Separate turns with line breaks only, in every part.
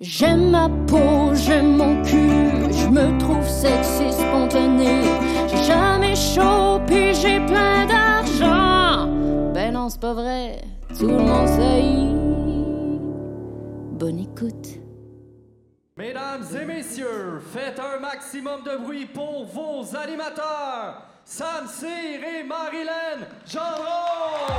J'aime ma peau, j'aime mon cul, je me trouve sexy spontané. J'ai jamais chaud, puis j'ai plein d'argent. Ben non, c'est pas vrai, tout le monde sait. Bonne écoute.
Mesdames et messieurs, faites un maximum de bruit pour vos animateurs, Sam Cyr et Marilyn Gendron.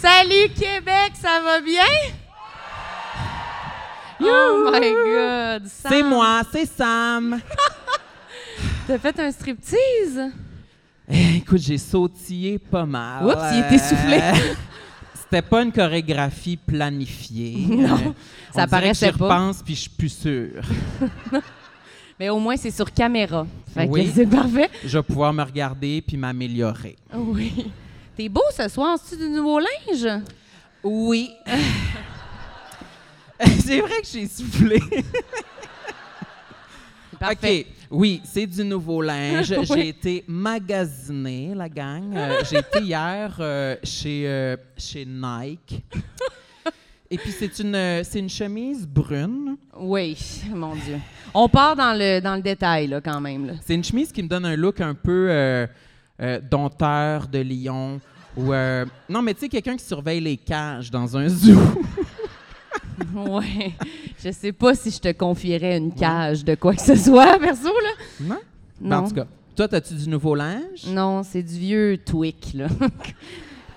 Salut Québec, ça va bien? Oh my God! Sam,
C'est moi, c'est Sam.
T'as fait un striptease?
Eh, Écoute, j'ai sautillé pas mal.
Oups, il est essoufflé.
Euh, C'était pas une chorégraphie planifiée.
Non,
Euh,
ça
on dirait que
paraissait
j'y
pas.
repense, puis je suis plus sûr.
Mais au moins, c'est sur caméra. Fait que
Oui.
c'est parfait.
Je vais pouvoir me regarder puis m'améliorer.
Oui. T'es beau ce soir, en tu du nouveau linge?
Oui. c'est vrai que j'ai soufflé.
Parfait.
OK. Oui, c'est du nouveau linge.
Oui.
J'ai été magasinée, la gang. Euh, J'ai été hier euh, chez, euh, chez Nike. Et puis, c'est une, euh, c'est une chemise brune.
Oui, mon Dieu. On part dans le, dans le détail, là, quand même. là.
C'est une chemise qui me donne un look un peu euh, euh, dompteur de lion. Ou, euh, non, mais tu sais, quelqu'un qui surveille les cages dans un zoo.
Ouais. Je sais pas si je te confierais une cage de quoi que ce soit, perso, là.
Non?
Non.
Ben, En tout cas, toi, as-tu du nouveau linge?
Non, c'est du vieux twic, là.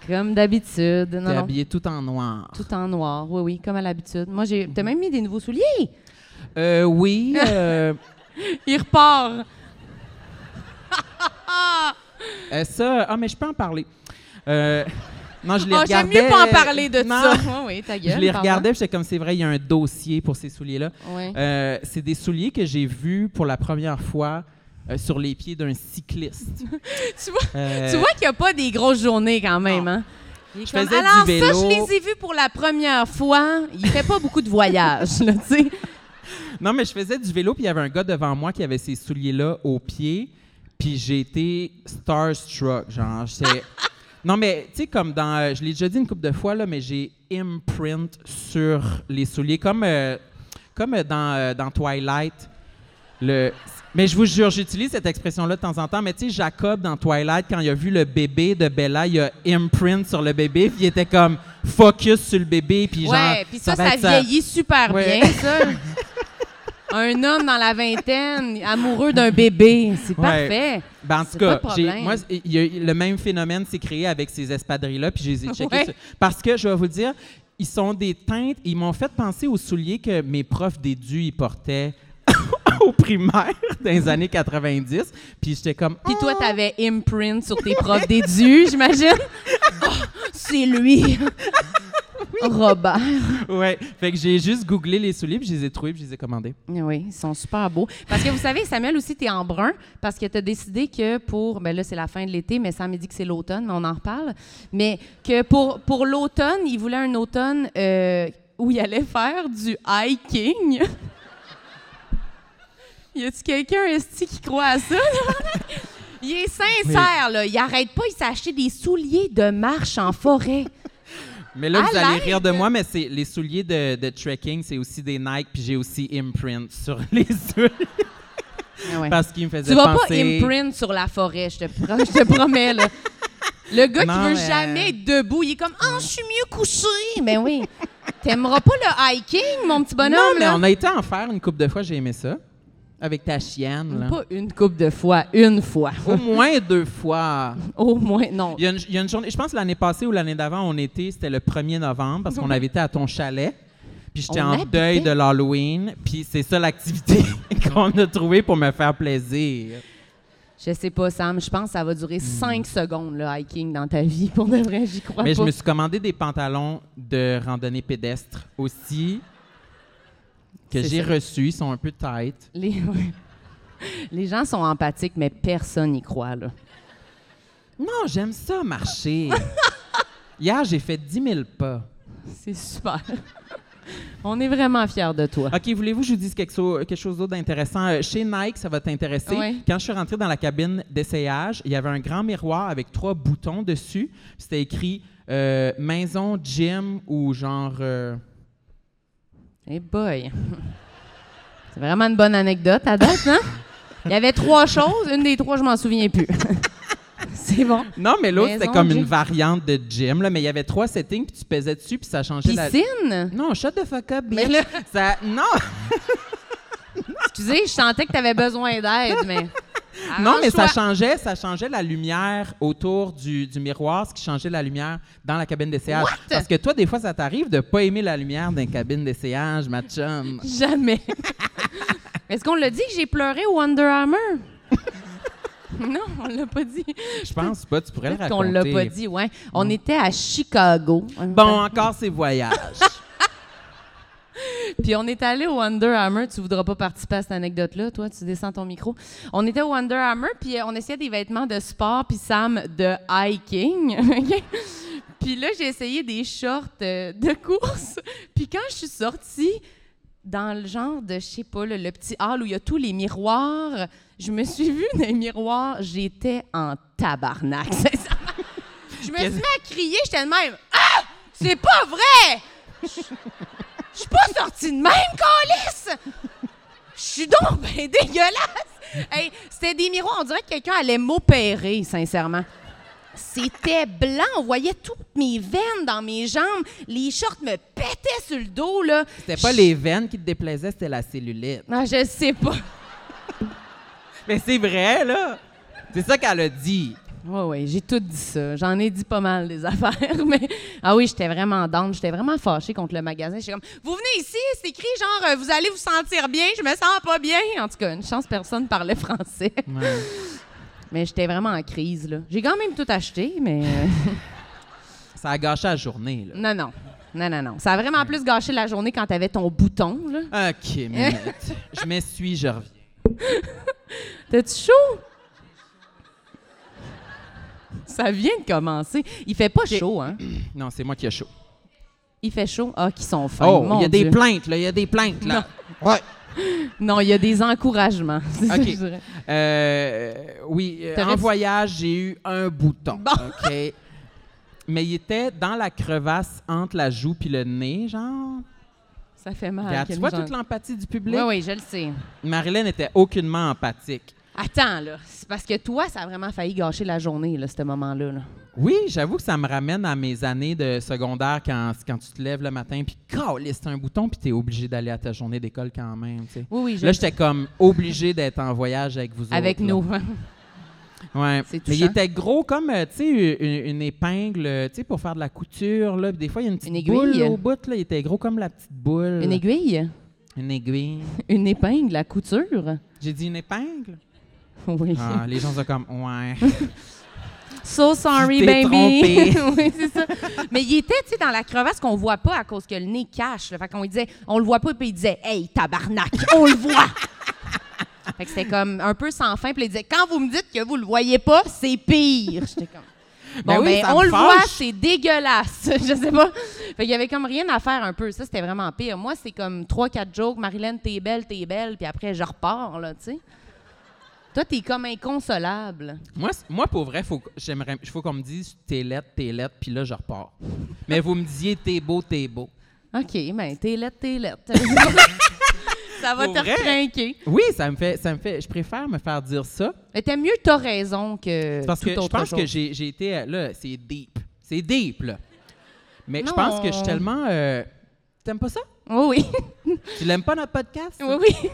Comme d'habitude. Non,
T'es
non.
habillé tout en noir.
Tout en noir, oui, oui, comme à l'habitude. Moi, j'ai. T'as même mis des nouveaux souliers!
Euh, oui. euh,
Il repart!
Euh, ça, ah, mais je peux en parler. Euh, non, je les
Oh, j'aime
regardais.
mieux pas en parler de
non,
ça. Oui, oui, ta gueule.
Je les
pardon.
regardais, puis j'étais comme c'est vrai, il y a un dossier pour ces souliers-là.
Ouais.
Euh, c'est des souliers que j'ai vus pour la première fois euh, sur les pieds d'un cycliste.
Tu vois,
Euh,
tu vois qu'il n'y a pas des grosses journées quand même, hein? Il est
Je
comme,
faisais du
Alors, ça,
vélo.
je les ai vus pour la première fois. Il fait pas beaucoup de voyages, là, tu sais.
Non, mais je faisais du vélo, puis il y avait un gars devant moi qui avait ces souliers-là aux pieds, puis j'ai été starstruck. Genre, j'étais- Non, mais tu sais, comme dans. euh, je l'ai déjà dit une couple de fois, là, mais j'ai imprint sur les souliers, comme, euh, comme euh, dans, euh, dans Twilight. Le... Mais je vous jure, j'utilise cette expression-là de temps en temps, mais tu sais, Jacob dans Twilight, quand il a vu le bébé de Bella, il a imprint sur le bébé, puis il était comme focus sur le bébé, puis genre.
Ouais, puis ça,
va
ça,
être sa-
vieillit super
Ouais.
bien, ça. un homme dans la vingtaine, amoureux d'un bébé, c'est
Ouais.
parfait.
Ben, en tout
C'est pas
cas,
de
j'ai-
problème.
moi, c'est- il y a eu- le même phénomène s'est créé avec ces espadrilles-là, puis je les ai checkés
Ouais.
sur- Parce que, je vais vous le dire, ils sont des teintes, ils m'ont fait penser aux souliers que mes profs d'édu, ils portaient au primaire dans les années 90, puis j'étais comme... ah!
Puis toi, t'avais imprint sur tes profs déduits, j'imagine. Ah, c'est lui. Robert.
Ouais, fait que j'ai juste googlé les souliers, puis je les ai trouvés, puis je les ai commandés.
Oui, ils sont super beaux. Parce que vous savez, Samuel aussi, t'es en brun parce que t'as décidé que pour. Ben là, c'est la fin de l'été, mais Sam il dit que c'est l'automne, mais on en reparle. Mais que pour, pour l'automne, il voulait un automne euh, où il allait faire du hiking. y a-tu quelqu'un, Esti, qui croit à ça? il est sincère, là. Il arrête pas, il s'est acheté des souliers de marche en forêt.
Mais là,
À
vous allez
l'aide.
rire de moi, mais c'est les souliers de, de trekking, c'est aussi des Nike, puis j'ai aussi imprint sur les souliers,
Ah ouais.
parce qu'ils me faisaient
Tu vas pas
penser...
imprint sur la forêt, je te, pro- je te promets. là. Le gars qui
Non,
veut
mais- euh,
jamais être debout, il est comme Ah, je suis mieux couché. Ben oui. T'aimeras pas le hiking, mon petit bonhomme.
Non, mais
Ah là?
on a été en faire une coupe de fois, j'ai aimé ça. Avec ta chienne, là.
Pas une coupe de fois, une fois.
Au moins deux fois.
Au moins, non.
Il y a une, il y a une journée, je pense l'année passée ou l'année d'avant, on était, c'était le 1er novembre, parce qu'on avait été à ton chalet. Puis j'étais
On
en
habitait.
deuil de l'Halloween. Puis c'est ça l'activité qu'on a trouvée pour me faire plaisir.
Je sais pas, Sam, je pense que ça va durer cinq secondes, le hiking dans ta vie. Pour de vrai, j'y crois
Hmm. Mais
Ah, pas.
je me suis commandé des pantalons de randonnée pédestre aussi, que
C'est
j'ai
ça.
reçus. Ils sont un peu tight.
Les... Les gens sont empathiques, mais personne n'y croit, là.
Non, j'aime ça marcher. Il Hier, j'ai fait 10 000 pas.
C'est super. On est vraiment fiers de toi.
OK, voulez-vous que je vous dise quelque, so- quelque chose d'autre d'intéressant? Euh, Chez Nike, ça va t'intéresser.
Oui.
Quand je suis rentrée dans la cabine d'essayage, il y avait un grand miroir avec trois boutons dessus. Puis C'était écrit euh, maison, gym ou genre. euh,
Eh boy! C'est vraiment une bonne anecdote à date, non? Il y avait trois choses. Une des trois, je m'en souviens plus. C'est bon.
Non, mais l'autre, c'était
Maison,
comme
gym.
une variante de gym. Là, mais il y avait trois settings, puis tu pesais dessus, puis ça changeait la.
Piscine?
Non, shut the fuck up,
Mais
bitch.
là-
Ça- Non!
Excusez, je sentais que tu avais besoin d'aide, mais.
Non, mais ça
Arrange-toi.
changeait, ça changeait la lumière autour du, du miroir, ce qui changeait la lumière dans la cabine d'essayage.
What?
Parce que toi, des fois, ça t'arrive de pas aimer la lumière dans la cabine d'essayage, ma chum.
Jamais. Est-ce qu'on l'a dit que j'ai pleuré au Under Armour? non, on l'a pas dit.
Je pense pas, tu pourrais le
Peut-être
raconter.
qu'on l'a pas dit, ouais. On était à Chicago.
Bon, encore ces voyages.
Puis on est allé au Under Armour. Tu voudras pas participer à cette anecdote-là, toi. Tu descends ton micro. On était au Under Armour, puis euh, on essayait des vêtements de sport, puis Sam de hiking. OK? puis là, j'ai essayé des shorts euh, de course. puis quand je suis sortie dans le genre de, je sais pas, là, le petit hall où il y a tous les miroirs, je me suis vue dans les miroirs, j'étais en tabarnak. C'est ça. Je me suis
Qu'est-ce-
mis à crier, j'étais de même. Ah! C'est pas vrai! Je suis pas sortie de même, câlisse! Je suis donc ben dégueulasse! Hey, c'était des miroirs, on dirait que quelqu'un allait m'opérer, sincèrement. C'était blanc, on voyait toutes mes veines dans mes jambes, les shorts me pétaient sur le dos, là.
C'était pas les veines qui te déplaisaient, c'était la cellulite.
Ah, je sais pas.
Mais c'est vrai, là. C'est ça qu'elle a dit.
Oui, oui, j'ai tout dit ça. J'en ai dit pas mal des affaires, mais ah oui, j'étais vraiment down, j'étais vraiment fâchée contre le magasin. J'étais comme, vous venez ici, c'est écrit genre, euh, vous allez vous sentir bien, je me sens pas bien. En tout cas, une chance personne parlait français,
Ouais.
mais j'étais vraiment en crise là. J'ai quand même tout acheté, mais euh,
Ça a gâché la journée, là.
non, non, non, non, non. Ça a vraiment plus gâché la journée quand t'avais ton bouton là.
OK, minute. je m'essuie, je reviens.
T'as-tu chaud? Ça vient de commencer. Il fait pas chaud, hein?
Non, c'est moi qui ai chaud.
Il fait chaud. Ah, qui sont fins.
Oh,
mon
il y a des
Dieu.
plaintes, là. Il y a des plaintes, là. Ouais.
Non, il y a des encouragements. c'est ça que je dirais.
Euh, oui, euh,
T'aurais
en
dit-
voyage, j'ai eu un bouton.
Bon.
OK. Mais il était dans la crevasse entre la joue puis le nez, genre.
Ah, Ça fait mal.
Regarde, tu
quel
vois
genre.
toute l'empathie du public?
Oui, oui, je le sais.
Marilyn était aucunement empathique.
Attends, là. C'est parce que toi, ça a vraiment failli gâcher la journée, là, ce moment-là. là.
Oui, j'avoue que ça me ramène à mes années de secondaire quand, quand tu te lèves le matin puis calisse, c'est un bouton puis t'es obligé d'aller à ta journée d'école quand même, tu sais.
Oui, oui, je
Là, j'étais comme obligé d'être en voyage avec vous
Avec
autres, là.
nous.
Ouais.
C'est
Mais il
touchant.
était gros comme, euh, tu sais, une, une épingle, euh, tu sais, pour faire de la couture. Là. Puis Des fois, il y a une petite
Une
boule
aiguille.
au bout. Là. Il était gros comme la petite boule.
Une aiguille,
Une aiguille.
une épingle, la couture.
J'ai dit une épingle?
Oui.
Ah, les gens sont comme, ouais.
So sorry,
Tu t'es
baby. oui, c'est ça. Mais il était, tu sais, dans la crevasse qu'on voit pas à cause que le nez cache. Là. Fait qu'on lui disait, on le voit pas, puis il disait, hey, tabarnak, on le voit. fait que c'était comme un peu sans fin. Puis il disait, quand vous me dites que vous le voyez pas, c'est pire. J'étais comme. Bon,
Ben oui,
ben,
ça me
on le voit,
fâche.
c'est dégueulasse. je sais pas. Fait qu'il y avait comme rien à faire un peu. Ça, c'était vraiment pire. Moi, c'est comme trois, quatre jokes. Marilyn, t'es belle, t'es belle. Puis après, je repars, là, tu sais. Toi, t'es comme inconsolable.
moi, c- moi, pour vrai, faut, que- j'aimerais, faut qu'on me dise, t'es lettre, t'es lettre, puis là, je repars. Mais vous me disiez, t'es beau, t'es beau.
OK, ben t'es lettre, t'es lettre. ça va
Pour
te
vrai?
recrinquer.
Oui, ça me fait, ça me fait, je préfère me faire dire ça.
Mais t'aimes mieux t'as raison que
Parce
tout
que je
autre
pense
chose.
que j'ai j'ai été. euh, Là, c'est deep. C'est deep, là. Mais je
Non.
pense que je suis tellement. euh, T'aimes pas ça?
Oui, oui.
Tu l'aimes pas notre podcast?
oui, oui.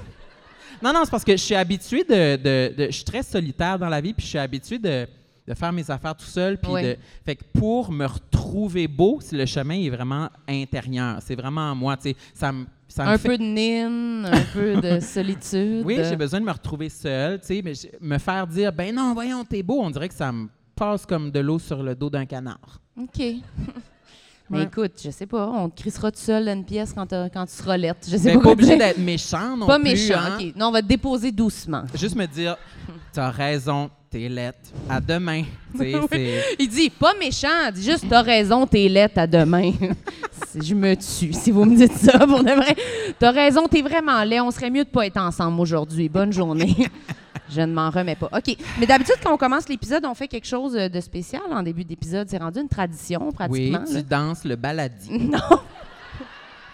Non, non, c'est parce que je suis habituée de, de- de- Je suis très solitaire dans la vie, puis je suis habituée de, de faire mes affaires tout seul. Puis
Ouais.
de, fait que pour me retrouver beau, c'est- le chemin est vraiment intérieur. C'est vraiment en moi. tu sais. Ça me. ça me
Un
fait-
peu de nine, un peu de solitude.
Oui, j'ai besoin de me retrouver seule, tu sais, mais j'ai- me faire dire, ben non, voyons, t'es beau, on dirait que ça me passe comme de l'eau sur le dos d'un canard.
OK. Mais
Ouais.
écoute, je sais pas, on te crissera tout seul dans une pièce quand, t'as- quand tu seras lettre. Je sais
Ben,
pas.
pas
quoi
obligé
dire.
d'être méchant non
Pas
plus,
méchant.
hein.
OK. Non, on va te déposer doucement.
Juste me dire, t'as raison, t'es lette. À demain. Tu sais, c'est-
Il dit pas méchant, il dit juste t'as raison, t'es lettre à demain. Si Je me tue si vous me dites ça pour de vrai. T'as raison, t'es vraiment laid. On serait mieux de pas être ensemble aujourd'hui. Bonne journée. Je ne m'en remets pas. OK. Mais d'habitude, quand on commence l'épisode, on fait quelque chose de spécial en début d'épisode. C'est rendu une tradition,
Oui,
pratiquement. là.
tu danses le baladi.
Non.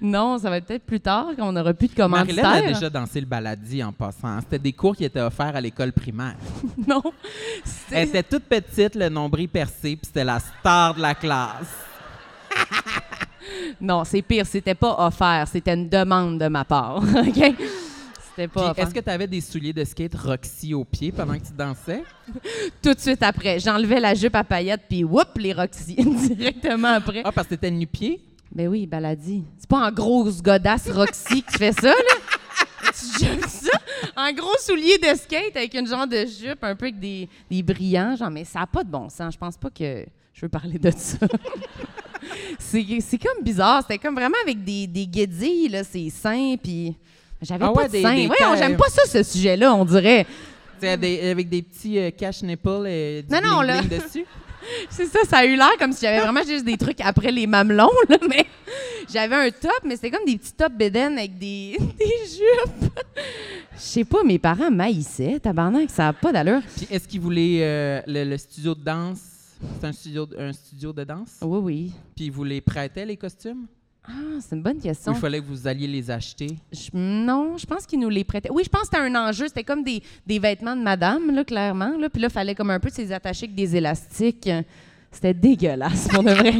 non, ça va être peut-être plus tard quand on n'aura plus de
Marilyn a
commentaires.
déjà dansé le baladi en passant. hein. C'était des cours qui étaient offerts à l'école primaire.
Non.
Elle était toute petite, le nombril percé, puis c'était la star de la classe.
Non, c'est pire. C'était pas offert. C'était une demande de ma part. OK? C'était
Puis,
pas hein. offert.
Est-ce que tu avais des souliers de skate Roxy aux pieds pendant que tu dansais?
Tout de suite après, j'enlevais la jupe à paillettes, puis whoop, les Roxy, directement après.
Ah, parce que t'étais nu-pied?
Ben oui, baladi. C'est pas en grosse godasse Roxy qui fait ça, là. Tu juges ça? En gros soulier de skate avec une genre de jupe, un peu avec des, des brillants, genre, mais ça n'a pas de bon sens. Je pense pas que je veux parler de ça. c'est c'est comme bizarre. C'était comme vraiment avec des, des guédilles, là, c'est sain, puis. J'avais
Ah
pas
ouais,
de
des-
seins.
des
Voyons,
tailles.
j'aime pas ça, ce sujet-là, on dirait.
T'sais, des- avec des petits euh, cash nipples et du
Non, non,
bling
là.
bling dessus?
C'est ça, ça a eu l'air comme si j'avais vraiment juste des trucs après les mamelons, là, mais j'avais un top, mais c'était comme des petits tops bédaines avec des, des jupes. Je sais pas, mes parents maïssaient, tabarnak, ça a pas d'allure.
Puis est-ce qu'ils voulaient euh, le, le studio de danse? C'est un studio, de- un studio de danse?
Oui, oui.
Puis ils vous les prêtaient, les costumes?
Ah, c'est une bonne
Ou
question.
il fallait que vous alliez les acheter?
Je- non, je pense qu'ils nous les prêtaient. Oui, je pense que c'était un enjeu. C'était comme des, des vêtements de madame, là, clairement. Là. Puis là, il fallait comme un peu se les attacher avec des élastiques. C'était dégueulasse, pour de vrai.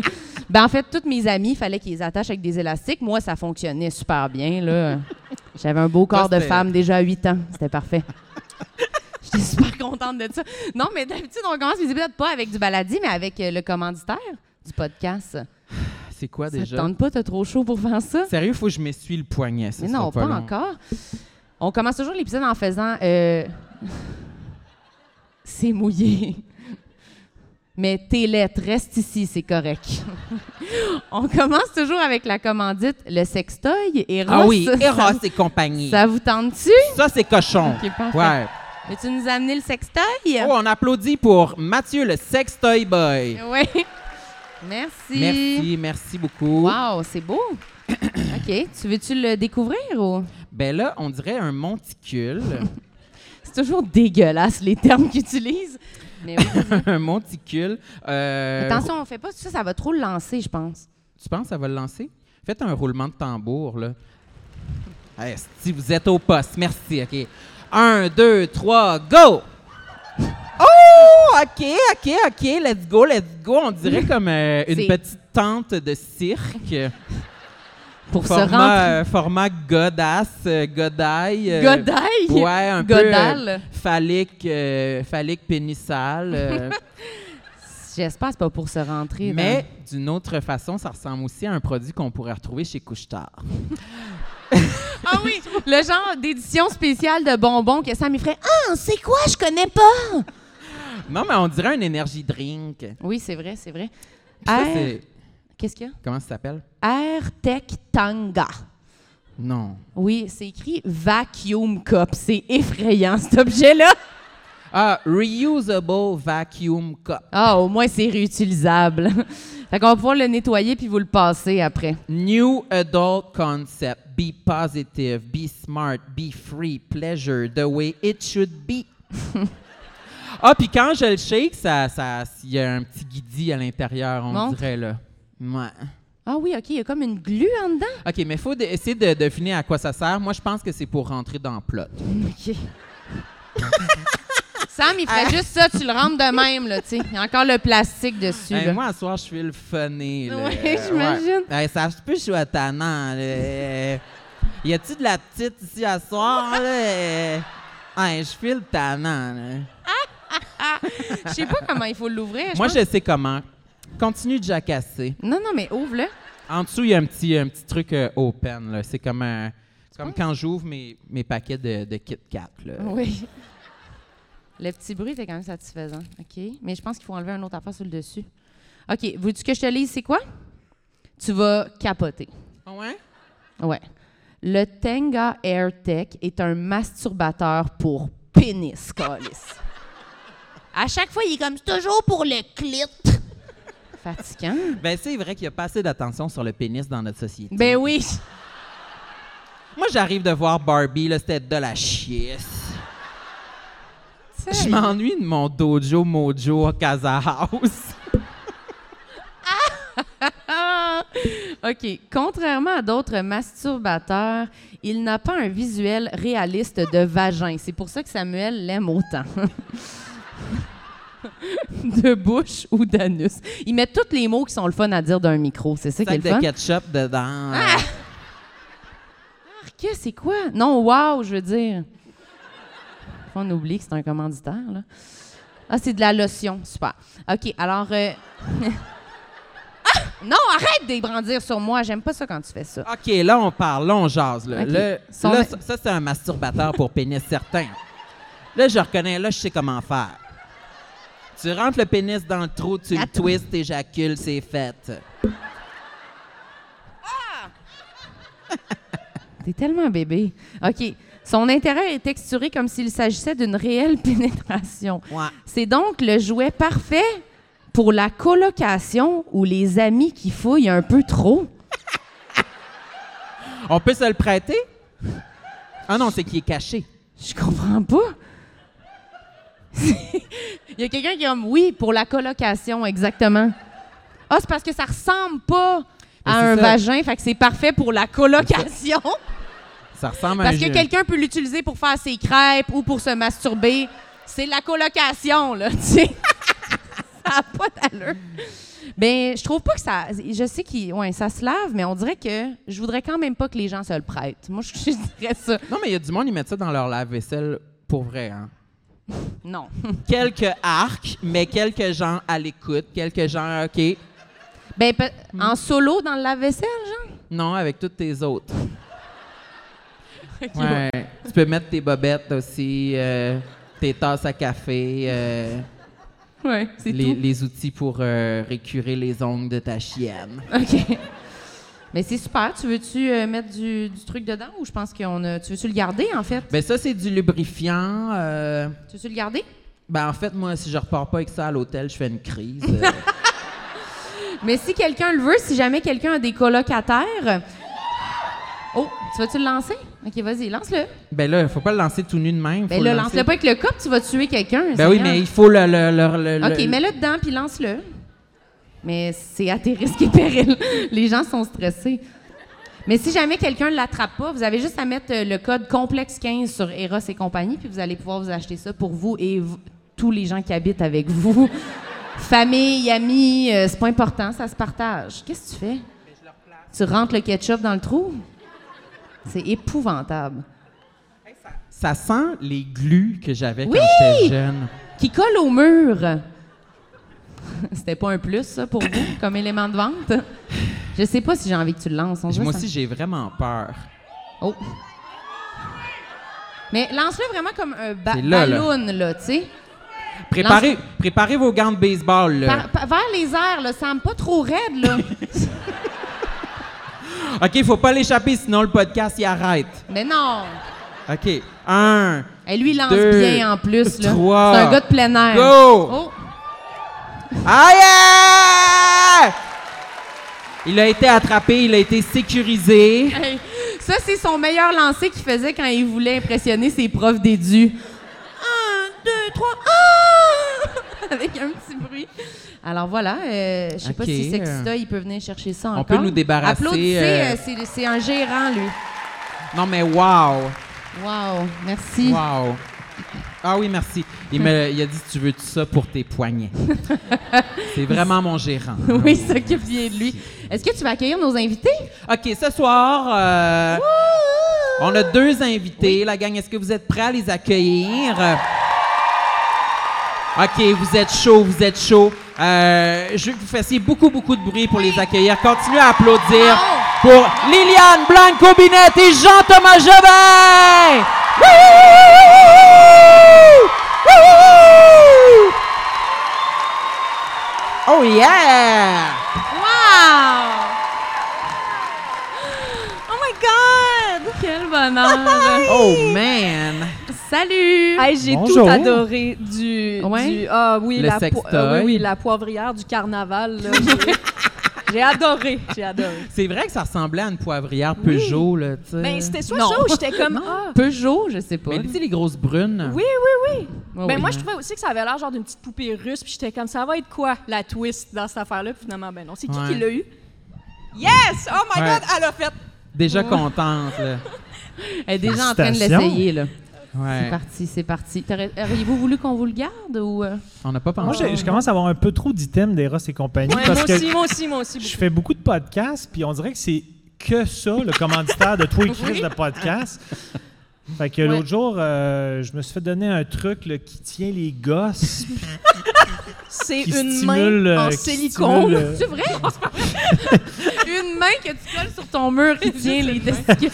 ben, en fait, toutes mes amies, il fallait qu'ils les attachent avec des élastiques. Moi, ça fonctionnait super bien. Là. J'avais un beau corps de
c'était-
femme déjà à 8 ans. C'était parfait. J'étais super contente de ça. Non, mais d'habitude, on commence les épisodes pas avec du baladi, mais avec euh, le commanditaire du podcast.
C'est quoi
Ça te
déjà?
tente pas, t'as trop chaud pour faire ça?
Sérieux, faut que je m'essuie le poignet. ça
Mais
sera
non, pas,
long.
encore. On commence toujours l'épisode en faisant euh, C'est mouillé. Mais tes lettres, reste ici, c'est correct. On commence toujours avec la commandite, le sextoy, Eros.
Ah oui,
Ça-
Eros et compagnie.
Ça vous tente-tu?
Ça, c'est cochon.
Ok, parfait.
ouais.
Veux-tu nous amener le sextoy?
Oh, on applaudit pour Mathieu, le sextoy boy.
Oui. Merci.
Merci, merci beaucoup.
Wow, c'est beau. OK. Tu veux-tu le découvrir ou?
Ben là, on dirait un monticule.
C'est toujours dégueulasse les termes qu'ils utilisent. Mais oui.
un monticule. Euh,
Attention, on fait pas ça, ça va trop le lancer, je pense.
Tu penses que ça va le lancer? Faites un roulement de tambour, là. si vous êtes au poste, merci, OK. Un, deux, trois, go! Oh! OK, OK, OK, let's go, let's go. On dirait comme euh, une
C'est-
petite tente de cirque.
Pour se
Format,
rentrer.
euh, format godasse, euh, godaille. euh,
Godaille?
Ouais, un peu euh,
Godal?
phallique, euh, phallique pénissale. euh,
J'espère que c'est pas pour se rentrer. dans-
mais d'une autre façon, ça ressemble aussi à un produit qu'on pourrait retrouver chez Couchetard.
Ah oui! le genre d'édition spéciale de bonbons que ça me ferait Ah, c'est quoi? Je connais pas!
Non, mais on dirait un energy drink.
Oui, c'est vrai, c'est vrai.
Ça,
R...
c'est-
Qu'est-ce qu'il y
Comment ça s'appelle?
a? Air Tech Tanga.
Non.
Oui, c'est écrit Vacuum Cup. C'est effrayant, cet objet-là.
Ah, reusable vacuum cup.
Ah, au moins, c'est réutilisable. fait qu'on va pouvoir le nettoyer puis vous le passer après.
New adult concept. Be positive, be smart, be free, pleasure, the way it should be. ah, puis quand je le shake, ça, ça, il y a un petit guidi à l'intérieur, on
Montre.
dirait, là. Ouais.
Ah oui, OK, il y a comme une glu en dedans.
OK, mais il faut de- essayer de deviner à quoi ça sert. Moi, je pense que c'est pour rentrer dans le plot.
OK. Sam, il ferait juste ça, tu le rentres de même, là, tu sais. Il y a encore le plastique dessus,
Hey,
là.
Ben, moi, à soir, je suis le funny. là.
Ouais,
Euh,
j'imagine.
ouais. Hey, ça, je peux, je suis attanant. là. Euh, Y a-tu de la petite ici à soir? là? Euh, hey, je file tannant. là.
Je sais pas comment il faut l'ouvrir. je
Moi,
pense.
je sais comment. Continue de jacasser.
Non, non, mais ouvre-le.
En dessous, il y a un petit, un petit truc euh, open. là. C'est comme, un- comme quand j'ouvre mes, mes paquets de, de Kit Kat. là.
Oui. Le petit bruit était quand même satisfaisant. OK. Mais je pense qu'il faut enlever un autre affaire sur le dessus. OK. Veux-tu que je te lise, c'est quoi? Tu vas capoter.
Ah ouais?
Ouais. Le Tenga AirTech est un masturbateur pour pénis, Calis.
À chaque fois, il est comme, c'est toujours pour le clit.
Fatigant.
Ben, c'est vrai qu'il y a pas assez d'attention sur le pénis dans notre société.
Ben oui.
Moi, j'arrive de voir Barbie, là, c'était de la chiesse. Je m'ennuie de mon dojo mojo Casa House.
Ah! OK. Contrairement à d'autres masturbateurs, il n'a pas un visuel réaliste de vagin. C'est pour ça que Samuel l'aime autant. de bouche ou d'anus. Il met tous les mots qui sont le fun à dire d'un micro. C'est ça qui est le
Sac de
fun. Ah!
ketchup dedans.
Que c'est quoi? Non, wow, je veux dire. On oublie que c'est un commanditaire, là. Ah, c'est de la lotion. Super. OK, alors. euh, Ah! Non, arrête de brandir sur moi. J'aime pas ça quand tu fais ça.
OK, là, on parle, là, on jase. Là,
OK.
Là-
Son-
là, ça, ça, c'est un masturbateur pour pénis certain. Là, je reconnais, là, je sais comment faire. Tu rentres le pénis dans le trou, tu le
Attends.
twistes, t'éjacules, c'est fait.
T'es tellement bébé. OK. Son intérêt est texturé comme s'il s'agissait d'une réelle pénétration.
Ouais.
C'est donc le jouet parfait pour la colocation ou les amis qui fouillent un peu trop.
On peut se le prêter? Ah non, c'est qu'il est caché.
Je comprends pas. Il y a quelqu'un qui est comme oui pour la colocation exactement. Ah, c'est parce que ça ressemble pas à
Mais c'est
un
ça.
vagin, fait que c'est parfait pour la colocation
Ça ressemble à un
parce que
jeu.
quelqu'un peut l'utiliser pour faire ses crêpes ou pour se masturber. C'est la colocation là, tu sais. ça a pas d'allure. Ben, je trouve pas que ça je sais qu'il ouais, ça se lave mais on dirait que je voudrais quand même pas que les gens se le prêtent. Moi je, je dirais ça.
Non, mais il y a du monde, ils mettent ça dans leur lave-vaisselle pour vrai. Hein?
Non.
Quelques arcs, mais quelques gens à l'écoute, quelques gens, OK,
Ben, pe- en solo dans le lave-vaisselle, genre?
non, avec toutes tes autres. Ouais. Tu peux mettre tes bobettes aussi, euh, tes tasses à café, euh,
Ouais, c'est
les, les outils pour euh, récurer les ongles de ta chienne.
tout. OK. Mais c'est super. Tu veux-tu euh, mettre du, du truc dedans ou je pense qu'on a... Tu veux-tu le garder, en fait?
Ben ça, c'est du lubrifiant. euh,
Tu veux-tu le garder?
ben en fait, moi, si je repars pas avec ça à l'hôtel, je fais une crise. euh.
Mais si quelqu'un le veut, si jamais quelqu'un a des colocataires... Oh, tu vas-tu le lancer? OK, vas-y, lance-le.
ben là, faut pas le lancer tout nu de même.
Ben
faut
là,
le
lance-le pas avec le cop, tu vas tuer quelqu'un.
Ben oui,
Seigneur.
mais il faut le... le- le- le-
OK,
le-
mets-le dedans puis lance-le. Mais c'est à tes risques et périls. Les gens sont stressés. Mais si jamais quelqu'un ne l'attrape pas, vous avez juste à mettre euh, le code complexe 15 sur Eros et compagnie, puis vous allez pouvoir vous acheter ça pour vous et vous- tous les gens qui habitent avec vous. Famille, amis, euh, c'est pas important, ça se partage. Qu'est-ce que tu fais? Tu rentres le ketchup dans le trou? C'est épouvantable.
Ça sent les glues que j'avais
Oui!
quand j'étais jeune.
qui colle au mur. C'était pas un plus, ça, pour vous, comme élément de vente? Je sais pas si j'ai envie que tu le lances. On dirait
Moi
ça-
aussi, j'ai vraiment peur.
Oh. Mais lance-le vraiment comme un ba-
C'est là, là.
ballon, là, tu sais.
Préparez, préparez vos gants de baseball, là.
Par- par- vers les airs, là, ça me pas trop raide, là.
OK, faut pas l'échapper, sinon le podcast, il arrête.
Mais non.
OK. Un.
Et Eh, lui, il lance
Deux,
bien en plus, là.
trois,
C'est un gars de plein air.
go!
Oh.
Aïe! Ah, Il a été attrapé, il a été sécurisé.
Hey, Ça, c'est son meilleur lancer qu'il faisait quand il voulait impressionner ses profs dédus. Un, deux, trois. Ah! Avec un petit bruit. Alors voilà, euh, je sais pas
Ok,
si
euh,
Sexta, il peut venir chercher ça
on
encore.
peut nous débarrasser,
Applaudissez,
euh,
euh, c'est- c'est un gérant, lui.
Non, mais wow!
Wow, merci.
Wow! Ah oui, merci. Il, me, il a dit Tu veux tout ça pour tes poignets. C'est vraiment mon gérant.
Oui, il s'occupe bien de lui. Est-ce que tu vas accueillir nos invités?
OK, ce soir, euh, on a deux invités. La gang, est-ce que vous êtes prêts à les accueillir? OK, vous êtes chaud, vous êtes chaud. Euh, je veux que vous fassiez beaucoup, beaucoup de bruit pour les accueillir. Continuez à applaudir pour Liliane Blanco-Binette et Jean-Thomas Jobin! Wouhou! Wouhou! Oh yeah!
Wow! Oh my God! Quel bonheur!
Oh man!
Salut!
Hey, j'ai tout
Bonjour.
adoré du.
Ouais.
du- ah oui,
Le
la po-
sextoy.
euh, oui, oui, la poivrière du carnaval. là, j'ai- j'ai adoré. J'ai adoré.
C'est vrai que ça ressemblait à une poivrière Peugeot, là, tu sais.
Ben, c'était soit
Non.
ça ou j'étais comme. ah.
Peugeot, je sais pas.
Mais tu sais, les grosses brunes.
Oui, oui, oui.
Ouais,
ben,
oui.
moi, je trouvais aussi que ça avait l'air genre d'une petite poupée russe. Puis j'étais comme, ça va être quoi la twist dans cette affaire-là? Puis finalement, ben non. C'est qui
Ouais.
qui l'a eu? Yes! Oh my
Ouais.
God, elle a fait.
Déjà
Oh.
contente, là.
Elle est déjà en train de
Félicitations.
l'essayer, là. C'est
Ouais.
parti, c'est parti. T'aurais- Auriez-vous voulu qu'on vous le garde ou... euh?
On n'a pas pensé.
Moi, j'ai-
Ah.
je commence à avoir un peu trop d'items des Ross et compagnie
Ouais,
parce
moi
que
aussi, moi aussi, moi aussi.
je
beaucoup.
fais beaucoup de podcasts, puis on dirait que c'est que ça, le commanditaire de toi et Chris de podcast. Fait que l'autre jour, euh, je me suis fait donner un truc là, qui tient les gosses, puis
C'est
qui
une
stimule,
main
euh,
en
qui
silicone.
stimule, euh,
C'est vrai? Une main que tu colles sur ton mur qui tient les testicules.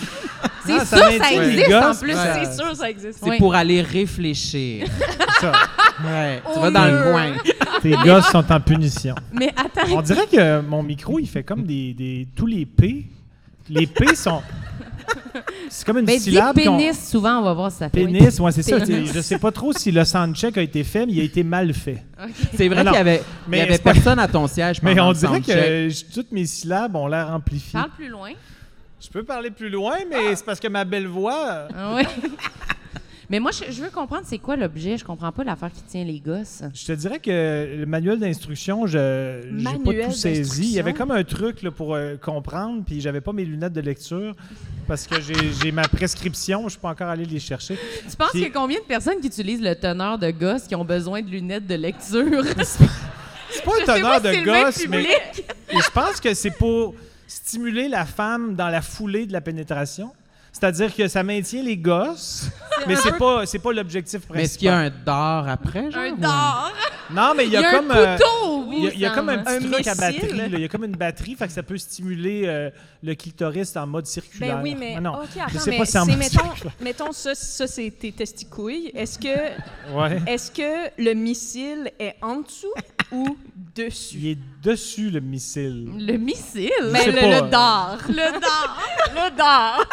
C'est
Ah,
sûr,
ça
ça,
m'intéresse.
existe en
Gosse,
plus.
ouais.
C'est sûr, ça existe.
C'est
Oui.
pour aller réfléchir.
ça.
Ouais. tu
Oh
Au
vas dans
mur.
le coin.
Tes gosses sont en punition.
Mais attends,
On dirait que mon micro, il fait comme des, des- tous les P. Les P sont. C'est comme une
ben, dis
syllabe. qu'on-
pénis, souvent, on va voir si ça fait.
Pénis, ouais, c'est ça.
Pénis.
Je sais pas trop si le soundcheck a été fait, mais il a été mal fait.
C'est vrai
Non,
qu'il y avait, il
mais
y avait
c'est pas-
personne à ton siège.
Mais
pendant
on
le
dirait que
soundcheck.
je- toutes mes syllabes ont l'air amplifiées.
Parle plus loin.
Je peux parler plus loin, mais c'est parce que ma belle voix.
Ah ouais. Mais moi, je, je veux comprendre c'est quoi l'objet. Je comprends pas l'affaire qui tient les gosses.
Je te dirais que le manuel d'instruction, je n'ai pas
Manuel
tout saisi. Il y avait
d'instruction.
comme un truc là, pour euh, comprendre, puis j'avais pas mes lunettes de lecture parce que j'ai j'ai ma prescription, je suis pas encore allé les chercher.
Tu penses
Puis-
qu'il y a combien de personnes qui utilisent le teneur de gosses qui ont besoin de lunettes de lecture?
C'est pas
Je sais
un
pas
teneur
si c'est
de
le même
gosse, mais
public.
Et je pense que c'est pour stimuler la femme dans la foulée de la pénétration. C'est-à-dire que ça maintient les gosses, mais c'est pas c'est pas l'objectif principal.
Mais est-ce qu'il y a un dard après? Genre,
Un
ou-
dard!
Non, mais il y a,
un
comme euh,
couteau!
hein. il y a- il y a comme un petit
hein. Un
truc à
missile.
batterie. là. Il y a comme une batterie, fait que ça peut stimuler euh, le clitoris en mode circulaire.
Ben oui, mais
Ah non,
ok, attends,
je sais
mais
pas si en
c'est
mode
mettons,
circulaire.
mettons ça, ça c'est tes testicouilles. Est-ce que,
Ouais.
est-ce que le missile est en dessous ou dessus
Il est dessus le missile.
Le missile?
Mais
sais
le,
pas. euh,
le dard, le dard, le dard.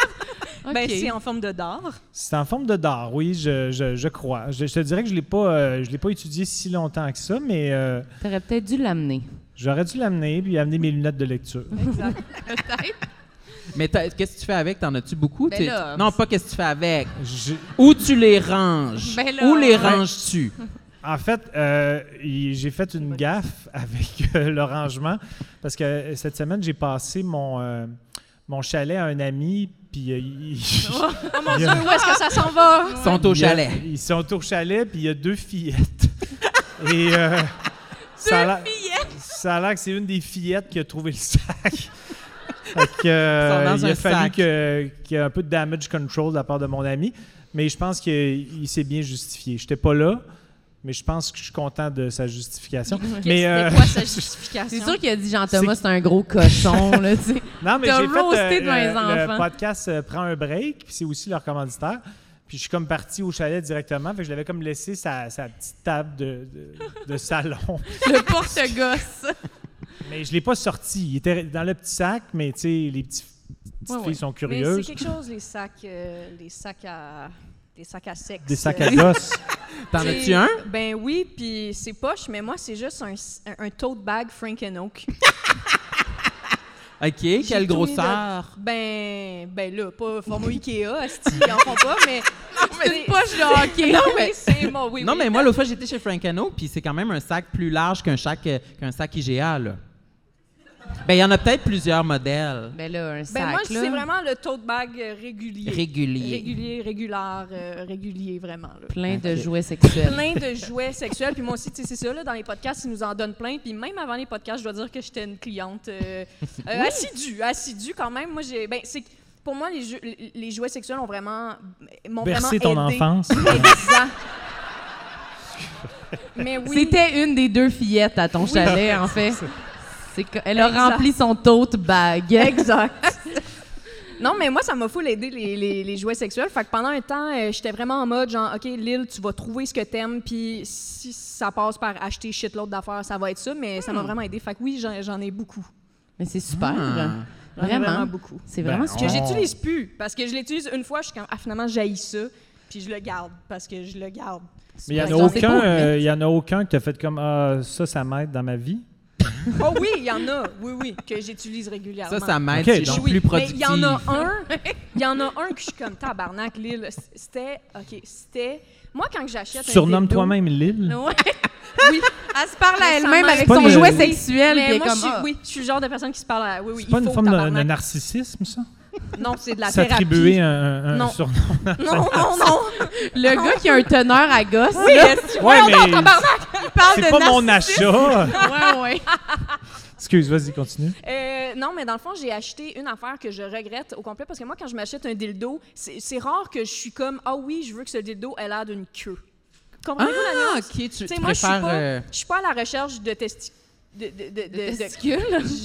Ok.
Ben c'est en forme de dard.
C'est en forme de dard, oui, je, je- je crois. Je, je te dirais que je l'ai pas euh, je l'ai pas étudié si longtemps que ça, mais euh,
T'aurais peut-être dû l'amener.
j'aurais dû l'amener puis amener mes lunettes de lecture.
Peut-être.
Mais t'as- qu'est-ce que tu fais avec? T'en as-tu beaucoup?
Ben
T'es-
là,
non, pas qu'est-ce que tu fais avec.
J'ai-
Où tu les ranges?
Ben là.
Où les
Ouais.
ranges-tu?
En fait, euh, il- j'ai fait une gaffe avec euh, le rangement parce que euh, cette semaine, j'ai passé mon, euh, mon chalet à un ami. Puis euh, il-
Oh mon
Il y
Dieu,
a-
où est-ce que ça s'en va
Ils Sont au
il y a-
chalet.
Ils sont au chalet, puis il y a deux fillettes. Et euh, ça a l'air- ça a l'air que c'est une des fillettes qui a trouvé le sac. Fait que, euh,
Ils sont dans
il a
un
fallu
sac.
que- qu'il y ait un peu de damage control de la part de mon ami. Mais je pense qu'il s'est bien justifié. Je n'étais pas là, mais je pense que je suis content de sa justification. mais euh,
C'était quoi sa justification
C'est sûr qu'il a dit Jean-Thomas, c'est un gros cochon, là, tu sais.
non, mais
T'as
j'ai fait euh,
roasté devant les
le
enfants.
podcast euh, prend un break, puis c'est aussi leur commanditaire. Puis je suis comme parti au chalet directement, fait que je l'avais comme laissé sa, sa petite table de, de- de salon.
Le porte-gosse.
Mais je l'ai pas sorti. Il était dans le petit sac, mais tu sais, les petits, petites
Ouais, ouais.
filles sont
Mais
curieuses.
c'est quelque chose les sacs, euh, les sacs à, les sacs à sexe.
Des sacs
euh,
à dos.
T'en
T'sais,
as-tu un?
Ben oui, puis c'est poche, mais moi, c'est juste un, un, un tote bag Frank and Oak.
OK,
tout mis
quelle
là-
grosseur.
Ben, ben là, pas format Ikea, asti, ils en font pas, mais...
C'est une poche de hockey.
Non, mais c'est moi, oui,
non,
oui.
mais moi, l'autre fois, j'étais chez Frankano, puis c'est quand même un sac plus large qu'un sac, euh, qu'un sac IGA, là. Ben, il y en a peut-être plusieurs modèles
Ben là, un sac,
Ben moi,
là.
c'est vraiment le tote bag euh, régulier.
réguliers.
Régulier, régulard, euh, régulier, vraiment, là.
Plein de
Ok.
jouets sexuels.
plein de jouets sexuels. Puis moi aussi, tu sais, c'est ça, là, dans les podcasts, ils nous en donnent plein. Puis même avant les podcasts, je dois dire que j'étais une cliente euh, euh, assidue, assidue quand même. Moi, j'ai. Ben, c'est que pour moi, les, jeux- les- les jouets sexuels ont vraiment. m'ont
Bercer ton
vraiment aidé.
enfance.
Exact. Mais oui.
C'était une des deux fillettes à ton chalet, en fait. C'est que- Elle a
Exact.
rempli son tote bag.
Exact. Non, mais moi, ça m'a full aidé, les, les, les jouets sexuels. Fait que pendant un temps, euh, j'étais vraiment en mode, genre, OK, Lille, tu vas trouver ce que t'aimes, puis si ça passe par acheter shitload d'affaires, ça va être ça, mais ça m'a vraiment aidé. Fait que oui, j'en, j'en ai beaucoup.
Mais c'est super.
Ah.
J'en ai
Vraiment.
beaucoup.
C'est
Ben,
vraiment
on-
Que
super.
j'ai-
j'utilise plus, parce que je l'utilise une fois, je suis comme, ah, finalement, j'haïs ça. Puis je le garde parce que je le garde.
Mais il n'y en, a
Par exemple,
aucun,
c'est beau, mais-
euh, il y en a aucun que tu as fait comme Ah, ça, ça m'aide dans ma vie.
Oh oui, il y en a, oui, oui, que j'utilise régulièrement.
Ça, ça m'aide.
Ok,
si je suis
donc-
plus
Ah Mais
productive.
il y en a un, il y en a un que je suis comme tabarnak, Lille. C'était, ok, c'était. Moi, quand que j'achète un
Surnomme
dildo-
toi-même Lille.
Ouais. oui.
Ah,
Elle se parle à
Mais ça
elle-même
m'aide.
avec
Pas
son
une-
jouet
Oui.
sexuel. puis
Mais
elle
moi,
est
je
comme,
suis,
ah.
oui, je suis le genre de personne qui se parle à. Oui, oui,
C'est
il
pas
faut
une forme de, de
tabarnak.
narcissisme, ça?
Non, c'est de la thérapie.
S'attribuer un, un- un
Non.
surnom.
Non, non, non.
Le gars qui a un teneur à gosse,
Oui,
là,
est-ce que-
Ouais, mais
il parle de
c'est pas mon
narcissisme. Ouais,
achat.
ouais.
Excuse, vas-y, continue.
Euh, non, mais dans le fond, j'ai acheté une affaire que je regrette au complet parce que moi, quand je m'achète un dildo, c'est c'est rare que je suis comme ah oui, je veux que ce dildo ait l'air d'une queue. Comprenez-vous la nuance?
Ah, ok, tu, tu
Tu sais, moi, je suis
préfères.
pas,
euh,
je suis pas à la recherche de testi- de- de- de- de- de-
Testicule.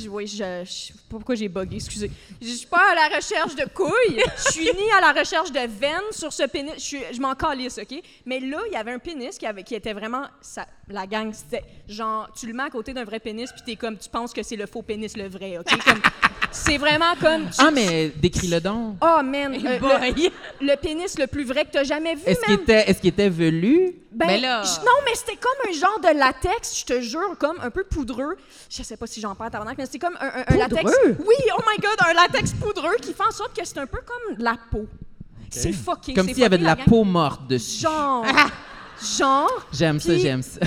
Je- Oui, je, je sais pas pourquoi j'ai bugué, excusez. Je suis pas à la recherche de couilles. Je suis ni à la recherche de veines sur ce pénis. Je, suis- je m'en calisse, OK? Mais là, il y avait un pénis qui, avait, qui était vraiment... ça- la gang, c'était genre, tu le mets à côté d'un vrai pénis, puis t'es comme, tu penses que c'est le faux pénis, le vrai, OK? Comme, C'est vraiment comme... tu-
Ah, mais décris-le donc.
Oh, man! euh,
boy.
le, le pénis le plus vrai que t'as jamais vu,
Est-ce qu'il
man.
était, est-ce qu'il était velu?
Ben,
Mais là-
je- non, mais c'était comme un genre de latex, je te jure, comme un peu poudreux. Je sais pas si j'en parle tabarnak, mais c'était comme un, un- un latex.
Poudreux?
Oui, oh my god, un latex poudreux qui fait en sorte que c'est un peu comme de la peau. C'est fucké.
Comme
c'est hein.
s'il y avait de
fucké,
la
gang.
peau morte dessus.
Genre. genre.
J'aime ça,
Puis-
j'aime ça.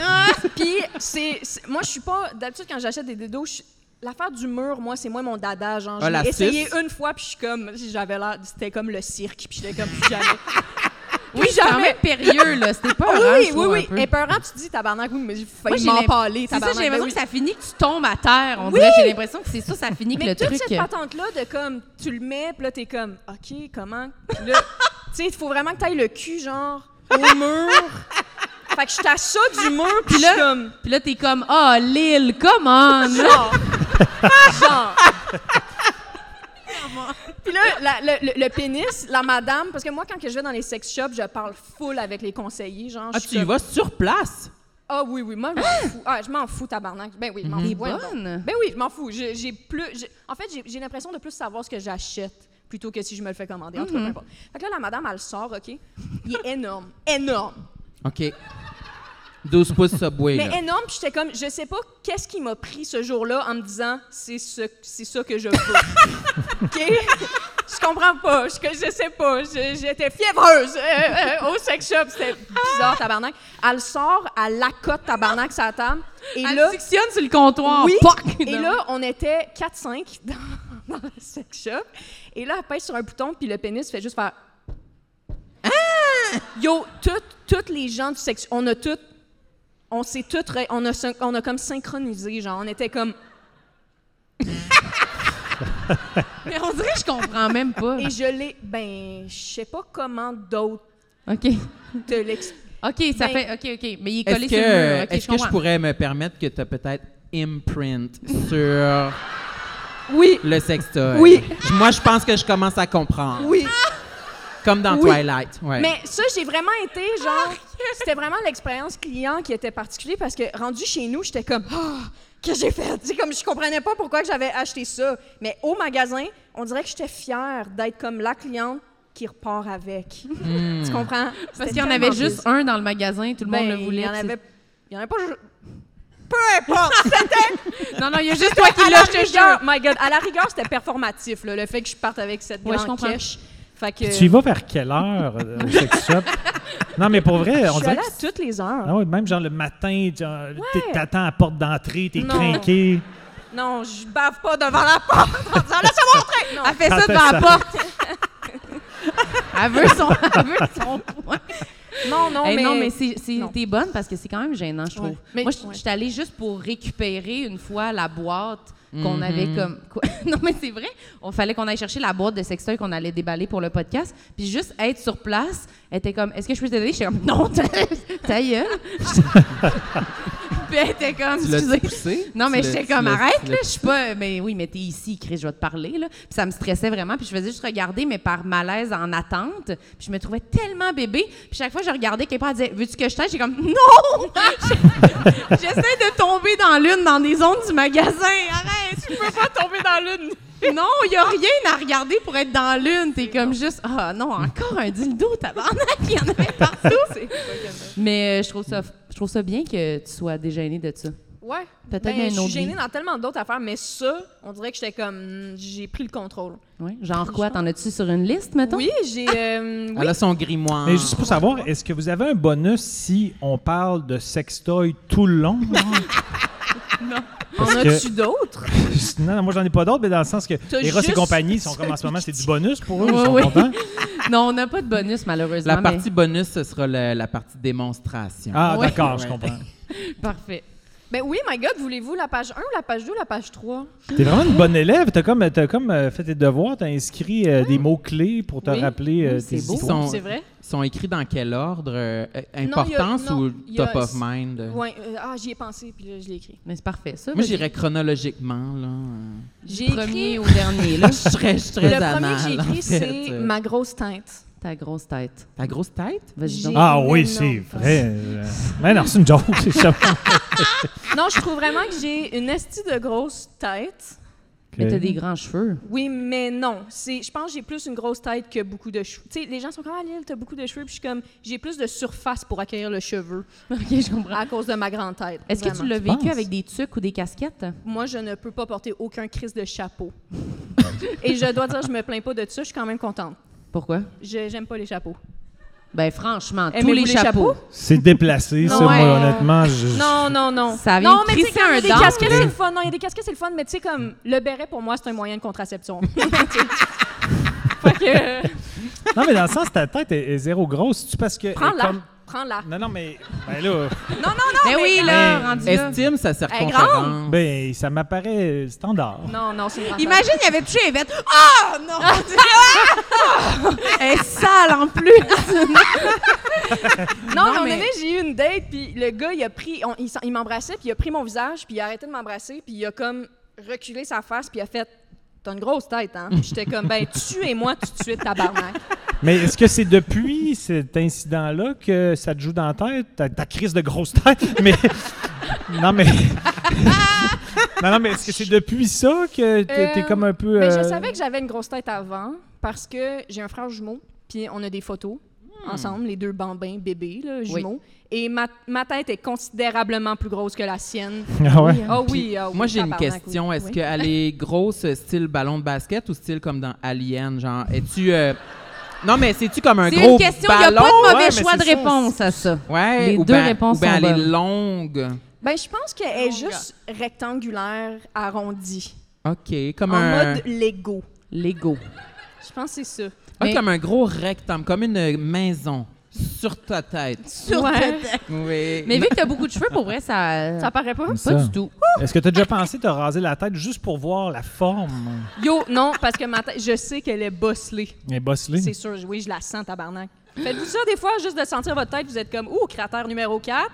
Puis c'est, c'est- moi je suis pas d'habitude quand j'achète des dildos, je suis- l'affaire du mur, moi c'est moi mon dada, genre
Ah,
j'ai
la
essayé
suce.
une fois puis je suis comme j'avais l'air c'était comme le cirque puis j'étais comme plus jamais.
Oui, c'est quand même périlleux, là. C'était pas
Ah
orange,
oui,
je trouve, un
oui,
peu.
oui. Épeurant, tu dis tabarnak, oui, mais j'ai
Moi,
failli
j'ai
m'en
l'im-
parler,
C'est ça,
tabarnak.
j'ai l'impression
ben oui.
que ça finit que tu tombes à terre. On
Oui!
dirait, j'ai l'impression que c'est ça, ça finit que
Mais
le
toute
truc. euh,
cette patente-là de comme, tu le mets, puis là, t'es comme, OK, comment? Puis Là, tu sais, il faut vraiment que t'ailles le cul, genre, au mur. fait que je t'achète du mur, puis
Puis
là,
là-
comme,
Puis là, t'es comme, ah, Lille, come on!
genre, genre. Puis là, la- le, le- le pénis, la madame, parce que moi, quand que je vais dans les sex shops, je parle full avec les conseillers, genre.
Ah,
je suis
tu y
comme,
vas sur place?
Ah oui, oui, moi, je m'en fous. Ah, je m'en fous, tabarnak. Ben oui, je m'en
T'es
fous. voyons donc.
bonne.
Ben oui, je m'en fous. J'ai j'ai plus. j'ai- En fait, j'ai- j'ai l'impression de plus savoir ce que j'achète plutôt que si je me le fais commander. En tout cas, peu importe. Fait que là, la madame, elle sort, OK? Il est énorme. Énorme.
OK. 12 pouces Subway,
Mais
là.
énorme, puis j'étais comme, je sais pas qu'est-ce qui m'a pris ce jour-là en me disant, c'est ce, c'est ça que je veux. OK? Je comprends pas, je, que je sais pas, Je- j'étais fiévreuse euh, euh, au sex shop, c'était bizarre, tabarnak. Elle sort, elle l'accote, tabarnak, sa table, et
Elle
là...
suctionne sur le comptoir.
Oui.
Poc!
Et là, on était 4-5 dans, dans le sex shop. Et là, elle pèse sur un bouton, puis le pénis fait juste faire. Ah! Yo, toutes toutes les gens du sex on a toutes. On s'est toutes. ré- On a, syn- on a comme synchronisé, genre. On était comme.
Mais on dirait que je comprends même pas.
Et je l'ai. Ben, je sais pas comment d'autres
OK.
te l'expliquent.
OK, ça
Ben-
fait... OK, OK. Mais il est collé
Est-ce que,
sur le mur. OK, je
est-ce que je
comprends.
pourrais me permettre que tu as peut-être imprint sur
Oui,
le sextoy?
Oui.
Moi, je pense que je commence à comprendre.
oui.
Comme dans
Oui.
Twilight. Ouais.
Mais ça, j'ai vraiment été
Ah,
genre. C'était vraiment l'expérience client qui était particulière parce que rendu chez nous, j'étais comme. Ah, que j'ai fait? Tu sais, comme je comprenais pas pourquoi que j'avais acheté ça. Mais au magasin, on dirait que j'étais fière d'être comme la cliente qui repart avec. Tu comprends?
Hmm. Parce qu'il y en avait juste un dans le magasin, tout le monde le voulait.
Ben, Il y en
puis
avait, il y en avait pas. ju-
c'est- Non, non, il y a juste toi qui
à la
l'as, je te jure.
rigueur, my God, à la rigueur, c'était performatif, là, le fait que je parte avec cette
Ouais, je
grande
comprends.
quiche. Fait que.
Puis tu y vas vers quelle heure euh, au sex shop? Non, mais pour vrai,
je
on
suis
dirait
allée
que
à toutes les heures.
Ah oui, même genre le matin, genre, t'es- t'attends à la porte d'entrée, t'es
Non.
craqué.
Non, je bave pas devant la porte en disant laissez-moi entrer. Non.
Elle fait
Quand
ça
elle
devant la
sort.
porte. Elle veut son, elle veut son point.
Non, non,
Hey,
mais...
non, mais c'est- c'est-
non.
t'es bonne parce que c'est quand même gênant, je trouve.
Ouais. Mais-
Moi, je
ouais.
j'étais allée juste pour récupérer une fois la boîte
Mhm.
qu'on avait comme. quoi. non, mais c'est vrai. On fallait qu'on aille chercher la boîte de sextoy qu'on allait déballer pour le podcast. Puis juste être sur place, elle était comme Est-ce que je peux t'aider J'étais comme Non, ta, ta gueule. Puis elle était comme
Tu l'as
Excusez.
poussé?
Non,
Tu
mais
l'as-
j'étais
tu
comme
l'as-
Arrête,
tu l'as
là, je suis pas. Mais oui, mais t'es ici, Chris, je vais te parler, là. Puis ça me stressait vraiment. Puis je faisais juste regarder, mais par malaise en attente. Puis je me trouvais tellement bébé. Puis chaque fois, je regardais quelqu'un disait Veux-tu que je t'aide J'ai comme Non J'essaie de tomber dans l'une, dans des zones du magasin. Arrête, tu peux pas tomber dans l'une. Non, il n'y a rien à regarder pour être dans l'une. T'es comme juste, ah non, encore un dildo, tabarnak, il y en avait partout. Mais euh, je, trouve ça, je trouve ça bien que tu sois déjeuné de ça.
Ouais.
Peut-être
Ben,
qu'il y a un
Je suis
autre
gênée
vie.
dans tellement d'autres affaires, mais ça, on dirait que j'étais comme. hmm, J'ai pris le contrôle.
Ouais. Genre quoi, t'en as-tu sur une liste, mettons?
Oui, j'ai. euh, oui.
Elle a son grimoire.
Mais juste pour savoir, est-ce que vous avez un bonus si on parle de sextoy tout le long?
En
parce
as-tu d'autres?
non, non, moi, j'en ai pas d'autres, mais dans le sens que
T'as
Eros et
juste-
compagnie sont comme en ce moment, c'est du bonus pour eux,
Oui,
ils sont
oui.
contents.
Non, on n'a pas de bonus, malheureusement.
La
mais-
partie bonus, ce sera la, la partie démonstration.
Ah,
Ouais.
d'accord, je
Ouais.
comprends.
Parfait.
Ben oui, my God, voulez-vous la page 1, la page 2, la page 3?
T'es vraiment une bonne élève. T'as comme, t'as comme euh, fait tes devoirs, t'as inscrit euh, des mots-clés pour te
Oui.
rappeler euh,
Oui,
tes
c'est beau.
Ils
histoires.
sont,
C'est vrai?
sont écrits dans quel ordre? euh, euh,
il y a-
importance
non,
ou
il y a-
top of mind?
Ouais, euh, ah, j'y ai pensé, puis là, je l'ai écrit.
Mais c'est parfait, ça.
Moi,
vas-y.
j'irais chronologiquement. Là. euh.
J'ai
Premier
écrit.
ou dernier, là.
je serais, je serais
Le
à
premier que j'ai
mal, en
écrit,
fait,
c'est
euh.
Ma grosse teinte.
Ta grosse tête.
Ta grosse tête?
Vas-y
J'ai-
donc.
Ah
Mais
oui,
non.
c'est vrai. euh, Mais non, c'est une joke, c'est ça.
Non, je trouve vraiment que j'ai une estie de grosse tête.
Mais
euh,
t'as des grands cheveux.
Oui, mais non. C'est, je pense que j'ai plus une grosse tête que beaucoup de cheveux. Tu sais, les gens sont comme, ah, Lille, t'as beaucoup de cheveux. Puis je suis comme, j'ai plus de surface pour acquérir le cheveu
OK, je comprends.
à cause de ma grande tête.
Ah. Est-ce que tu
Vraiment.
l'as vécu
penses?
avec des tucs ou des casquettes?
Moi, je ne peux pas porter aucun crise de chapeau. Et je dois dire, je me plains pas de ça. Je suis quand même contente.
Pourquoi?
Je, j'aime pas les chapeaux.
Ben franchement, tous
Aimez-vous
les,
les
chapeaux.
chapeaux?
C'est déplacé, ça,
Non, ouais.
moi, honnêtement. je- je-
Non, non, non.
Ça vient
non, mais tu sais,
crisser
quand il y a
un
des
dent.
casquettes, c'est le fun. Non, il y a des casquettes, c'est le fun, mais tu sais, comme le béret, pour moi, c'est un moyen de contraception. fait que,
Non, mais dans le sens, ta tête est, est zéro grosse. C'est-tu parce que. elle est
prends-la.
comme-
Prends-la.
Non, non, mais. Ben là,
Non, non, non.
Ben oui, là, rendu là.
Estime sa
grande.
circonférence.
ben, ça m'apparaît euh, standard.
Non, non, c'est une grande
Imagine, il y avait touché les vêtements. Ah non! Elle est sale en plus!
tête. Non, mais à un moment
mais-
donné, j'ai eu une date, puis le gars, il a pris, on- il, s'en- il m'embrassait, puis il a pris mon visage, puis il a arrêté de m'embrasser, puis il a comme reculé sa face, puis il a fait T'as une grosse tête, hein? Puis J'étais comme, ben, tuez-moi tout de suite, tabarnak.
Mais est-ce que c'est depuis cet incident-là que ça te joue dans la tête? Ta, ta crise de grosse tête? Mais. non, mais. non, non, mais est-ce que c'est depuis ça que t'es t'es
Euh,
comme un peu.
Ben,
euh,
je savais que j'avais une grosse tête avant parce que j'ai un frère jumeau, puis on a des photos
Hmm.
ensemble, les deux bambins bébés, là, jumeaux. Et ma, ma tête est considérablement plus grosse que la sienne.
Ah ouais.
Ah oui, ah oui.
Moi, j'ai une
tabarnak, oui.
question. Est-ce
Oui.
qu'elle est grosse style ballon de basket ou style comme dans Alien? Genre, es-tu. euh, Non, mais c'est-tu comme un
C'est
gros
une question, il n'y a
ballon?
pas de mauvais
ouais, mais
choix de
c'est ça,
réponse à ça.
Ouais,
Les
ou
deux
ben-
réponses
ou ben
sont
elle est
bonnes.
longue.
Ben, je pense qu'elle est juste rectangulaire, arrondie,
OK, comme
en
un...
mode Lego.
Lego.
Je pense que c'est ça.
Ah,
Mais-
comme un gros rectangle, comme une maison sur ta tête.
Ouais.
Oui.
Mais vu que t'as beaucoup de cheveux, pour vrai, ça.
Ça paraît pas?
Comme
pas
ça.
du tout.
Est-ce que t'as déjà pensé te raser la tête juste pour voir la forme? Eh,
Yo, non, parce que ma tête, je sais qu'elle est bosselée.
Mais bosselé.
C'est sûr, oui, je la sens, tabarnak. Faites-vous ça des fois, juste de sentir votre tête, vous êtes comme, ouh, cratère numéro 4.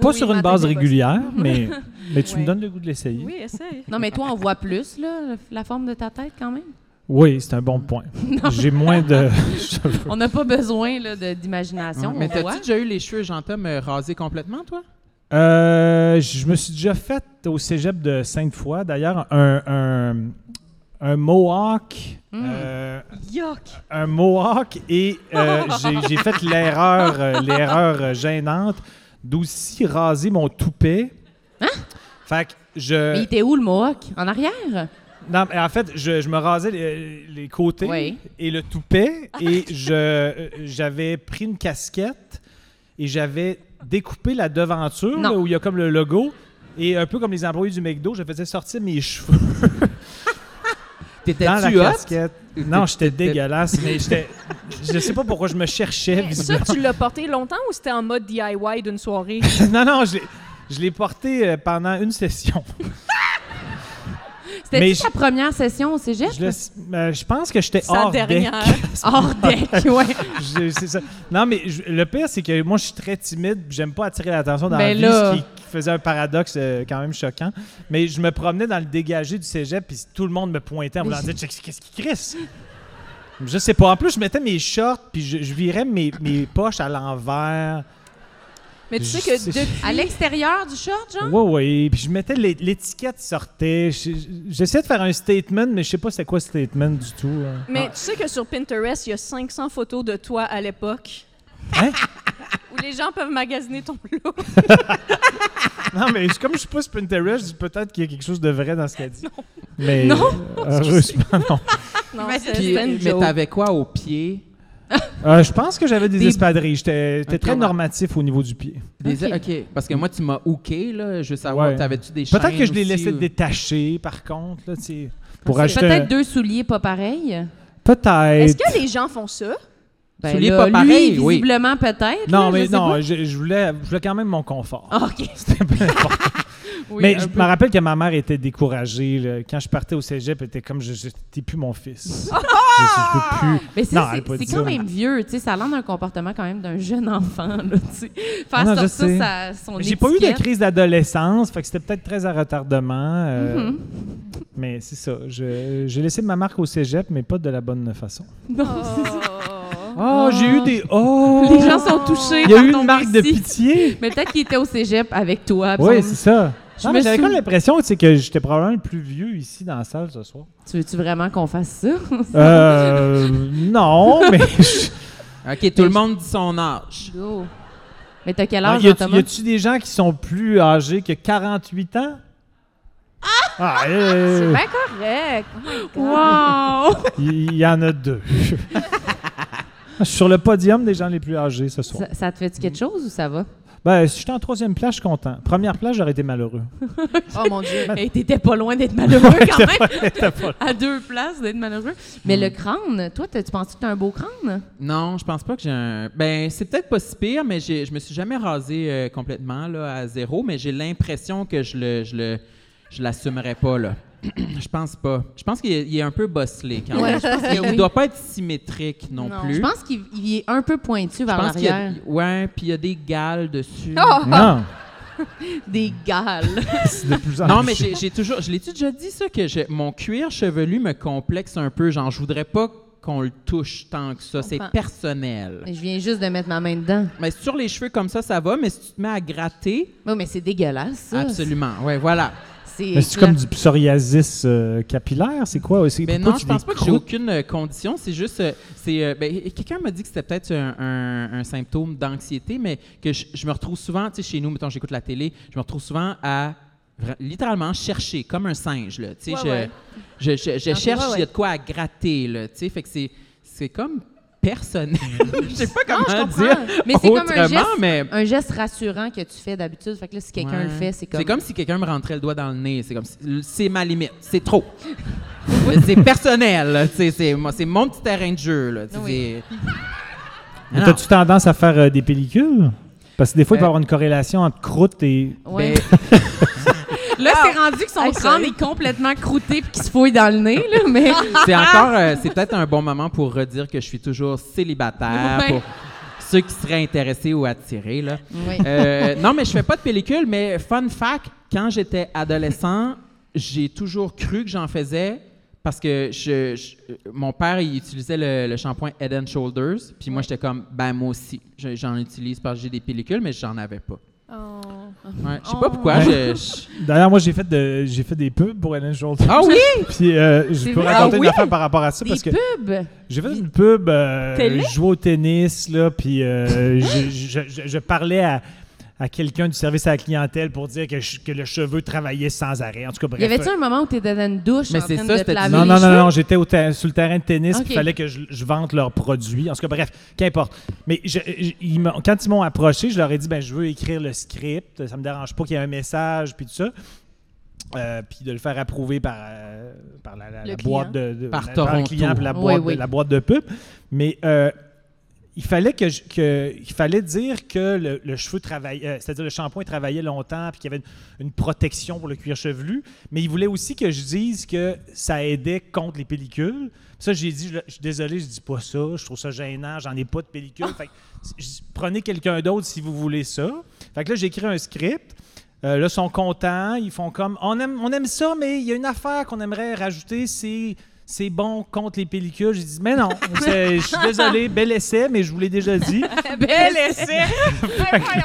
Pas sur une base régulière, mais, mais tu
Ouais.
me donnes le goût de l'essayer. Oui,
Oui, essaye.
Non, mais toi, on voit plus, là, la forme de ta tête quand même.
c'est un bon point. J'ai moins de cheveux.
On n'a pas besoin là, de- d'imagination.
Mais
on voit.
t'as-tu déjà eu les cheveux, Jean-Tom, euh, rasés complètement, toi?
Euh, je me suis déjà fait au cégep de Sainte-Foy, d'ailleurs, un, un, un mohawk.
Mm.
euh, un mohawk et euh, j'ai- j'ai fait l'erreur euh, l'erreur euh, gênante d'aussi raser mon toupet. Fait que je.
Hein? Mais il était où le Mohawk? En arrière?
Non, mais en fait, je, je me rasais les, les côtés
Oui.
et le toupet et je euh, j'avais pris une casquette et j'avais découpé la devanture
Non.
là, où il y a comme le logo et un peu comme les employés du McDo, je faisais sortir mes cheveux dans la
T'étais-tu hot?
casquette. Non, j'étais dégueulasse, mais j'étais je sais pas pourquoi je me cherchais
Ça,
visiblement.
tu l'as porté longtemps ou c'était en mode DIY d'une soirée?
Non non, je l'ai- je l'ai porté euh, pendant une session.
C'était
Mais
ta première session au cégep?
Je, le- euh, je pense que j'étais
Sa
hors deck.
dernière.
Hors deck, ouais.
Je- c'est ça. Non, mais je- le pire, c'est que moi, je suis très timide. puis J'aime pas attirer l'attention dans
Ben
la vie,
là.
ce qui, qui faisait un paradoxe euh, quand même choquant. Mais je me promenais dans le dégagé du cégep, puis tout le monde me pointait en
Mais
voulant dire Check, Qu'est-ce qu'il crisse Je sais pas. En plus, je mettais mes shorts, puis je, je virais mes, mes poches à l'envers.
Mais tu
Je
sais que
sais.
depuis-
À l'extérieur du short, genre?
Oui, oui. Puis je mettais l'é- l'étiquette sortait. Je- J'essayais de faire un statement, mais je sais pas c'est quoi statement du tout. hein.
Mais tu sais que sur Pinterest, il y a 500 photos de toi à l'époque.
Hein?
Où les gens peuvent magasiner ton look.
Non, mais je- comme je suis pas sur Pinterest, je dis peut-être qu'il y a quelque chose de vrai dans ce qu'elle dit. Mais
Non.
euh, heureusement, non.
Non,
Mais
c'est-
Puis,
c'était une
mais
joke.
t'avais quoi au pied?
Euh, je pense que j'avais des,
Des-
espadrilles. J'étais j'étais
Ok,
très
ouais.
normatif au niveau du pied.
Des-
Ok.
ok. Parce que moi, tu m'as hooké, là. Je veux savoir,
Ouais.
t'avais-tu des chaînes
Peut-être que je les
aussi,
laissais
ou-
détacher, par contre, là, tu sais, pour
euh. C'est
acheter.
Peut-être
un-
deux souliers pas pareils.
Est-ce
Peut-être.
que les gens font ça?
Ben
Souliers
là,
pas
lui,
pareils, oui.
visiblement, peut-être. là,
Non,
je
mais
sais
non,
pas.
je, je voulais, je voulais quand même mon confort.
Ah, OK.
C'était peu importe.
Oui,
mais
un
je
peu.
me rappelle que ma mère était découragée. là. Quand je partais au cégep, elle était comme je, je- t'es plus mon fils. je, je veux plus.
Mais c'est-
Non, elle a pas
c'est
dit
c'est quand
ça.
même vieux, tu sais, ça a l'air d'un comportement quand même d'un jeune enfant, là, tu sais. Faire
Non, non, je
sortir
sais.
sa, son
J'ai pas eu de
étiquette.
crise d'adolescence, fait que c'était peut-être très à retardement. euh,
Mm-hmm.
Mais c'est ça. Je- J'ai laissé ma marque au cégep, mais pas de la bonne façon.
Non,
Oh, j'ai eu des. Oh!
Oh. Les gens sont touchés
Il y a
par
eu
ton
une marque de
récit.
pitié.
Mais peut-être qu'il était au cégep avec toi. puis
Oui,
son-
c'est ça.
Je
Non,
me
mais J'avais
sou-
comme l'impression tu sais, que j'étais probablement le plus vieux ici dans la salle ce soir.
Tu veux-tu vraiment qu'on fasse ça?
Euh, non, mais. je-
Ok, tout le monde dit son âge.
Go. Mais t'as quel
Non,
âge,
y a-tu- y
Jean-Thomas?
a-tu des gens qui sont plus âgés que 48 ans? Ah!
C'est
euh,
bien correct.
Wow!
Il y en a deux. Je suis sur le podium des gens les plus âgés ce soir.
ça, ça te fait-tu quelque chose ou ça va?
Ben, si j'étais en troisième place, je suis content. Première place, j'aurais été malheureux.
Oh mon Dieu.
Ben-
Et t'étais pas loin d'être malheureux quand même. à deux places d'être malheureux.
Mm.
Mais le crâne, toi, t'as- tu penses que t'as un beau crâne?
Non, je pense pas que j'ai un. Ben, c'est peut-être pas si pire, mais j'ai- je me suis jamais rasé euh, complètement là, à zéro, mais j'ai l'impression que je le, je le, je l'assumerais pas là. je pense pas. Je pense qu'il est, il est un peu bosselé quand même.
je pense
Il ne doit pas être symétrique non,
Non.
plus.
Je pense qu'il il est un peu pointu
Je
vers
pense qu'il y a,
l'arrière. Oh,
ouais, puis il y a des gales dessus.
Non,
Des gales.
c'est de plus en
Non,
plus
mais
chiant.
j'ai j'ai toujours. Je l'ai-tu déjà dit, ça, que j'ai- mon cuir chevelu me complexe un peu. Genre, je voudrais pas qu'on le touche tant que ça. C'est
comprends.
personnel.
Mais je viens juste de mettre ma main dedans.
Mais sur les cheveux comme ça, ça va, mais si tu te mets à gratter,
Oui, mais c'est dégueulasse, ça.
absolument. Ouais, voilà.
C'est
Mais c'est comme du psoriasis euh, capillaire, c'est quoi? C'est-
Mais
pourquoi
non, je
tu
pense
des
pas que j'ai
croûtes?
aucune euh, condition. C'est juste, euh, c'est, euh, ben, quelqu'un m'a dit que c'était peut-être un, un- un symptôme d'anxiété, mais que je, je me retrouve souvent, tu sais, chez nous, mettons, j'écoute la télé, je me retrouve souvent à vra- littéralement chercher comme un singe, là. Tu sais,
Ouais,
je, je,
ouais.
je- je
Ok,
cherche,
ouais, ouais.
il y a de quoi à gratter, là. Tu sais, fait que c'est, c'est comme personnel. je sais pas comment
Ah, je comprends.
dire.
Mais c'est comme un
autrement,
geste,
mais-
un geste rassurant que tu fais d'habitude. Fait que là, si quelqu'un
Ouais.
le fait, c'est comme...
si quelqu'un me rentrait le doigt dans le nez. C'est comme si- c'est ma limite, c'est trop. c'est personnel, là, tu sais, c'est moi- c'est mon petit terrain de jeu là, tu sais,
Oui.
c'est-
Mais
Non,
T'as-tu tendance à faire euh, des pellicules? Parce que des fois, il peut y
Euh,
avoir une corrélation entre croûte et.
Ouais.
ben,
Là, c'est rendu que son
Hey,
crâne
sorry.
est complètement croûté puis qu'il se fouille dans le nez, là, mais...
c'est encore euh, c'est peut-être un bon moment pour redire que je suis toujours célibataire
Ouais.
pour ceux qui seraient intéressés ou attirés là.
Oui.
Euh, non, mais je fais pas de pellicule, mais fun fact, quand j'étais adolescent, j'ai toujours cru que j'en faisais parce que je, je- mon père, il utilisait le, le shampoing Head and Shoulders, puis moi, j'étais comme, ben moi aussi, Je- j'en utilise parce que j'ai des pellicules, mais j'en avais pas.
Oh.
Ouais, je sais pas pourquoi. je- je-
D'ailleurs, moi, j'ai fait, de... j'ai fait des pubs pour Ellen Schultz.
Ah oui!
Puis euh, je
C'est
peux
vrai?
raconter
Ah
une
oui?
affaire par rapport à ça
Des
parce que
pubs!
j'ai fait une pub, euh,
Télé?
je jouais au tennis, là, puis euh, je, je- je- je parlais à, à quelqu'un du service à la clientèle pour dire que, je- que le cheveu travaillait sans arrêt. En tout cas, bref.
Y avait-tu un moment où t'étais dans une douche
Mais
en
c'est
train
ça,
de te
c'était-
laver
non,
les
non, non,
cheveux?
non, j'étais au ter- sur le terrain de tennis, puis
Ok.
il fallait que je, je vende leurs produits. En tout cas, bref, qu'importe. Mais je- je- ils m'ont- quand ils m'ont approché, je leur ai dit ben, je veux écrire le script, ça me dérange pas qu'il y ait un message, puis tout ça. Euh, puis de le faire approuver par, euh, par la, la-
Le
la
client.
boîte de, de-
Par
la- le
Toronto.
client, puis la
Oui,
boîte,
oui.
De, la boîte de pub. Mais euh, il fallait que, je- que- il fallait dire que le, le cheveu travaillait, euh, c'est-à-dire le shampoing travaillait longtemps, puis qu'il y avait une, une protection pour le cuir chevelu. Mais il voulait aussi que je dise que ça aidait contre les pellicules. Ça, j'ai dit, je, je suis désolé, je dis pas ça, je trouve ça gênant, j'en ai pas de pellicule. Fait que, je dis, prenez quelqu'un d'autre si vous voulez ça. Fait que là, j'ai écrit un script. Euh, là, ils sont contents. Ils font comme on aime, on aime ça, mais il y a une affaire qu'on aimerait rajouter, c'est c'est bon contre les pellicules. J'ai dit, mais non, c'est- je suis désolé, bel essai, mais je vous l'ai déjà dit.
Bel essai!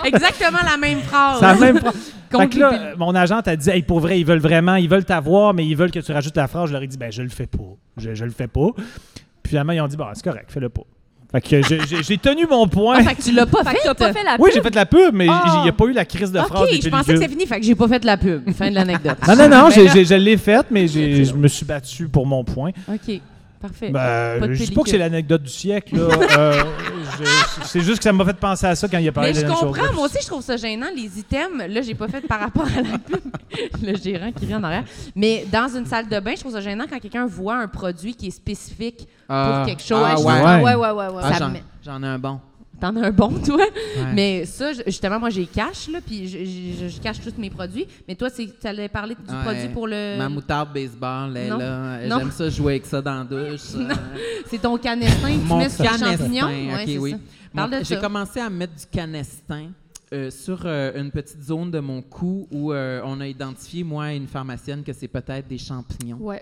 Exactement la même phrase.
C'est la même phrase.
Contre
Fait que là,
les pellicules.
euh, mon agente a dit, hey, pour vrai, ils veulent vraiment, ils veulent t'avoir, mais ils veulent que tu rajoutes la phrase. Je leur ai dit, ben, je le fais pas. Je, je le fais pas. Puis finalement, ils ont dit, bah, c'est correct, fais-le pas. Fait que je- j'ai j'ai tenu mon point.
Ah, fait que tu l'as pas fait.
T'as pas fait la
oui, j'ai fait de la pub, mais
Ah.
il n'y a pas eu la crise de phrase.
OK,
des
je pensais que
pellicules.
c'est fini, fait que j'ai pas fait de la pub. Fin de l'anecdote.
Non, non, non,
Ben
j'ai-
là-
j'ai- je l'ai faite, mais j'ai- je me suis battu pour mon point.
OK, parfait.
Ben,
Pas de
je dis pas que c'est
pellicule.
l'anecdote du siècle. là. Euh, je- c'est juste que ça m'a fait penser à ça quand il a parlé
Mais
de
je
la même chose.
comprends, moi aussi, je trouve ça gênant, les items. Là, j'ai pas fait par rapport à la pub, le gérant qui vient en arrière. Mais dans une salle de bain, je trouve ça gênant quand quelqu'un voit un produit qui est spécifique.
Ah,
quelque chose.
ah, ouais.
Ouais.
Ouais, ouais, ouais, ouais.
Ah,
Ça
j'en-
me-
J'en ai un bon.
T'en as un bon, toi. Mais ça, je- justement, moi, j'ai cache, là, puis je, je- je cache tous mes produits. Mais toi, tu allais parler du
Ouais.
produit pour le.
Ma moutarde baseball, elle
Euh,
est
Non.
là.
Non.
J'aime ça jouer avec ça dans la douche. Euh,
C'est ton canestin que tu
Mon
mets sur les champignons.
canestin.
Ouais,
ok,
c'est
oui.
ça.
Mon-
Parle de
J'ai
ça.
commencé à mettre du canestin euh, sur euh, une petite zone de mon cou où euh, on a identifié, moi et une pharmacienne, que c'est peut-être des champignons.
Ouais.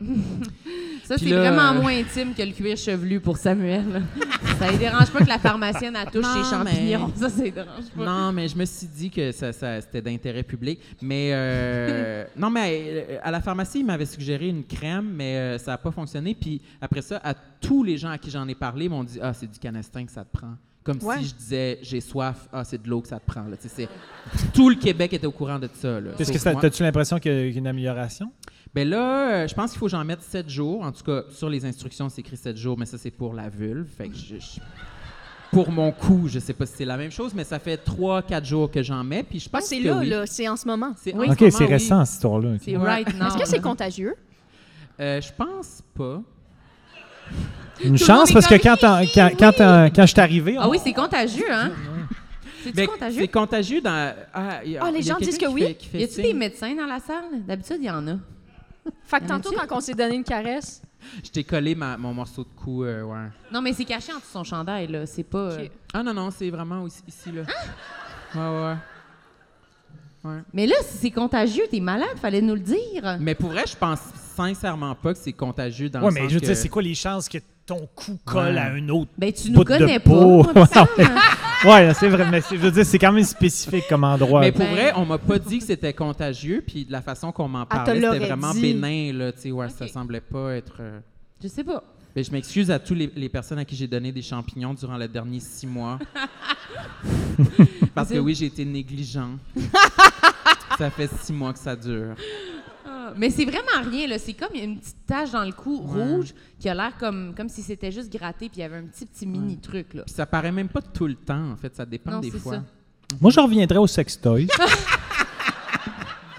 Ça,
Puis
c'est
là,
vraiment
euh,
moins intime que le cuir chevelu pour Samuel. ça ne dérange pas que la pharmacienne à touche
Non,
ses champignons.
mais-
Ça, ça les dérange pas.
Non, mais je me suis dit que ça, ça- c'était d'intérêt public. Mais euh, non, mais à, à la pharmacie, ils m'avaient suggéré une crème, mais euh, ça n'a pas fonctionné. Puis après ça, à tous les gens à qui j'en ai parlé, ils m'ont dit ah c'est du canestin que ça te prend. Comme
Ouais.
si je disais j'ai soif, ah c'est de l'eau que ça te prend. Là. Tu sais, c'est- Tout le Québec était au courant de ça. là.
Qu'est-ce
Sauf
que ça-
moi.
T'as-tu l'impression qu'il y a une amélioration?
Ben là, euh, je pense qu'il faut que j'en mette 7 jours. En tout cas, sur les instructions, c'est écrit 7 jours, mais ça, c'est pour la vulve. Fait que je- je- Pour mon coup, je sais pas si c'est la même chose, mais ça fait 3-4 jours que j'en mets. Puis je
Ah,
pense
c'est
que
là,
oui.
là, c'est en ce moment.
C'est en
Oui.
ce
OK,
moment,
c'est
oui.
récent, cette histoire-là. OK.
C'est
Ouais.
right now.
Est-ce que c'est
là.
contagieux?
Euh, je pense pas.
Une
le
chance,
monde
parce
est
que
comme,
quand, t'en- quand, quand, t'en- quand je suis arrivé,
Ah oui, c'est contagieux, hein? C'est-tu
Ben,
contagieux?
C'est contagieux dans. Ah, il y a-
Ah, les
il y a
gens disent
quelqu'un
que
qui
oui.
fait- qui fait
Y a-tu
signe.
des médecins dans la salle? D'habitude, il y en a.
Fait que
Y en
tantôt,
a-tu?
quand on s'est donné une caresse,
Je t'ai collé ma- mon morceau de cou. euh, ouais.
Non, mais c'est caché en dessous de son chandail, là. C'est pas. euh,
Ok.
Ah non, non, c'est vraiment ici, ici, là.
Ah!
Ouais, ouais.
Mais là, si c'est contagieux, t'es malade, fallait nous le dire.
Mais pour vrai, je pense sincèrement pas que c'est contagieux dans
Ouais,
le
mais
sens
je veux
que-
dire, c'est quoi les chances que ton cou colle
Ouais.
à un autre?
Ben, tu
Bout
nous
de
connais pas.
peau.
moi, pis ça, hein.
Ouais, c'est vrai, mais c'est- je veux dire, c'est quand même spécifique comme endroit.
Mais pour
Ben- Ah,
vrai, on m'a pas dit que c'était contagieux, puis de la façon qu'on m'en
te
parlait, c'était
l'aurait
vraiment
dit.
bénin, là, tu sais, ouais, ça semblait pas être... euh.
Je sais pas.
Mais je m'excuse à toutes les personnes à qui j'ai donné des champignons durant les derniers six mois. Parce que oui, j'ai été négligent. ça fait six mois que ça dure.
Mais c'est vraiment rien, là. C'est comme une petite tache dans le cou
Ouais.
rouge qui a l'air comme, comme si c'était juste gratté, puis il y avait un petit, petit mini truc, là.
Puis ça paraît même pas tout le temps, en fait, ça dépend
Non,
des
c'est
fois.
ça.
Moi, je reviendrai au sextoy. Je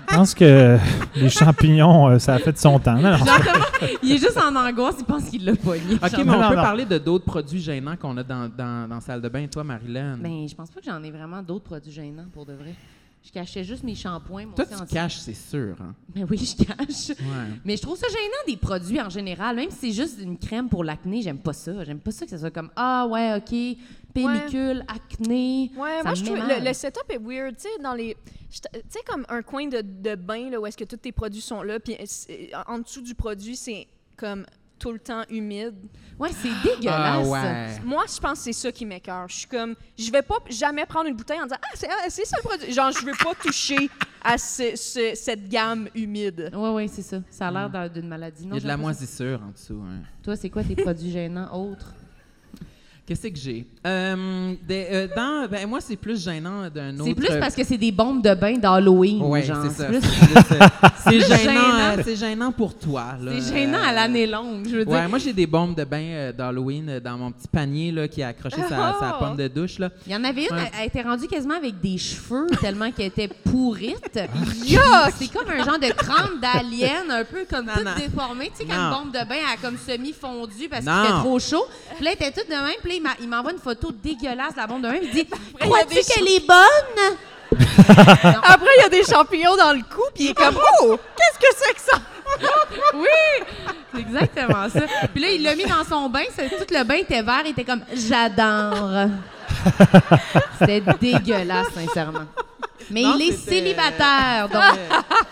pense que les champignons, euh, ça a fait de son temps. Non, non.
Genre, comment- il est juste en angoisse, il pense qu'il l'a pogné.
OK,
Genre,
mais on
non,
peut
non.
parler de d'autres produits gênants qu'on a dans, dans, dans la salle de bain, toi, Marilyn.
Ben, je pense pas que j'en ai vraiment d'autres produits gênants, pour de vrai. Je cachais juste mes shampoings. moi
toi,
aussi, en-
tu caches, c'est sûr. Hein?
Mais oui, je cache.
Ouais.
Mais je trouve ça gênant des produits en général. Même si c'est juste une crème pour l'acné, j'aime pas ça. J'aime pas ça que ça soit comme Ah, ouais, OK, pellicule, acné.
Ouais,
ça
moi,
me
je
met
trouve
mal.
le, le setup est weird. Tu sais, dans les. je t- Tu sais, comme un coin de, de bain là, où est-ce que tous tes produits sont là, puis c'est- en- en dessous du produit, c'est comme tout le temps humide.
Ouais, c'est dégueulasse.
Ah ouais.
Moi, je pense que c'est ça qui m'écœure. Je suis comme. Je vais pas jamais prendre une bouteille en disant Ah, c'est ah, c'est ça le produit. Genre, je veux pas toucher à ce- ce- cette gamme humide.
Ouais, ouais, c'est ça. Ça a l'air d'un- d'une maladie.
Ah. Il
Non,
y a de la
j'ai l'impression-
moisissure en dessous. hein.
Toi, c'est quoi tes produits gênants autres?
Qu'est-ce que j'ai? Euh, des- euh, dans, ben, moi, c'est plus gênant d'un autre. euh,
C'est plus parce que c'est des bombes de bain d'Halloween.
Ouais,
genre.
c'est ça.
plus-
C'est plus, euh, C'est
plus
gênant,
gênant.
euh, c'est gênant pour toi. là. euh,
C'est gênant à l'année longue, je veux
Ouais,
dire.
moi j'ai des bombes de bain euh, d'Halloween euh, dans mon petit panier là, qui est accroché sur sa,
Oh!
sa pomme de douche. Là.
Il y en avait une,
Ouais.
elle- elle était rendue quasiment avec des cheveux tellement qu'elle était pourrite.
Ah,
C'est comme un genre de crâne d'alien, un peu comme toute
non.
déformée. Tu sais, quand
Non.
une bombe de bain elle a comme semi-fondue parce qu'il
Non.
fait trop chaud. Puis là, elle était toute de même. Puis là, il m'a- il m'envoie une photo dégueulasse de la bombe de bain. puis Il dit « Crois-tu qu'elle est bonne?
Après, il y a des champignons dans le cou, puis il est comme Oh, qu'est-ce que c'est que ça? »
Oui! C'est exactement ça. Puis là, il l'a mis dans son bain. c'est- Tout le bain était vert. Il était comme « J'adore! » C'était dégueulasse, sincèrement. Mais
Non,
il est
c'était-
célibataire, donc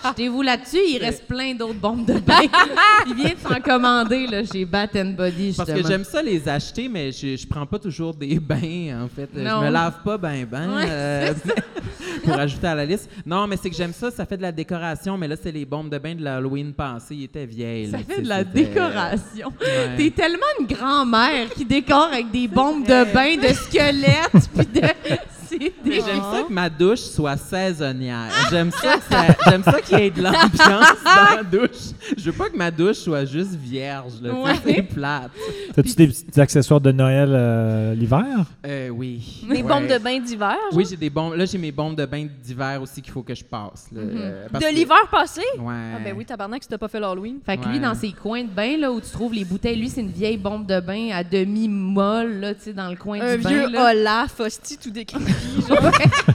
jetez-vous là-dessus. Il reste plein d'autres bombes de bain. il vient de s'en commander là, chez Bat and Body, justement.
Parce que j'aime ça les acheter, mais je, je prends pas toujours des bains, en fait.
Non.
Je me lave pas ben ben.
Ouais,
euh, pour ajouter à la liste. Non, mais c'est que j'aime ça, ça fait de la décoration, mais là, c'est les bombes de bain de l'Halloween passé. Ils étaient vieilles.
Ça
là,
fait
tu
de
sais,
la
c'était- euh,
décoration.
Ouais.
T'es tellement une grand-mère qui décore avec des bombes de bain, de squelettes, puis de... C'est
Mais
des...
j'aime ça que ma douche soit saisonnière. J'aime ça, que ça- j'aime ça qu'il y ait de l'ambiance dans la douche. Je veux pas que ma douche soit juste vierge, là. tu sais,
Ouais.
C'est plate.
T'as-tu des petits accessoires de Noël euh, l'hiver?
Euh, oui.
Des
Ouais.
bombes de bain d'hiver. genre?
Oui, j'ai des bombes. Là, j'ai mes bombes de bain d'hiver aussi qu'il faut que je passe. là,
Mm-hmm.
euh, parce
De
que-
l'hiver passé?
Ouais.
Ah ben oui, tabarnak, si t'as pas fait l'Halloween.
Fait que lui,
Ouais.
dans ses coins de bain, là, où tu trouves les bouteilles, lui, c'est une vieille bombe de bain à demi-molle, là, tu sais, dans le coin
Un
du bain.
Euh, vieux
là.
Olaf, hostie, tout décrépit, genre.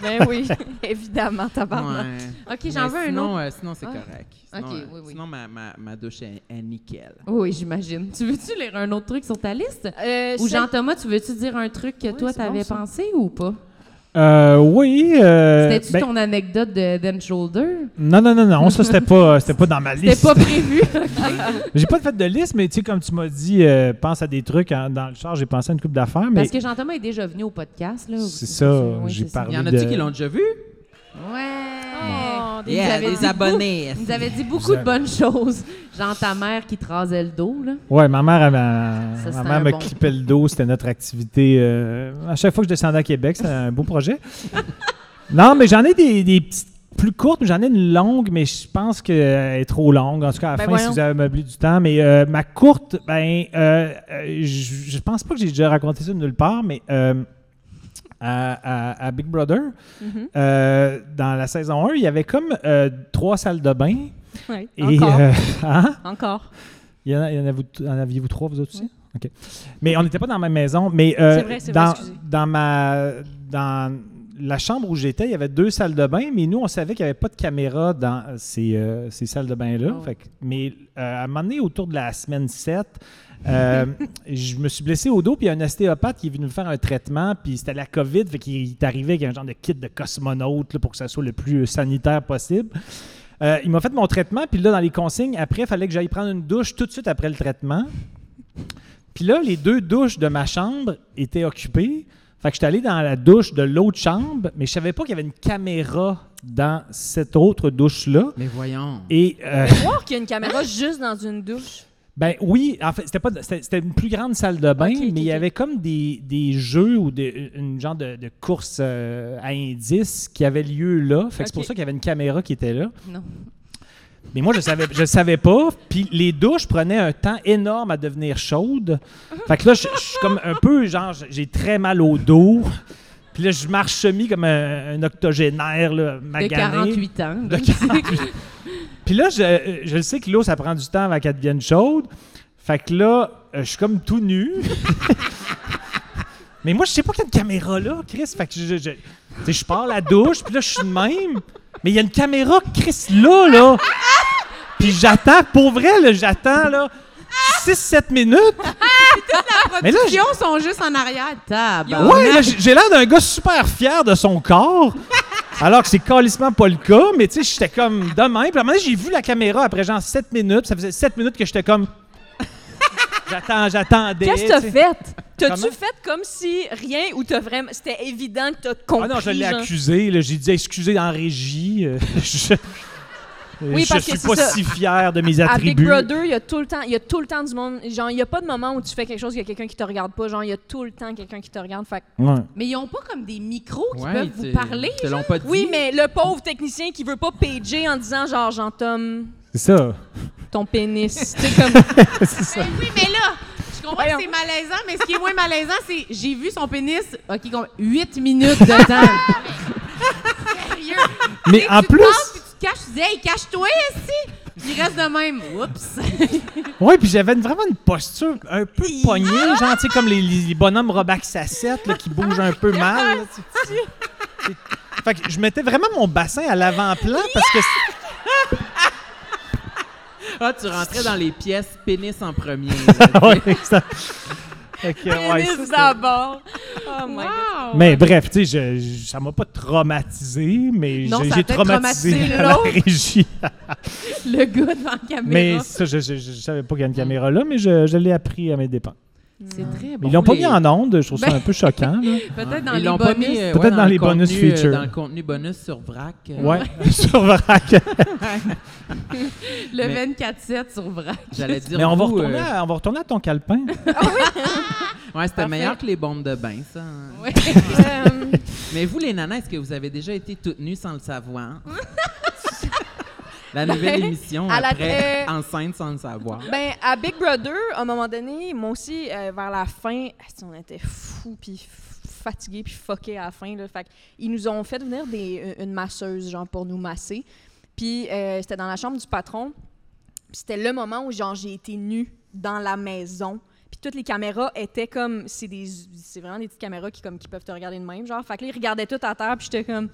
ben oui, évidemment, tabarnak.
Ouais.
OK, j'en
Mais
veux un
sinon,
autre.
euh, sinon, c'est
Ah.
correct. Sinon,
Ok,
euh,
oui, oui.
sinon, ma, ma, ma douche est, est nickel.
Oui, j'imagine. Tu veux-tu lire un autre truc sur ta liste?
Euh,
Ou
celle-
Jean-Thomas, tu veux-tu dire un truc que toi,
c'est bon,
t'avais
ça.
pensé ou pas?
Euh, oui. euh,
C'était-tu
ben,
ton anecdote de Then Shoulder?
Non, non, non, non. Ça, c'était pas, euh, c'était pas dans ma
C'était
liste.
pas prévu.
J'ai pas fait de liste, mais tu sais, comme tu m'as dit, euh, pense à des trucs en- dans le char. J'ai pensé à une coupe d'affaires, mais
Parce que Jean-Thomas est déjà venu au podcast, là.
c'est
Oui,
ça.
oui,
j'ai
c'est ça.
parlé
Il y en
de...
a-tu qui l'ont déjà vu?
Ouais.
Oh, des-
Yeah,
Yeah,
avez
des
dit-
abonnés.
Il nous avait dit beaucoup de bonnes choses. Genre ta mère qui te rasait le dos, là.
Ouais, ma mère, elle m'a-
Ça,
ma
c'était
mère
un
me
bon.
clippait le dos. C'était notre activité. euh, à chaque fois que je descendais à Québec, c'était un beau projet. non, mais j'en ai des, des petites plus courtes, mais j'en ai une longue, mais je pense qu'elle est trop longue. En tout cas, à la
Ben
fin,
voyons.
si vous avez meublé du temps. Mais euh, ma courte, ben, euh, euh, je je pense pas que j'ai déjà raconté ça nulle part, mais euh, à, à- à Big Brother, euh, dans la saison 1, il y avait comme euh, trois salles de bain.
Ouais,
Et,
Encore,
euh, hein?
encore.
Il y en, a- il y en a- vous- en aviez-vous trois, vous autres aussi? OK. Mais on n'était pas dans la même maison. Mais euh,
C'est vrai, c'est vrai,
dans,
excusez.
dans ma dans la chambre où j'étais, il y avait deux salles de bain, mais nous, on savait qu'il n'y avait pas de caméra dans ces, euh, ces salles de bain-là. Fait que- Mais euh, à un moment donné, autour de la semaine 7, euh, je me suis blessé au dos, puis il y a un ostéopathe qui est venu me faire un traitement, puis c'était la COVID, fait qu'il est arrivé avec un genre de kit de cosmonaute là, pour que ça soit le plus euh, sanitaire possible. Euh, il m'a fait mon traitement, puis là, dans les consignes, après, il fallait que j'aille prendre une douche tout de suite après le traitement. Puis là, les deux douches de ma chambre étaient occupées. Fait que j'étais allé dans la douche de l'autre chambre, mais je savais pas qu'il y avait une caméra dans cette autre douche-là.
Mais voyons.
Et euh,
Voir qu'il y a une caméra juste dans une douche.
ben oui, en fait, c'était pas c'était c'était une plus grande salle de bain,
Ok, ok,
mais il y
ok.
avait comme des, des jeux ou des, une genre de, de course euh, à indices qui avait lieu là. Fait que c'est pour
Ok.
ça qu'il y avait une caméra qui était là.
Non.
Mais moi, je savais, je savais pas. Puis les douches prenaient un temps énorme à devenir chaudes. Fait que là, je je suis comme un peu, genre, j'ai très mal au dos. Puis là, je marche semi comme un, un octogénaire,
De
là, magané.
48 ans.
De 48. Puis là, je, je le sais que l'eau, ça prend du temps avant qu'elle devienne chaude. Fait que là, euh, je suis comme tout nu. Mais moi, je sais pas qu'il y a une caméra là, Chris. Fait que je, je, je, tu sais, je pars la douche, puis là, je suis de même. Mais il y a une caméra, Chris, là, là. Puis j'attends, pour vrai, là, j'attends, là, 6-7 minutes. Mais là,
Les pions sont juste en arrière. Tabarnak.
Ouais, là, j'ai j'ai l'air d'un gars super fier de son corps. Alors que c'est calissement pas le cas, mais tu sais, j'étais comme de même. Puis à un moment donné, j'ai vu la caméra après genre 7 minutes. Ça faisait 7 minutes que j'étais comme. J'attends, j'attendais.
Qu'est-ce que t'as
tu sais.
fait? T'as-tu
Comment?
fait comme si rien ou t'as vraiment. C'était évident que t'as
Ah
compris.
non, je l'ai
genre?
accusé. là. J'ai dit excusez en régie. euh, je
Oui,
je
parce que
suis
c'est
pas
ça.
si fier de mes
À Big
attributs.
Brother, il y a tout le temps, il y a tout le temps du monde. Genre, il y a pas de moment où tu fais quelque chose, il y a quelqu'un qui te regarde pas. Genre, il y a tout le temps quelqu'un qui te regarde. Fait que-
Ouais.
Mais ils ont pas comme des micros qui
Ouais,
peuvent vous
t'es-
parler.
Te l'ont
genre?
pas dit.
oui, mais le pauvre technicien qui veut pas pager en disant genre Jean-Tom,
C'est ça.
ton pénis. tu sais comme
c'est ça.
Ben oui, mais là, je comprends
Voyons.
que c'est malaisant, mais ce qui est moins malaisant, c'est j'ai vu son pénis, OK, com- 8 minutes de temps. Sérieux.
Mais en
tu te penses, puis
plus.
tu te caches, tu dis, hey, cache-toi ici. Puis il reste de même. Oups.
Oui, puis j'avais une- vraiment une posture un peu poignée, genre, tu sais, comme les, les- les bonhommes Robac Sassette, là, qui bougent un peu mal. là, tu- tu- tu- Fait que je mettais vraiment mon bassin à l'avant-plan parce que c-
Ah, tu rentrais dans les pièces pénis en premier. là.
Ah ouais, ça- Fait que, ouais, ça,
Pénis
c'était-
d'abord. Oh my God.
mais bref, tu sais, je- je- ça m'a pas traumatisé, mais
Non,
j'ai
ça a
j'ai
peut-être
traumatisé
traumatisé
à la
l'autre.
régie.
Le gars devant la caméra.
Mais ça, je, je, je- je savais pas qu'il y a une caméra là, mais je, je l'ai appris à mes dépens.
C'est très bon.
Ils l'ont pas
les-
mis en onde, je trouve ça
Ben-
un peu choquant. là.
Peut-être dans
Ils l'ont
les
pas
bonus.
mis, euh,
Peut-être
ouais,
dans les
le
bonus
contenu, euh,
feature.
dans le contenu bonus sur VRAC. euh,
Ouais, sur Vrac.
Le
Mais-
24-7 sur Vrac.
J'allais dire.
Mais on va,
vous,
retourner
euh,
à, on va retourner à ton calepin.
Ouais, c'était
Parfait.
meilleur que les bombes de bain, ça. hein.
Ouais.
Euh,
Mais vous, les nanas, est-ce que vous avez déjà été toutes nues sans le savoir? la nouvelle émission
à la-
après
euh,
Enceinte sans le savoir.
ben, à Big Brother, à un moment donné, moi aussi, euh, vers la fin, asti, on était fous, puis f- fatigués, puis fuckés à la fin. Là, fait que ils nous ont fait venir des, une masseuse, genre, pour nous masser. Puis euh, c'était dans la chambre du patron. Puis c'était le moment où, genre, j'ai été nue dans la maison. Puis toutes les caméras étaient comme... C'est des c'est vraiment des petites caméras qui, comme, qui peuvent te regarder de même, genre. Fait que là, ils regardaient tout à terre, puis j'étais comme...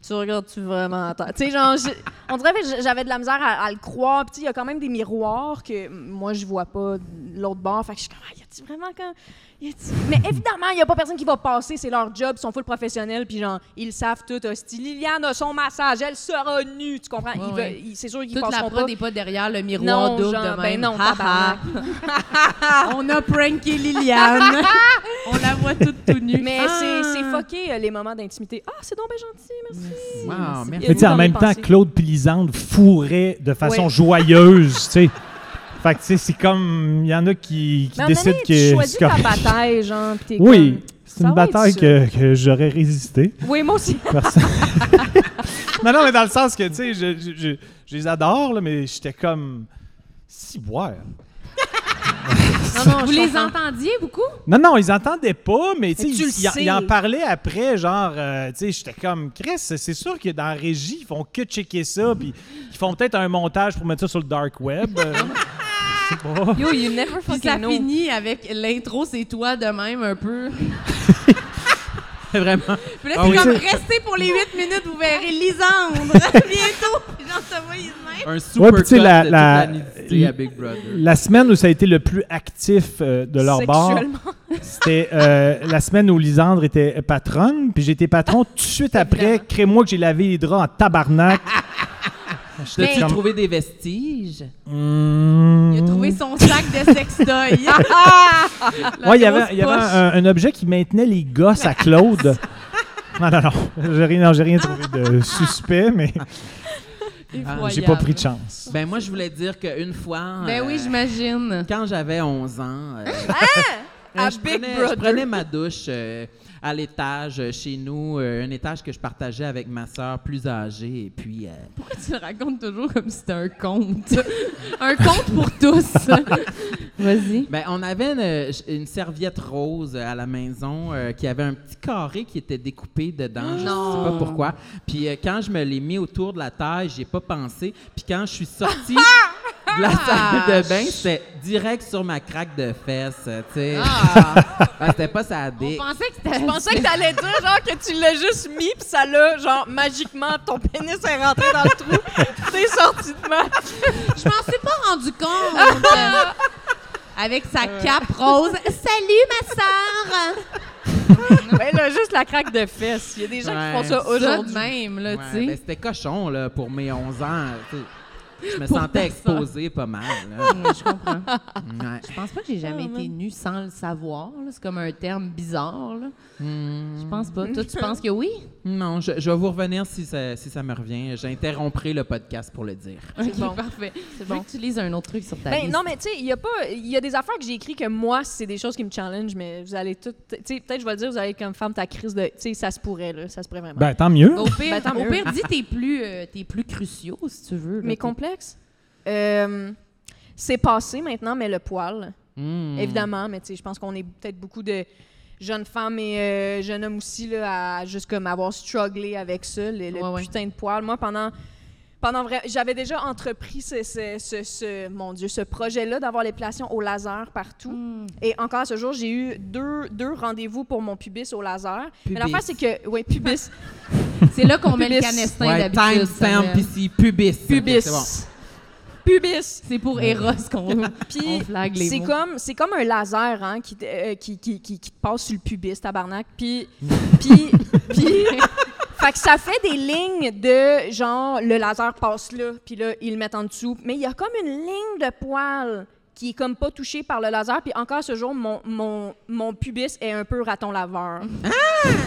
Tu regardes-tu vraiment à terre? Tu sais, genre, j'ai- on dirait que j'avais de la misère à, à le croire. Puis, tu sais, il y a quand même des miroirs que moi, je vois pas de l'autre bord. Fait que je suis comme, ah, y a-tu vraiment comme. y a-tu- Mais évidemment, il y a pas personne qui va passer. C'est leur job. Ils sont full professionnels. Puis, genre, ils le savent tout. Hostie. Liliane a son massage. Elle sera nue. Tu comprends?
Ouais,
Ils
ouais.
veulent- ils- C'est sûr qu'ils
Toute la
passeront
prod
pas.
n'est pas derrière le miroir double
genre,
de
ben
même.
non,
Ha, ha.
tabarnak.
On a pranké Liliane. On la voit toute tout nue.
Mais
Ah.
c'est c'est fucké, euh, les moments d'intimité. Ah, c'est donc bien gentil, merci.
Wow, merci.
Mais tu sais,
Vous
en
en
même temps,
pensez?
Claude Pilisande fourrait de façon
Ouais.
joyeuse, tu sais. Fait que, tu sais, c'est comme... Il y en a qui, qui
Mais en
décident
même temps,
que...
tu choisis
que-
ta bataille, genre, pis t'es
Oui,
comme,
c'est
ça
une
va être
bataille
ça.
que, que j'aurais résisté.
Oui, moi aussi.
Merci. non, non, mais dans le sens que, tu sais, je, je- je- je les adore, là, mais j'étais comme... Si, boire.
Non, non,
Vous
je
les
comprends.
entendiez beaucoup?
Non, non, ils entendaient pas, mais tu sais,
Mais tu le
ils, ils en-
sais.
ils en parlaient après, genre, euh, tu sais, j'étais comme, Chris, c'est sûr que dans la régie, ils font que checker ça, puis ils font peut-être un montage pour mettre ça sur le dark web. euh, je sais pas.
Yo, you never
Puis
fucking
ça
know.
finit avec l'intro, c'est toi de même un peu.
Vraiment.
Puis là,
Ah
c'est
oui.
comme restez pour les 8 minutes, vous verrez Lisandre bientôt. Genre, ça va, il est de même.
Un super
puis tu sais,
cut
la-
de toute la
la-
nudité à Big Brother.
La semaine où ça a été le plus actif euh, de leur bord,
Sexuellement.
c'était euh, la semaine où Lisandre était patronne, puis j'étais patron tout de suite après.
Évidemment.
Crée-moi que j'ai lavé les draps en tabarnak.
T'as-tu
Mais-
trouvé des vestiges?
Hmm.
Il a trouvé son sac de sextoy.
Ah,
La
Ouais, il
grosse
y avait, il y avait
poche.
un, un objet qui maintenait les gosses à Claude. non, non, non. J'ai rien, non, j'ai rien trouvé de suspect, mais j'ai pas
Incroyable.
pris de chance.
Ben moi, je voulais dire qu'une fois,
Ben oui,
euh,
j'imagine.
quand j'avais 11 ans, euh,
Ah! À
je,
Big
prenais, je
Brother.
prenais ma douche euh, à l'étage euh, chez nous, euh, un étage que je partageais avec ma sœur plus âgée. Et puis, euh,
Pourquoi tu le racontes toujours comme si c'était un conte? un conte pour tous. Vas-y.
Ben, on avait une, euh, une serviette rose euh, à la maison euh, qui avait un petit carré qui était découpé dedans. Je
Non.
sais pas pourquoi. Puis euh, quand je me l'ai mis autour de la taille, j'ai pas pensé. Puis quand je suis sortie de la
Ah!
salle de bain, c'était direct sur ma craque de fesses. euh, Tu sais,
Ah!
Ouais, c'était pas ça
On
dick.
pensait que c'était.
Je pensais que t'allais dire genre que tu l'as juste mis pis ça l'a genre magiquement ton pénis est rentré dans le trou t'es sorti de moi.
Je m'en suis pas rendu compte. Avec sa cape rose. Salut, ma sœur!
Ben là juste la craque de fesses. Il y a des gens
Ouais.
qui font ça
Ça de
aujourd'hui.
même, là,
Ouais,
Euh, tu sais.
ben, c'était cochon là, pour mes 11 ans. tu sais. Je me
Pour ta
sentais exposée pas mal. là.
Ouais, je comprends.
Ouais.
Je pense pas que j'ai jamais
Ah,
été nue sans le savoir. là. C'est comme un terme bizarre. là.
Hmm.
Je pense pas. Toi, tu penses que oui?
Non, je, je vais vous revenir si ça, si ça me revient. J'interromprai le podcast pour le dire.
Ok,
bon.
parfait. C'est
bon.
que tu lises un autre truc sur ta
Ben
liste.
non mais tu sais il y a pas il y a des affaires que j'ai écrit que moi c'est des choses qui me challenge mais vous allez toutes tu sais peut-être je vais le dire vous allez comme femme ta crise de tu sais ça se pourrait là ça se pourrait vraiment.
Ben, tant mieux.
Au pire,
Ben, tant
au
mieux.
pire dis tes plus, euh, tes plus cruciaux, si tu veux. là.
Mes
Tes-
complexes euh, c'est passé maintenant mais le poil.
Hmm.
évidemment, mais tu sais, je pense qu'on est peut-être beaucoup de jeunes femmes et euh, jeunes hommes aussi là, à juste comme avoir strugglé avec ça, le, le
Ouais, ouais.
putain de poil. Moi, pendant pendant vrai, j'avais déjà entrepris ce, ce- ce- ce- mon Dieu, ce projet-là d'avoir les plations au laser partout. Et encore à ce jour, j'ai eu deux, deux rendez-vous pour mon pubis au laser. Mais l'affaire,
Pubis.
c'est que, oui, pubis,
C'est là qu'on met le
Pubis.
canestin
Hmm. Ouais,
d'habitude.
timestamp
Samuel.
ici, pubis.
pubis,
Ok, c'est bon.
pubis.
C'est pour Eros qu'on on
Puis
flag les
c'est
mots.
comme c'est comme un laser hein, qui, te- euh, qui, qui, qui, qui te passe sur le pubis tabarnak. Puis puis puis fait que ça fait des lignes de genre le laser passe là, puis là ils le mettent en dessous, mais il y a comme une ligne de poils qui est comme pas touchée par le laser, puis encore ce jour mon, mon, mon pubis est un peu raton laveur.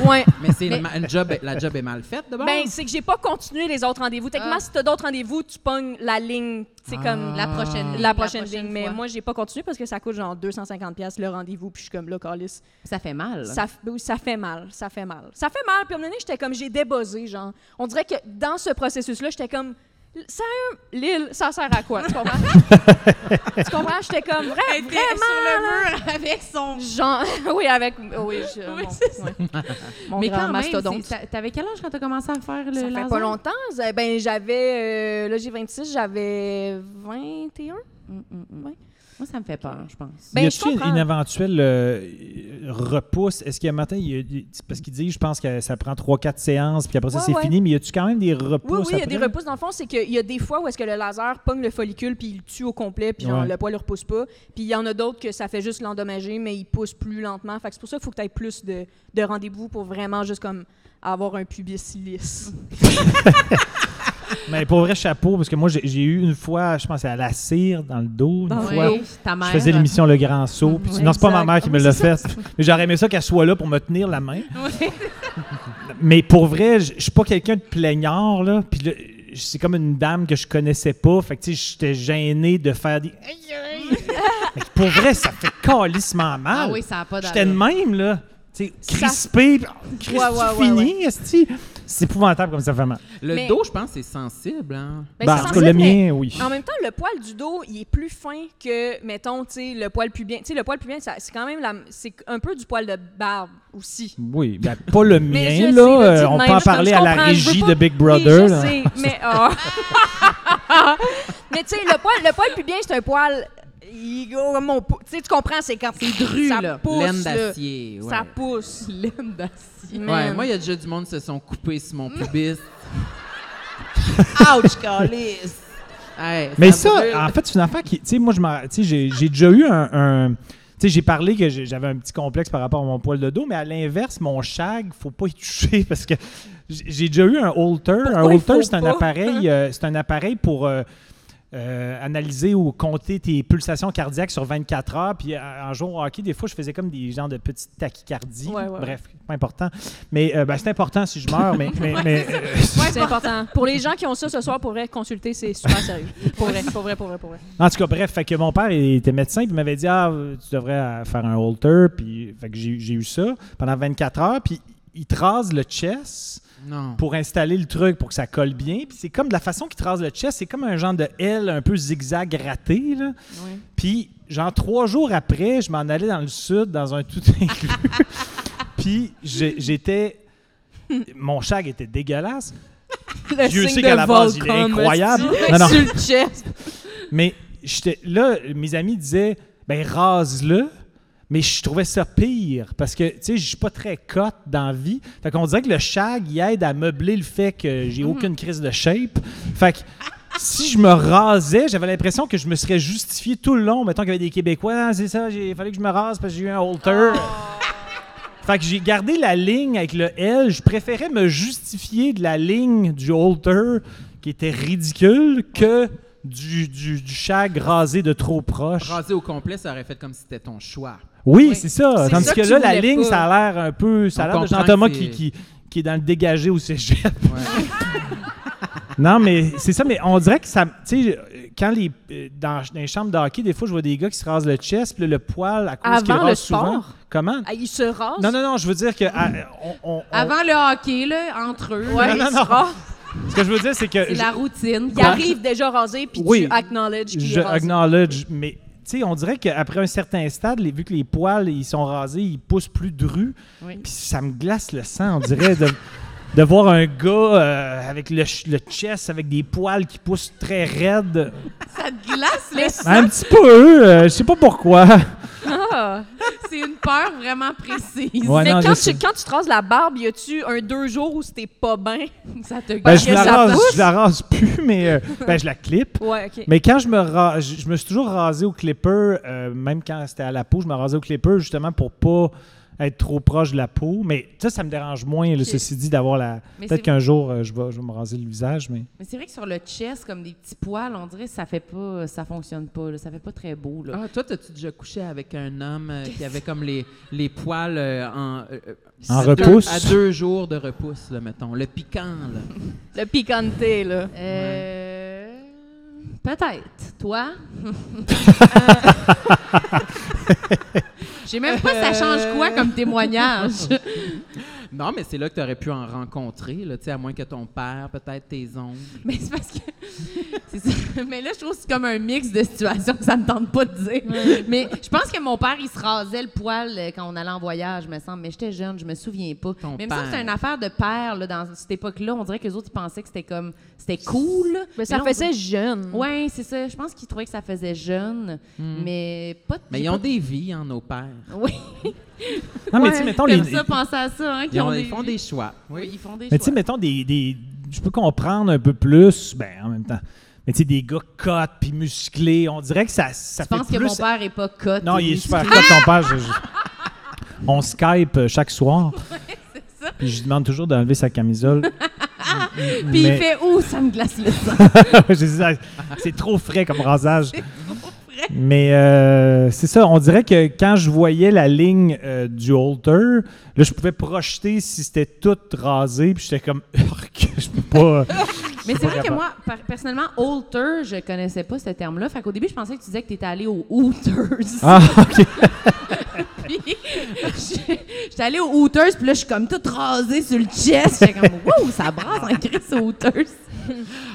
Ouais.
Mais c'est une ma- une job, la job est mal faite d'abord.
Ben, c'est que j'ai pas continué les autres rendez-vous. Techniquement,
Ah.
si t'as d'autres rendez-vous, tu pognes la ligne, c'est comme
La prochaine.
la prochaine ligne. Mais
fois.
moi, j'ai pas continué parce que ça coûte genre 250 pièces le rendez-vous, puis je suis comme là, Carlis.
ça fait mal.
Ça, f- oui, ça fait mal, ça fait mal. Ça fait mal, puis à un moment donné, j'étais comme, j'ai débossé, genre. On dirait que dans ce processus-là, j'étais comme, sérieux, Lille, ça sert à quoi? Tu comprends? tu comprends? J'étais comme, Vra-
Elle était
vraiment,
sur le mur avec son.
genre, oui, avec, oui, je,
Oui,
mon-
c'est ça.
ouais. mon
Mais
grand
quand même,
mastodonte.
c'est- t'a- t'avais quel âge quand t'as commencé à faire le
Ça fait
laser?
pas longtemps. ça- Ben, j'avais. euh, là, j'ai 26, j'avais 21.
Mm, mm, mm.
Ouais.
Moi, ça me fait peur, je pense.
Ben,
y
je
a-t-il
comprends.
une éventuelle euh, repousse? Est-ce qu'il y a un matin, il y a- il- c'est parce qu'il dit, je pense que ça prend 3-4 séances, puis après ça,
Ouais,
c'est
ouais.
fini, mais y a-tu quand même des
Oui,
repousses
oui, il y a des
après?
repousses. Dans le fond, c'est qu'il y a des fois où est-ce que le laser pogne le follicule puis il le tue au complet, puis genre,
Ouais.
le poil ne repousse pas. Puis il y en a d'autres que ça fait juste l'endommager, mais il pousse plus lentement. Fait que c'est pour ça qu'il faut que tu aies plus de, de rendez-vous pour vraiment juste comme avoir un pubis lisse.
Mais pour vrai, chapeau, parce que moi, j'ai- j'ai eu une fois, je pense, à la cire dans le dos, une
Dans le
fois.
dos.
Oui, ta mère.
Ah Je faisais l'émission Le Grand Saut, puis
Ouais,
non, c'est pas ma
exact.
mère qui
Ah
me
oui,
l'a
c'est
fait, mais j'aurais aimé ça qu'elle soit là pour me tenir la main.
Oui.
Mais pour vrai, je je suis pas quelqu'un de plaignard, là, puis là, c'est comme une dame que je connaissais pas, fait que tu sais, j'étais gêné de faire des... Aïe, aïe. Mais pour vrai, ça fait calissement mal.
Ah oui, ça n'a pas
J'étais de
d'allure.
même, là. Tu sais,
Ça-
crispé, puis, oh, Christ,
Ouais, ouais,
tu
ouais,
finis, esti. C'est épouvantable comme ça fait mal.
le
mais-
dos, je pense, c'est sensible. hein.
Ben,
Bah,
c'est
en tout cas, le
sensible, mais-
mien, oui.
En même temps, le poil du dos, il est plus fin que, mettons, tu sais, le poil pubien. Tu sais, le poil pubien, ça- c'est quand même la, c'est un peu du poil de barbe aussi.
Oui, ben, pas le mien,
Mais je sais,
là.
là,
euh,
tu te
on peut en
mêles,
parler
je
à la
comprends, je veux
régie
pas-
de Big
Oui,
Brother.
je
là.
sais, mais... ah. mais tu sais, le poil, le poil pubien, c'est un poil... il- oh, mon po- Tu sais, tu comprends, c'est quand... C'est dru, ça
là.
Pousse,
Laine
là.
d'acier. ouais.
Ça pousse.
Laine d'acier.
Man.
Ouais, moi, il y a déjà du monde qui se sont coupés sur mon pubis.
Ouch, calice.
Hey,
Mais ça, ah,
brûle.
en fait, c'est une affaire qui. Tu sais, moi, je m'en- tu sais, j'ai j'ai déjà eu un. un- tu sais, j'ai parlé que j'ai- j'avais un petit complexe par rapport à mon poil de dos, mais à l'inverse, mon shag, faut pas y toucher parce que j'ai j'ai déjà eu un halter. un
il
halter,
faut
c'est un
pas?
appareil, euh, c'est un appareil pour euh, euh, analyser ou compter tes pulsations cardiaques sur 24 heures. Puis euh, en jour au hockey, des fois, je faisais comme des genres de petites tachycardies.
Ouais, ouais, ouais.
Bref, pas important. Mais euh, ben, c'est important si je meurs, mais, mais, mais, euh,
c'est important. Pour les gens qui ont ça ce soir, pour vrai, consulter, c'est super sérieux. Pour vrai, pour vrai, pour vrai, pour vrai.
En tout cas, bref, fait que mon père il était médecin, puis il m'avait dit Ah, tu devrais euh, faire un halter, puis fait que j'ai j'ai eu ça pendant 24 heures, puis il trase le chest
Non.
pour installer le truc pour que ça colle bien, puis c'est comme de la façon qu'il trase le chest, c'est comme un genre de L un peu zigzag raté, là. Puis, genre, trois jours après, je m'en allais dans le sud, dans un tout inclus. puis, j'ai- j'étais. Mon chag était dégueulasse.
Le
Dieu
signe
sait
de
qu'à la base, il est
Volcom,
incroyable.
hostie.
Non, non.
Sur le chest.
Mais j'étais là, mes amis disaient ben rase-le. Mais je trouvais ça pire parce que, tu sais, je suis pas très cote dans la vie. Fait qu'on dirait que le shag, il aide à meubler le fait que j'ai aucune crise de shape. Fait que si je me rasais, j'avais l'impression que je me serais justifié tout le long. Mettons qu'il y avait des Québécois, Ah, c'est ça, il fallait que je me rase parce que j'ai eu un halter. Fait que j'ai gardé la ligne avec le L. Je préférais me justifier de la ligne du halter qui était ridicule que du, du, du shag rasé de trop proche.
Rasé au complet, ça aurait fait comme si c'était ton choix.
Oui,
Oui.
c'est ça.
C'est
Tandis
ça
que,
que tu
là, la
voulais
ligne,
pas.
ça a l'air un peu. Ça a
On
l'air de
comprend
Jean-Thomas
que
qui,
c'est-
qui, qui est dans le dégagé au cégep.
Ouais.
non, mais c'est ça. Mais on dirait que ça. Tu sais, euh, quand les. euh, Dans, dans les chambres de hockey, des fois, je vois des gars qui se rasent le chest, puis là, le poil, à cause qu'ils
Avant le
rasent souvent.
sport?
Comment?
Ah, Il se rase.
Non, non, non, je veux dire que. ah, euh, on- on- on-
Avant le hockey, là, entre eux,
Ouais,
là,
Non, non,
il se
non.
rase.
Ce que je veux dire, c'est que.
c'est
je-
la routine.
Il arrive déjà rasé, puis
Oui.
tu acknowledge qu'il
Je
est rasé.
acknowledge, mais tu sais, on dirait qu'après un certain stade, les- vu que les poils ils sont rasés, ils poussent plus drus.
Oui.
Puis ça me glace le sang, on dirait de, de voir un gars euh, avec le, ch- le chest avec des poils qui poussent très raides.
Ça te glace, là.
Un petit peu, euh, je sais pas pourquoi.
Ah.
C'est une peur vraiment précise.
Ouais,
Mais
non,
quand,
je sais.
tu, quand tu te rases la barbe, y a-tu un deux jours où c'était pas bien?
Ça te
Ben,
gâche.
je, la
ça
rase,
pousse.
je la rase plus, mais euh, ben, je la clip.
Ouais, OK.
Mais quand je me ra- je, je me suis toujours rasé au clipper, euh, même quand c'était à la peau, je me rasais au clipper justement pour pas être trop proche de la peau. Mais ça, ça me dérange moins, là, ceci dit, d'avoir la.
Mais c'est-
Peut-être qu'un jour, euh, je, vais, je vais me raser le visage, mais.
Mais c'est vrai que sur le chest, comme des petits poils, on dirait que ça fait pas, ça fonctionne pas, là, ça fait pas très beau. Là.
Ah, toi, t'as-tu déjà couché avec un homme euh, qui avait comme les, les poils euh, en, euh, euh,
En
à deux-
repousse?
à deux jours de repousse, là, mettons. Le piquant, là.
Le picanté, là.
Euh, Peut-être. Toi? Je sais même pas ça change quoi comme témoignage.
Non, mais c'est là que t'aurais pu en rencontrer, là, tu sais, à moins que ton père, peut-être tes oncles.
Mais c'est parce que. c'est ça. Mais là, je trouve que c'est comme un mix de situations que ça ne tente pas de dire. Mais je pense que mon père, il se rasait le poil euh, quand on allait en voyage, me semble. Mais j'étais jeune, je me souviens pas.
Ton
Même ça,
père.
c'est une affaire de père, là, dans cette époque-là. On dirait que les autres, ils pensaient que c'était comme. C'était cool.
Mais ça
là, on
faisait
dirait-
Mm.
jeune.
Ouais, c'est ça. Je pense qu'ils trouvaient que ça faisait jeune, mais pas de-
Mais
j'ai
ils ont
pas
des vies, hein, nos pères.
de- Oui.
Non, mais
Ouais,
tu sais, mettons,
J'aime
les-
ça, penser à ça, hein, qu'ils
Ils,
ont
ont-
des
ils font
vies.
des choix.
Oui, ils font des
Mais tu sais,
choix.
mettons, des, des- je peux comprendre un peu plus, ben en même temps. Mais tu sais, des gars cotes puis musclés, on dirait que ça, ça
Je
fait
pense que
plus...
mon père est pas cote.
Non,
et
il est
musclé.
super cote, ton père. je- je- On Skype euh, chaque soir. Puis je lui demande toujours d'enlever sa camisole.
Puis il
mais-
fait Ouh, ça me glace le sang.
Je dis, Ah, c'est trop frais comme rasage. Mais euh, c'est ça, on dirait que quand je voyais la ligne euh, du halter, là, je pouvais projeter si c'était tout rasé, puis j'étais comme, Urk, je peux pas.
Mais c'est vrai que
capable.
moi, par- personnellement, halter, je connaissais pas ce terme-là. Fait qu'au début, je pensais que tu disais que tu étais allé au Hooters.
Ah, ok.
Puis, je- J'étais allée au Hooters, puis là, je suis comme toute rasée sur le chest. J'étais comme, wow, ça brasse en crise au Hooters.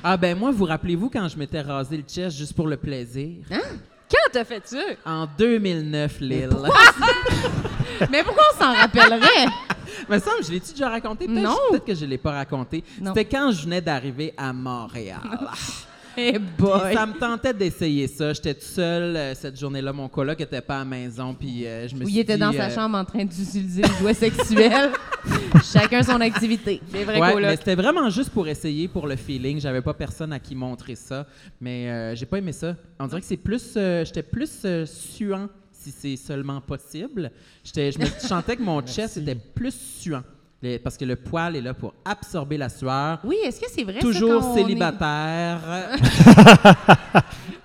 Ah, ben moi, vous rappelez-vous quand je m'étais rasé le chest juste pour le plaisir?
Hein?
Quand t'as fait ça?
En 2009, Lille.
Mais pourquoi on s'en rappellerait?
me semble, je l'ai-tu déjà raconté? Peut-être
Non.
peut-être que je ne l'ai pas raconté.
Non.
C'était quand je venais d'arriver à Montréal.
Eh
Puis
boy!
Ça me tentait d'essayer ça. J'étais toute seule euh, cette journée-là. Mon coloc n'était pas à la maison. Puis euh, je me
Où il
suis
était
dit,
dans sa
euh,
chambre en train d'utiliser le jouet sexuel. Chacun son activité.
Les vrais
Ouais,
colocs.
mais c'était vraiment juste pour essayer, pour le feeling. J'avais pas personne à qui montrer ça, mais euh, j'ai pas aimé ça. On dirait que c'est plus, euh, j'étais plus euh, suant si c'est seulement possible. J'étais, je me chantais que mon chest était plus suant, Les- parce que le poil est là pour absorber la sueur.
Oui, est-ce que c'est vrai? ça,
Toujours
qu'on
célibataire.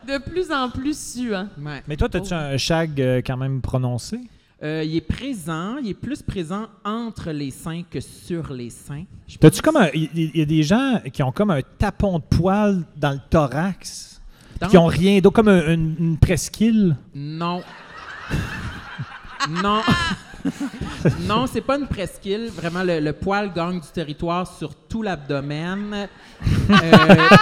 est De plus en plus hein. suant.
Ouais.
Mais toi, t'as-tu un shag euh, quand même prononcé?
Euh, il est présent, il est plus présent entre les seins que sur les seins. Je pense.
T'as-tu comme un. Il il y a des gens qui ont comme un tapon de poil dans le thorax, puis qui ont rien d'autre, comme un- une, une presqu'île.
Non. non. non, c'est pas une presqu'île. Vraiment, le, le poil gagne du territoire sur tout l'abdomen, euh,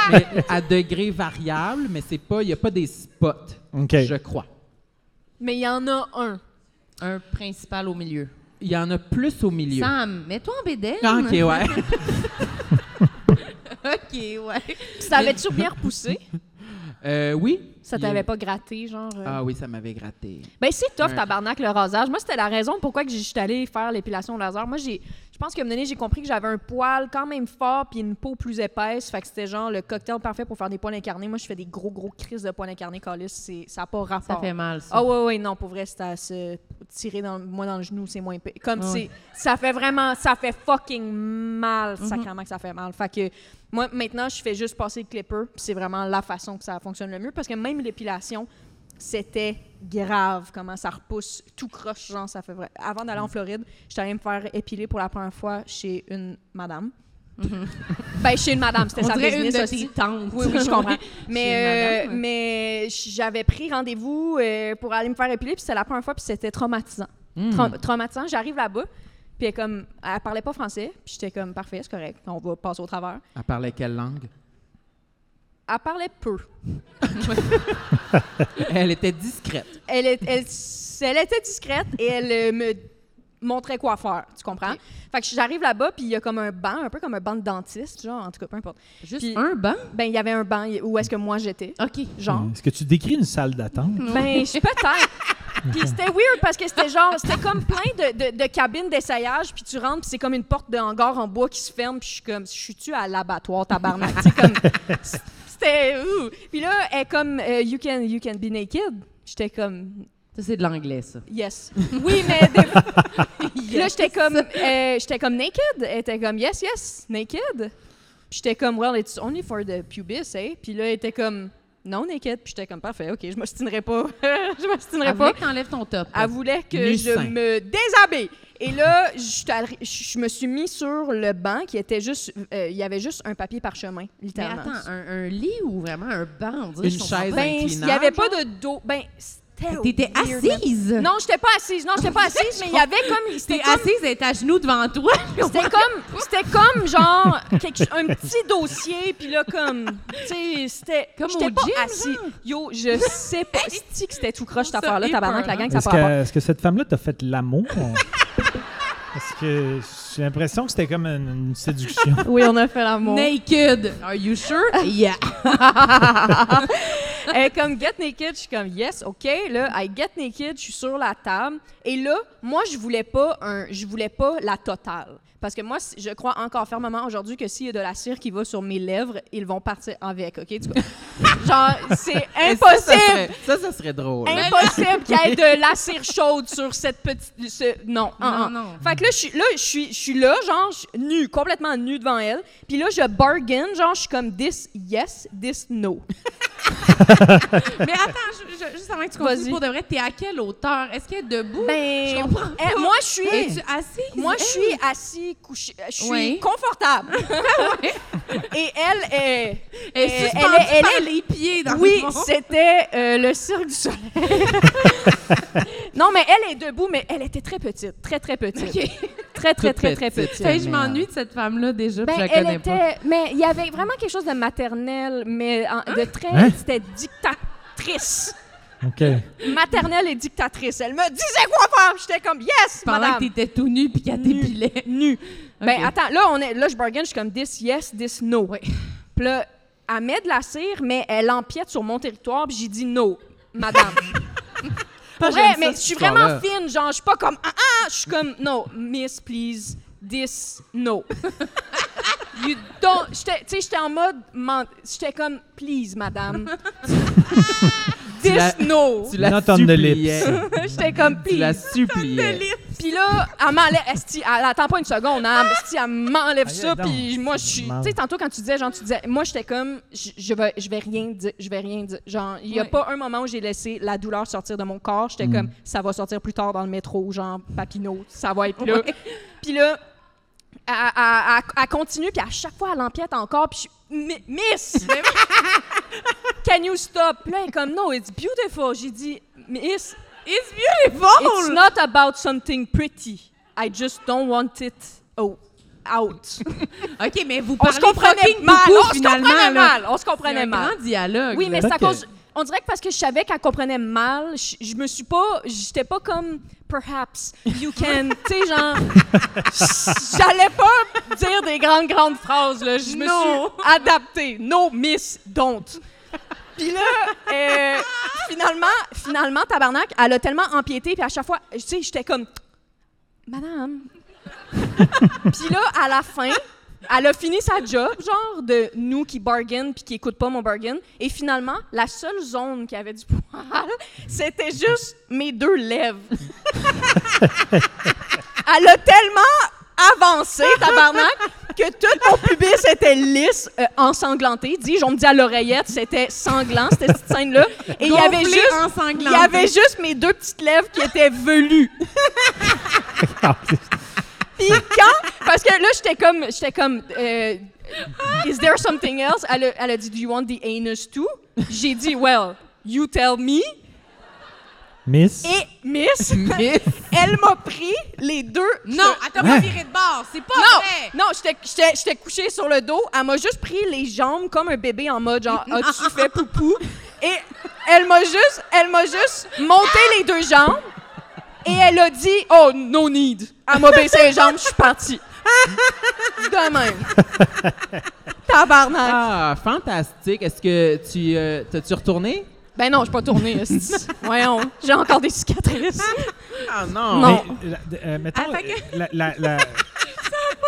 mais à degrés variables, mais c'est pas, il n'y a pas des spots,
OK.
je crois.
Mais il y en a un.
Un principal au milieu.
Il y en a plus au milieu.
Sam, mets-toi en bédaine.
Ah, ok, ouais.
OK, ouais.
Ça avait-tu bien repoussé?
Euh, oui.
Ça
Il-
t'avait pas gratté, genre? euh?
Ah oui, ça m'avait gratté.
Ben, c'est tough,
Ouais.
tabarnak, le rasage. Moi, c'était la raison pourquoi que j'étais allée faire l'épilation au laser. Moi, j'ai, je pense qu'à un moment donné, j'ai compris que j'avais un poil quand même fort puis une peau plus épaisse. Fait que c'était genre le cocktail parfait pour faire des poils incarnés. Moi, je fais des gros, gros crises de poils incarnés, Calis. C'est, ça n'a pas
Ça
rapport.
fait mal, ça.
Ah ouais, ouais, non, pour vrai, c'est à se tirer dans, le- moi dans le genou, c'est moins pire. Comme
Ah ouais. Mhm.
c'est, ça fait vraiment, ça fait fucking mal, sacrément que ça fait mal. Fait que moi, maintenant, je fais juste passer le clipper, puis c'est vraiment la façon que ça fonctionne le mieux, parce que même l'épilation, c'était grave comment ça repousse tout croche, genre ça fait vrai. Avant d'aller en
Mhm.
Floride, j'étais allée me faire épiler pour la première fois chez une madame. ben, chez une madame, c'était
Mhm. On
sa
dirait
business
une de
aussi.
tes tantes.
Oui, oui, je comprends. Mais,
Chez
euh,
madame.
mais j'avais pris rendez-vous euh, pour aller me faire épiler, puis c'était la première fois, puis c'était traumatisant.
Hmm.
Tra- traumatisant. J'arrive là-bas, puis elle, comme, elle parlait pas français, puis j'étais comme, parfait, c'est correct, on va passer au travers.
Elle parlait quelle langue?
Elle parlait peu.
Elle était discrète.
Elle, est- elle, s- elle était discrète et elle euh, me montrait quoi faire, tu comprends? Fait que j'arrive là-bas, puis il y a comme un banc, un peu comme un banc de dentiste, genre, en tout cas, peu importe.
Juste
Puis-
un banc?
Ben, il y avait un banc où est-ce que moi j'étais,
OK.
genre.
Est-ce que tu décris une salle d'attente?
Ben, je- peut-être. Puis c'était weird parce que c'était genre, c'était comme plein de, de- de cabines d'essayage, puis tu rentres, puis c'est comme une porte de hangar en bois qui se ferme, puis je suis comme, je suis-tu à l'abattoir, tabarnak? Tu sais, comme, c'était, ouh. Puis là, elle est comme, euh, you, can, you can be naked. J'étais comme,
Ça, c'est de l'anglais, ça.
yes. Oui, mais des- là, j'étais comme, euh, j'étais comme naked. Elle était comme, yes, yes, naked. Puis j'étais comme, well, it's only for the pubis, eh? Puis là, elle était comme, non, naked. Puis j'étais comme, parfait, OK, je m'obstinerai pas. je m'obstinerai
Elle
pas.
voulait que t'enlèves ton top.
Elle voulait que
Nu
je
sein.
me déshabille. Et là, je, suis allée- je- je me suis mis sur le banc qui était juste. euh, il y avait juste un papier parchemin,
Mais
littéralement.
attends, un, un lit ou vraiment un banc? On dirait
Une
que je comprends
chaise
pas.
Ben, il n'y
inclinable,
avait pas de dos. Ben, c'était.
T'étais
weird,
assise?
man. Non, j'étais pas assise. Non, j'étais pas assise, mais il y avait comme. C'était
T'es
comme,
assise, elle est à genoux devant toi.
c'était comme, c'était comme genre quelque- un petit dossier, puis là, comme. Tu sais, c'était.
Comme
j'étais
au
pas
gym,
assise. Yo, je sais pas. si que c'était tout croche cette
Ça
affaire-là,
épeure,
tabarnak, la gang, ça
Est-ce
part pas.
que, est-ce que cette femme-là t'a fait l'amour? Parce que j'ai l'impression que c'était comme une, une séduction.
Oui, on a fait l'amour.
Naked. Are you sure? Yeah.
Elle est comme get naked, je suis comme yes, ok. Là, I get naked, je suis sur la table. Et là, moi, je voulais pas un, je voulais pas la totale, parce que moi, si- je crois encore fermement aujourd'hui que s'il y a de la cire qui va sur mes lèvres, ils vont partir avec, ok. Tu vois? Genre, c'est
Et ça, ça
impossible.
serait- Ça, ça serait drôle.
Ben, Impossible qu'il y ait de la cire chaude sur cette petite. ce- Non,
Non,
non,
non.
Fait que là, je suis là, je suis, je suis là, genre, je suis nue, complètement nue devant elle. Puis là, je bargain, genre, je suis comme this yes, this no.
Mais attends, je- je- juste avant que tu
Vas-y.
continues, pour de vrai, t'es à quelle hauteur? Est-ce qu'elle est debout?
Ben,
je comprends.
eh, moi, je suis.
Es-tu assise?
Moi, je
Elle?
suis assis, couché. Je suis
Oui.
confortable. Et elle est.
Elle
elle
est
est-
suspendue
elle
par
est-
les pieds dans
Oui,
le fond.
c'était euh, le cirque du soleil. non, mais elle est debout, mais elle était très petite. Très, très petite.
Ok.
Très, très,
Toute
très, très
petite.
petite.
Fait que je m'ennuie de cette femme-là déjà, puis
Ben,
je la
elle
connais
était.
pas.
Mais il y avait vraiment quelque chose de maternel, mais en- de très.
Hein?
C'était dictatrice.
OK.
Maternelle et dictatrice. Elle me disait quoi faire. J'étais comme, yes,
Pendant
madame.
que t'étais tout nu puis qu'elle t'épilait. Nu.
Ben attends, là, on est, là, je bargain, je suis comme this yes, this no. Puis là, elle met de la cire, mais elle empiète sur mon territoire, puis j'ai dit no, madame.
Pas,
ouais,
j'aime ça,
mais je
cette
suis vraiment
histoire-là.
fine, genre, je suis pas comme ah ah, je suis comme no, miss, please, this, no. You don't, j'étais- tu sais, j'étais en mode, man- j'étais comme please, madame. this,
l'as-
no.
Tu la
Not on the
suppliais.
J'étais comme
Tu la
please.
suppliais.
Puis là, elle m'enlève. esti, Elle, attend pas une seconde, hein, esti, elle m'enlève
Aïe,
ça.
donc.
Puis moi, je suis. Tu sais, tantôt quand tu disais, genre, tu disais, moi, j'étais comme, je, je vais, je vais rien dire, je vais rien dire. Genre, il y a
Ouais.
pas un moment où j'ai laissé la douleur sortir de mon corps.
Mm.
J'étais comme, ça va sortir plus tard dans le métro, genre, papineau, ça va être là. Puis là, elle, elle- elle- elle continue, puis à chaque fois, elle empiète encore, puis je suis, Mi- Miss! Can you stop? Puis là, elle est comme, no, it's beautiful. J'ai dit, Miss,
It's beautiful!
It's not about something pretty. I just don't want it oh, out.
OK, mais vous
On
parlez
se comprenait
fucking
Oh, mal,
beaucoup,
on se
finalement. là.
comprenait mal, on se
Il y a
comprenait
un
mal.
grand dialogue.
Oui, mais c'est à
Peut-être
cause on dirait que parce que je savais qu'elle comprenait mal, je, je me suis pas j'étais pas comme perhaps you can, tu sais genre j'allais pas dire des grandes grandes phrases là, je me
Non.
suis adaptée. No miss don't. Puis là, euh, finalement, finalement, tabarnak, elle a tellement empiété, puis à chaque fois, tu sais, j'étais comme, Madame. puis là, à la fin, elle a fini sa job, genre de nous qui bargain puis qui écoute pas mon bargain. Et finalement, la seule zone qui avait du poil, c'était juste mes deux lèvres. elle a tellement avancé, tabarnak, que tout mon pubis était lisse, euh, ensanglanté. Dis, on me dit à l'oreillette, c'était sanglant, cette petite scène-là. Et il y avait
Gonflé,
juste. Il
ensanglanté.
y avait juste mes deux petites lèvres qui étaient velues. Puis quand, parce que là, j'étais comme, j'étais comme, euh, is there something else? Elle a, elle a dit, do you want the anus too? J'ai dit, well, you tell me.
Miss?
Et Miss,
Miss.
elle m'a pris les deux.
Non, elle t'a pas viré de bord. C'est pas vrai.
Non, non, j'étais- j'étais j'étais couchée sur le dos. Elle m'a juste pris les jambes comme un bébé en mode genre as-tu fait poupou Et elle m'a juste, elle m'a juste monté les deux jambes et elle a dit oh no need. Elle m'a baissé les jambes, je suis partie. De même. Tabarnak.
Ah, fantastique. Est-ce que tu euh, t'as-tu retourné?
Ben non, je suis pas tournée. esti. Voyons, j'ai encore des cicatrices.
Ah non!
Non.
Mais, la- de- euh, mettons,
Ah, fait que-
la- la- la-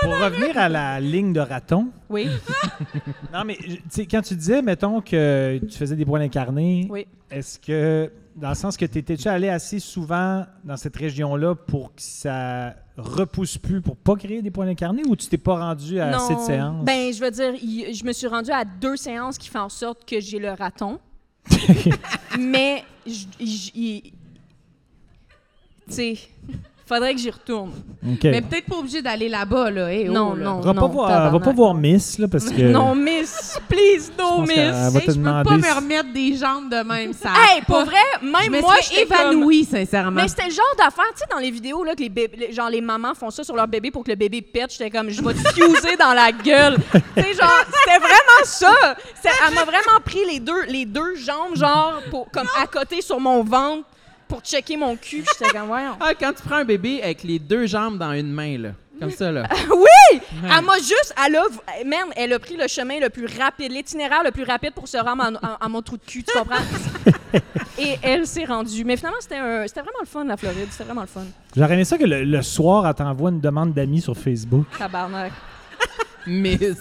pour revenir à la ligne de raton,
Oui.
non, mais je- tu sais, quand tu disais, mettons, que tu faisais des poils incarnés,
Oui.
est-ce que, dans le sens que tu étais-tu allé assez souvent dans cette région-là pour que ça repousse plus, pour pas créer des poils incarnés, ou tu t'es pas rendu à
non.
cette séance?
Ben, je veux dire, il- je me suis rendue à deux séances qui font en sorte que j'ai le raton. Mais, je- il- il- tu sais, faudrait que j'y retourne.
OK.
Mais peut-être pas obligé d'aller là-bas, là. Eh, oh,
Non,
là.
non,
va, pas
non,
voir, va
tabarnak.
pas voir Miss, là, parce que...
Non, miss, please,
Euh. je
no
pense qu'elle
miss.
va
Hey,
te
je peux pas
demander si-
me remettre des jambes de même, ça.
Hey, pour vrai, même
je me
moi,
serais
Ah. j'étais comme-
évanouie, sincèrement.
Mais c'était le genre d'affaire, tu sais, dans les vidéos, là, que les, bébés, les- genre, les mamans font ça sur leur bébé pour que le bébé pète. J'étais comme, je vais te fuser dans la gueule. tu sais, genre, c'était vraiment ça. C'est- Elle m'a vraiment pris les deux, les deux jambes, genre, pour, comme à côté sur mon ventre pour checker mon cul. J'étais comme, voyons.
Ah, quand tu prends un bébé avec les deux jambes dans une main, là. Comme ça, là.
oui! Elle m'a juste, elle a, man, elle a pris le chemin le plus rapide, l'itinéraire le plus rapide pour se rendre en- en- à mon trou de cul, tu comprends? Et elle s'est rendue. Mais finalement, c'était un- c'était vraiment le fun, la Floride. C'était vraiment le fun.
J'aurais aimé ça que le, le soir, elle t'envoie une demande d'amis sur Facebook.
Tabarnak.
Mais
Ben,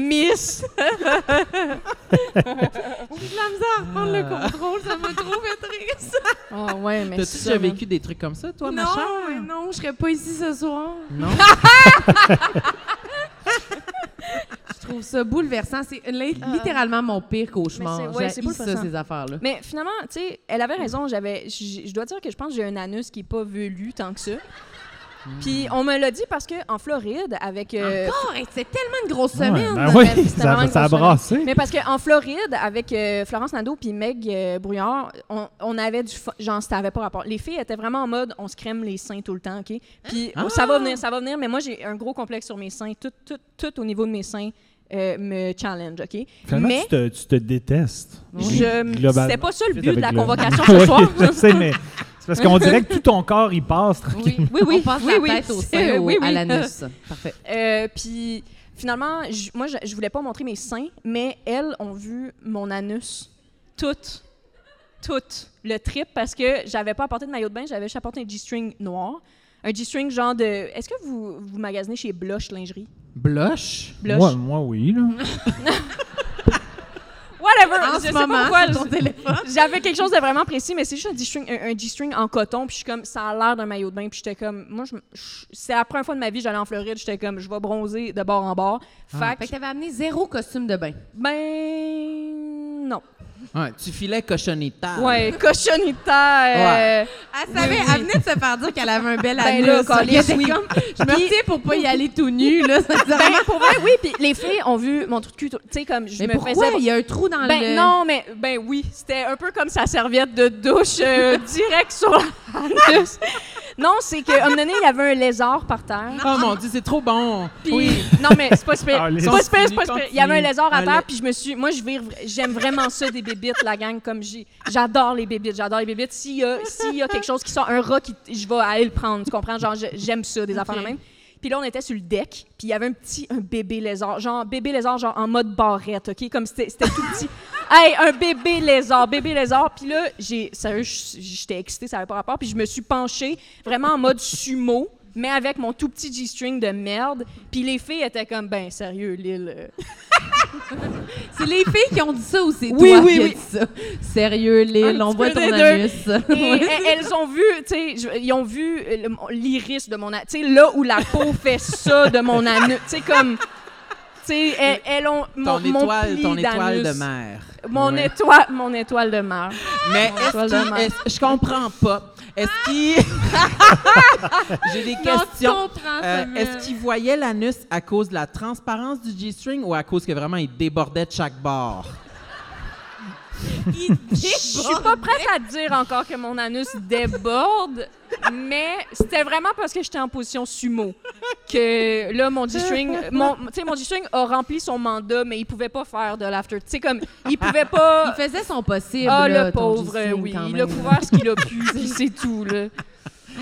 Miss!
prendre le contrôle, ça m'a trop fait rire, ça.
Oh, ouais, mais
t'as-tu déjà vécu des trucs comme ça, toi, ma chère?
Non, mais non, je serais pas ici ce soir.
Non?
Je trouve ça bouleversant. C'est li- littéralement mon pire
Mais
cauchemar.
c'est- ouais, c'est
J'haïs ça,
bouleversant.
ces affaires-là.
Mais finalement, tu sais, elle avait raison. J'avais, j- je dois dire que je pense que j'ai un anus qui est pas velu tant que ça.
Hmm.
Puis on me l'a dit parce que en Floride, avec euh,
Encore? Hey, c'est tellement une grosse
Ouais,
semaine.
ben
là.
oui,
c'était vraiment
ça,
une
ça a
grosse
brassé.
mais parce que en Floride, avec euh, Florence Nadeau puis Meg euh, Brouillard, on, on avait du fun- genre ça avait pas rapport. Les filles étaient vraiment en mode on se crème les seins tout le temps, ok. Puis
Ah!
oh, ça va venir, ça va venir. Mais moi j'ai un gros complexe sur mes seins, tout, tout, tout au niveau de mes seins euh, me challenge, ok.
Finalement,
mais
tu, te, tu te détestes.
je
Globalement.
c'était pas ça le
Fait
but de
avec
la
le-
convocation ce
Oui,
soir.
je sais, mais c'est parce qu'on dirait que tout ton corps y passe.
Oui, oui,
oui,
On passe
oui,
la
oui,
tête au
c'est-
sein,
euh,
au-
oui,
à
oui.
l'anus. Parfait.
Euh, puis finalement, je- moi, je, je voulais pas montrer mes seins, mais elles ont vu mon anus. Toutes. Toutes. Le trip, parce que j'avais pas apporté de maillot de bain, j'avais juste apporté un G-string noir. Un G-string genre de. Est-ce que vous, vous magasinez chez Blush Lingerie?
Blush?
Blush.
Moi, moi, oui. Là.
Whatever!
En
Ah, je
ce
sais
moment,
pas pourquoi.
sur ton
je-
téléphone.
J'avais quelque chose de vraiment précis, mais c'est juste un G-string, un, un G-string en coton, puis je suis comme, ça a l'air d'un maillot de bain, puis j'étais comme, moi, je, je- c'est la première fois de ma vie, j'allais en Floride, j'étais comme, je vais bronzer de bord en bord. Fait que-
Fait que t'avais amené zéro costume de bain.
Ben non.
Ouais, tu filais
Ah.
cochonita.
Ouais, cochonita. euh,
Elle savait, elle venait de se faire dire qu'elle avait un bel
Ben
anus.
là, Colin,
Elle était
oui.
comme, je me retiens pour pas y aller tout nu, là.
Ben
sincèrement.
pour vrai, oui. Puis les filles ont vu mon trou de cul. tout- Tu sais comme je
mais
me
pourquoi?
faisais.
Il y a un trou dans
Ben
le...
non, mais ben oui, c'était un peu comme sa serviette de douche euh, direct sur la anus. Non, c'est qu'à un moment donné, il y avait un lézard par terre.
Oh mon dieu, c'est trop bon!
Puis,
Oui!
Non, mais c'est pas super.
Ah, les
c'est pas
autres,
super, c'est pas
ils
super. Il y
continuent.
avait un lézard à
Un
terre,
lé-
puis je me suis. Moi, je vire- j'aime vraiment ça des bébites, la gang, comme j'ai. J'adore les bébites, j'adore les bébites. S'il y, a- s'il y a quelque chose qui sort, un rat, qui, je vais aller le prendre, tu comprends? Genre, je- j'aime ça, des affaires de même. Puis là, on était sur le deck, puis il y avait un petit un bébé lézard, genre bébé lézard, genre en mode barrette, OK? Comme c'était c'était tout petit. hey, un bébé lézard, bébé lézard. Puis là, j'ai, sérieux, j- j'étais excitée, ça avait pas rapport. Puis je me suis penchée vraiment en mode sumo, mais avec mon tout petit G-string de merde. Puis les filles étaient comme, ben sérieux, Lille. euh,
C'est les filles qui ont dit ça ou c'est
Oui,
toi
oui,
qui as
oui.
dit ça? Sérieux, Lille,
Un
on
petit
voit
peu
ton
des deux.
anus.
Et e- elles ont vu, tu sais, je- ils ont vu euh, le- mon- l'iris de mon anus. Tu sais, là où la peau fait ça de mon anus. Tu sais, comme. Tu sais, elles, elles ont.
Ton
mon- mon
étoile,
pli
ton étoile de
d'anus.
mer.
Mon,
Ouais.
étoile, mon étoile de mer.
Ah,
Mais
Mon
est-ce
étoile de
qu'il-
mer.
est-ce- je comprends pas. Est-ce qu'il.
Ah!
J'ai des questions. Euh, Est-ce qu'il voyait l'anus à cause de la transparence du G-string ou à cause que vraiment il débordait de chaque bord?
Je suis pas prête à dire encore que mon anus déborde, mais c'était vraiment parce que j'étais en position sumo que là mon G-string, mon tu sais mon G-string a rempli son mandat, mais il pouvait pas faire de l'after. Tu sais comme il pouvait pas.
Il faisait son possible.
Ah,
là,
le
ton
pauvre,
Justine,
oui.
quand
Il
même.
a couvert ce qu'il a pu, puis c'est tout, là.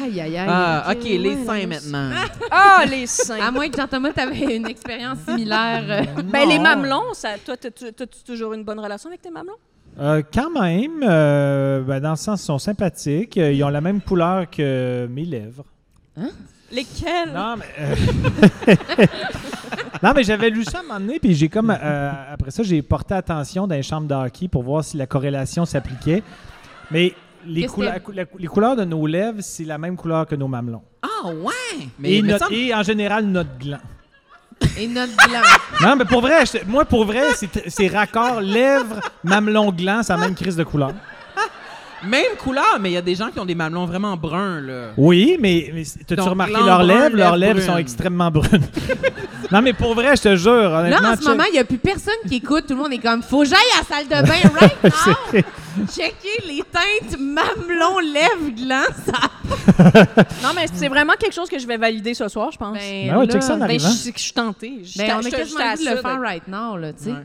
Aïe, aïe, aïe.
Ah, OK, les seins maintenant.
Ah, les
À
seins!
moins que Jean-Thomas, t'avais une expérience similaire. euh,
ben, les
Non.
mamelons, ça, toi, t'as- tu- t'as-tu toujours une bonne relation avec tes mamelons?
Euh, quand même, euh, ben, dans le sens, ils sont sympathiques. Euh, Ils ont la même couleur que mes lèvres.
Lesquels?
Non, mais. euh, non, mais j'avais lu ça à un moment donné, puis j'ai comme. euh, après ça, j'ai porté attention dans les chambres de hockey pour voir si la corrélation s'appliquait. Mais les,
Qu'est-ce
couleurs-
que-
la cou- les couleurs de nos lèvres, c'est la même couleur que nos mamelons.
Ah, ouais! Mais
Et,
il me
notre-
semble-
et en général, notre gland.
et notre blanc.
Non, mais pour vrai, je- moi, pour vrai, c'est c'est raccord lèvres, mamelon, gland, c'est la même crise de couleur.
Même couleur, mais il y a des gens qui ont des mamelons vraiment bruns, là.
Oui, mais, mais c'est- t'as-tu
Donc,
remarqué
gland
leurs
brun,
lèvres? Leurs
lèvres
lèvres sont
brunes.
extrêmement brunes. non, mais pour vrai, je te jure, honnêtement.
Là, en ce
check-
moment, il n'y a plus personne qui écoute. Tout le monde est comme, faut que j'aille à la salle de bain right now. Checker les teintes mamelon, lèvres, gland, ça.
Non, mais c'est vraiment quelque chose que je vais valider ce soir, je pense. Ben,
Ben ouais, check ça en
là,
arrivant.
je, suis- je suis tentée. Je,
ben, on
je-
est
je-
quasiment
je
obligé de le
t'assure
faire
de-
right now, là, tu sais.
Ouais.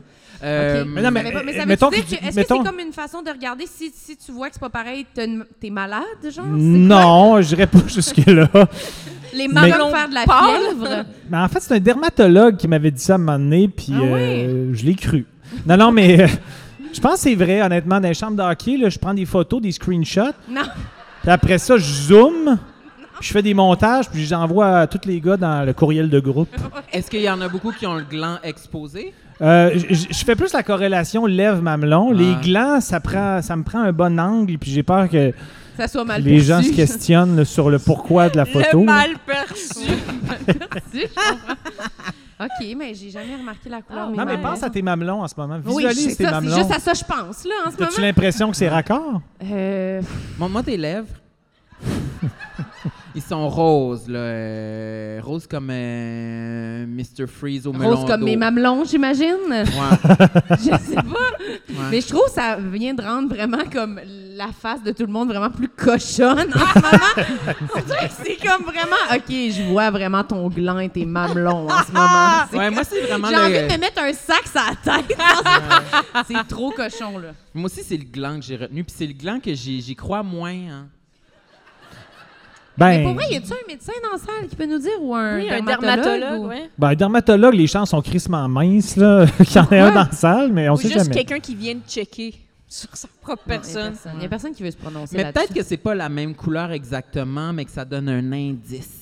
Euh,
Ok.
Mais non, mais,
Mais, pas- mais ça veut
mettons
dire
que
que,
tu-
est-ce
mettons-
que c'est comme une façon de regarder si, si tu vois que c'est pas pareil, t'as une- t'es malade, genre?
Non, je n'irai pas jusque-là.
Les
C'est quoi?
Mais-
mamelons
Comme faire de la
pâles.
fièvre?
Mais en fait, c'est un dermatologue qui m'avait dit ça à un moment donné, puis
Ah
euh, je l'ai cru. Non, non, mais euh, je pense que c'est vrai, honnêtement, dans les chambres d'hockey, je prends des photos, des screenshots,
Non.
puis après ça, je zoome, puis je fais des montages, puis j'envoie à tous les gars dans le courriel de groupe.
Est-ce qu'il y en a beaucoup qui ont le gland exposé?
Euh, j- j- je fais plus la corrélation lèvres-mamelon. Les
Ouais.
glands, ça, prend, ça me prend un bon angle, puis j'ai peur que
Ça soit mal
les gens se
perçu.
questionnent là, sur le pourquoi de la photo.
Le
là.
mal perçu.
Je comprends. OK, mais j'ai jamais remarqué la couleur. de mes
Non, mais
mamelons.
pense à tes mamelons en ce moment.
Oui,
Visualise
c'est
tes
ça, c'est
mamelons.
juste à ça je pense, là, en ce
T'as-tu
moment.
l'impression que c'est raccord?
Euh, pff,
Montre-moi tes lèvres. Ils sont roses, là. euh, roses comme euh, Mr. Freeze au melon
rose comme
d'eau.
mes mamelons, j'imagine.
Ouais,
je sais pas.
ouais.
Mais je trouve que ça vient de rendre vraiment comme la face de tout le monde vraiment plus cochonne en ce moment. On dirait que c'est comme vraiment... OK, je vois vraiment ton gland et tes mamelons en ce moment. Ah, C'est
Ouais, moi, c'est vraiment
J'ai
le-
envie de me mettre un sac sur la tête. c'est trop cochon, là.
Moi aussi, c'est le gland que j'ai retenu. Puis c'est le gland que j'y j'y crois moins. hein.
Ben,
Mais pour vrai, y a-tu un médecin dans la salle qui peut nous dire ou un
Oui, un
dermatologue?
dermatologue,
ou-
ouais.
ben, un dermatologue, les chances sont crissement minces là, qu'il y en ait un dans la salle, mais on
Ou
sait
juste
jamais.
quelqu'un qui vient de checker sur sa propre
Non, y a
personne.
personne. Y a personne qui veut se prononcer
Mais
là-dessus.
peut-être que c'est pas la même couleur exactement, mais que ça donne un indice.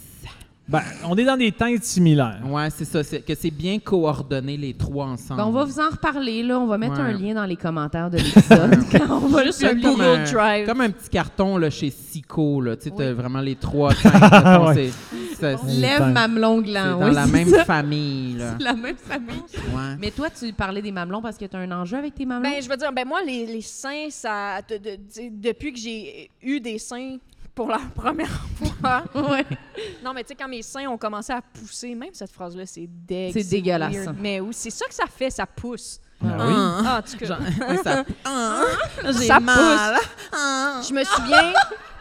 Ben, on est dans des teintes similaires.
Ouais, c'est ça. c'est- Que c'est bien coordonné, les trois ensemble.
Ben, on va vous en reparler, là. On va mettre
Ouais.
un lien dans les commentaires de l'épisode. quand on va
Juste
le
un
publier.
Comme
Google
un-
Drive.
Comme un petit carton là, chez Sico. Là. Tu sais, t'as vraiment les trois teintes. là. Donc,
Ouais.
c'est- c'est- c'est
Lève
Putain.
mamelon gland.
dans
oui,
la
c'est
même
ça.
famille. Là.
la même famille.
Ouais.
Mais toi, tu parlais des mamelons parce que tu as un enjeu avec tes mamelons.
Ben, je veux dire, ben moi, les, les seins, ça, de- de- de- depuis que j'ai eu des seins pour la première fois,
Ouais.
non, mais tu sais, quand mes seins ont commencé à pousser, même cette phrase-là, c'est dégueu.
C'est dégueulasse.
weird. Mais oui, c'est ça que ça fait, ça pousse.
Ben oui.
Ah,
Ah, en tout cas,
ah, ça- ah, j'ai
Ça
mal.
je me souviens,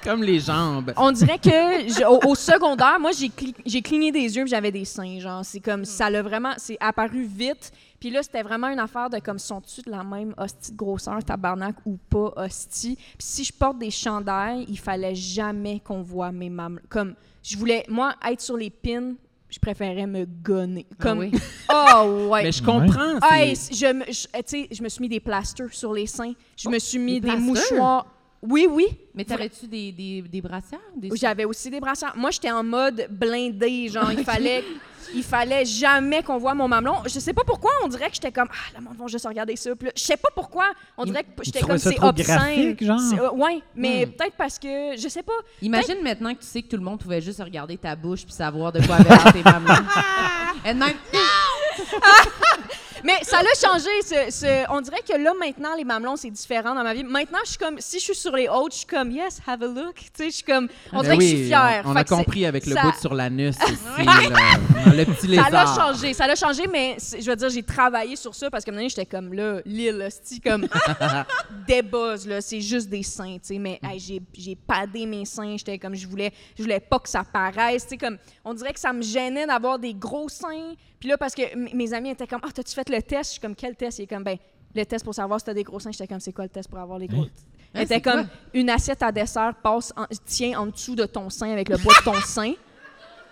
Comme les jambes.
on dirait que je- au, au secondaire, moi, j'ai cli- j'ai cligné des yeux puis j'avais des seins. Genre, c'est
Mm.
comme, ça l'a vraiment, c'est apparu vite. Puis là, c'était vraiment une affaire de comme, sont-tu de la même hostie de grosseur, tabarnak ou pas hostie? Puis si je porte des chandails, il fallait jamais qu'on voit mes mamelons. Comme, je voulais, moi, être sur les pins, je préférais me gonner. Comme,
Ah oui.
oh ouais.
Mais je comprends.
Ah,
c'est-
hey, c- je, me- je, tu sais, je me suis mis des plasters sur les seins. Je me suis mis
Oh, des
des,
plasters?
mouchoirs. Oui, oui.
Mais t'avais-tu des, des, des brassières? Des...
J'avais aussi des brassards. Moi, j'étais en mode blindé, genre il fallait il fallait jamais qu'on voie mon mamelon. Je sais pas pourquoi, on dirait que j'étais comme ah, le monde va juste regarder ça. Puis là, je sais pas pourquoi, on dirait que j'étais
trouvait
comme
ça
c'est
trop
obscène.
graphique, genre?
C'est- euh, ouais, mais
Hmm.
peut-être parce que je sais pas.
Imagine maintenant que tu sais que tout le monde pouvait juste regarder ta bouche puis savoir de quoi avaient l'air tes mamelons. Et de même,
Mais ça l'a changé. ce- ce- on dirait que là maintenant les mamelons c'est différent dans ma vie. Maintenant, je suis comme si je suis sur les hautes, je suis comme yes, have a look. Tu sais, je suis comme on
Ben
dirait que je
oui,
suis fière.
On, on
Fait
a
que c'est-
compris avec le
ça-
bout sur l'anus aussi, là. le petit
Ça
lézard.
l'a changé, ça l'a changé, mais c'est- je veux dire, j'ai travaillé sur ça parce que maintenant, j'étais comme là, Lille, c'est comme débuzz, là, c'est juste des seins, tu sais,
Mm.
mais hey, j'ai- j'ai padé mes seins, j'étais comme, je voulais, je voulais pas que ça paraisse, tu sais, comme, on dirait que ça me gênait d'avoir des gros seins, puis là, parce que m- mes amis étaient comme, ah, t'as-tu fait le test? Je suis comme, quel test? Il est comme, ben, le test pour savoir si t'as des gros seins, j'étais comme, c'est quoi le test pour avoir les gros seins? Elle était
Hein? c'est
comme
quoi?
une assiette à dessert passe en, tient en dessous de ton sein avec le poids de ton sein.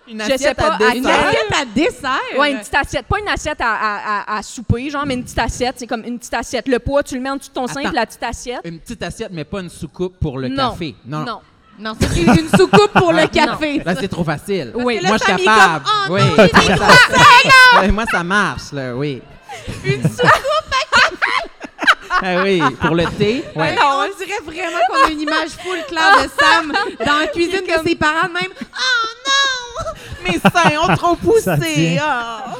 Une
sais assiette à pas, à
Une
dessert.
assiette à dessert?
Euh,
Ouais, une petite assiette, pas une assiette à, à- à- à souper, genre, mais une petite assiette, c'est comme une petite assiette. Le poids, tu le mets en dessous de ton sein,
Attends.
puis la petite assiette.
Une petite assiette, mais pas une soucoupe pour le
non.
café.
Non.
Non, c'est une une soucoupe pour le café. Ben
Là, c'est trop facile.
Oui.
Moi, je suis capable.
Ah,
oui. Moi, ça- Ouais, moi, ça marche, là, oui. Une soucoupe à café. ah oui, pour le thé. Ouais.
Ouais, on dirait vraiment qu'on a une image full claire de Sam dans la cuisine de ses parents, même.
Mes seins ont trop
Ça
poussé.
tient.
ah.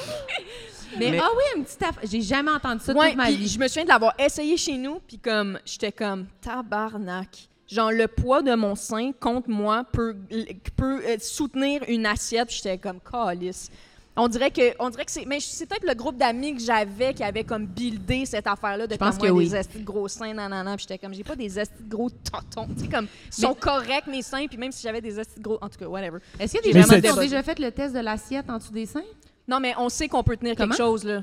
Mais ah
Mais-
oui, une petite affaire. J'ai jamais entendu ça
Ouais,
toute ma
puis
vie.
je me souviens de l'avoir essayé chez nous, puis comme, j'étais comme, tabarnak. Genre, le poids de mon sein contre moi peut, peut euh, soutenir une assiette, puis j'étais comme, calice. On dirait que, on dirait que c'est, mais c'est peut-être le groupe d'amis que j'avais qui avait comme buildé cette affaire-là de
Je pense
comme,
que
moi,
oui.
des estis de gros seins, nanana, puis j'étais comme, j'ai pas des estis de gros tontons. Tu sais, comme, ils sont corrects, mes seins, puis même si j'avais des estis de gros, en tout cas, whatever.
Est-ce qu'il y a
Mais
des gens
c'est-
qui ont déjà fait le test de l'assiette en dessous des seins?
Non, mais on sait qu'on peut tenir
Comment?
quelque chose, là.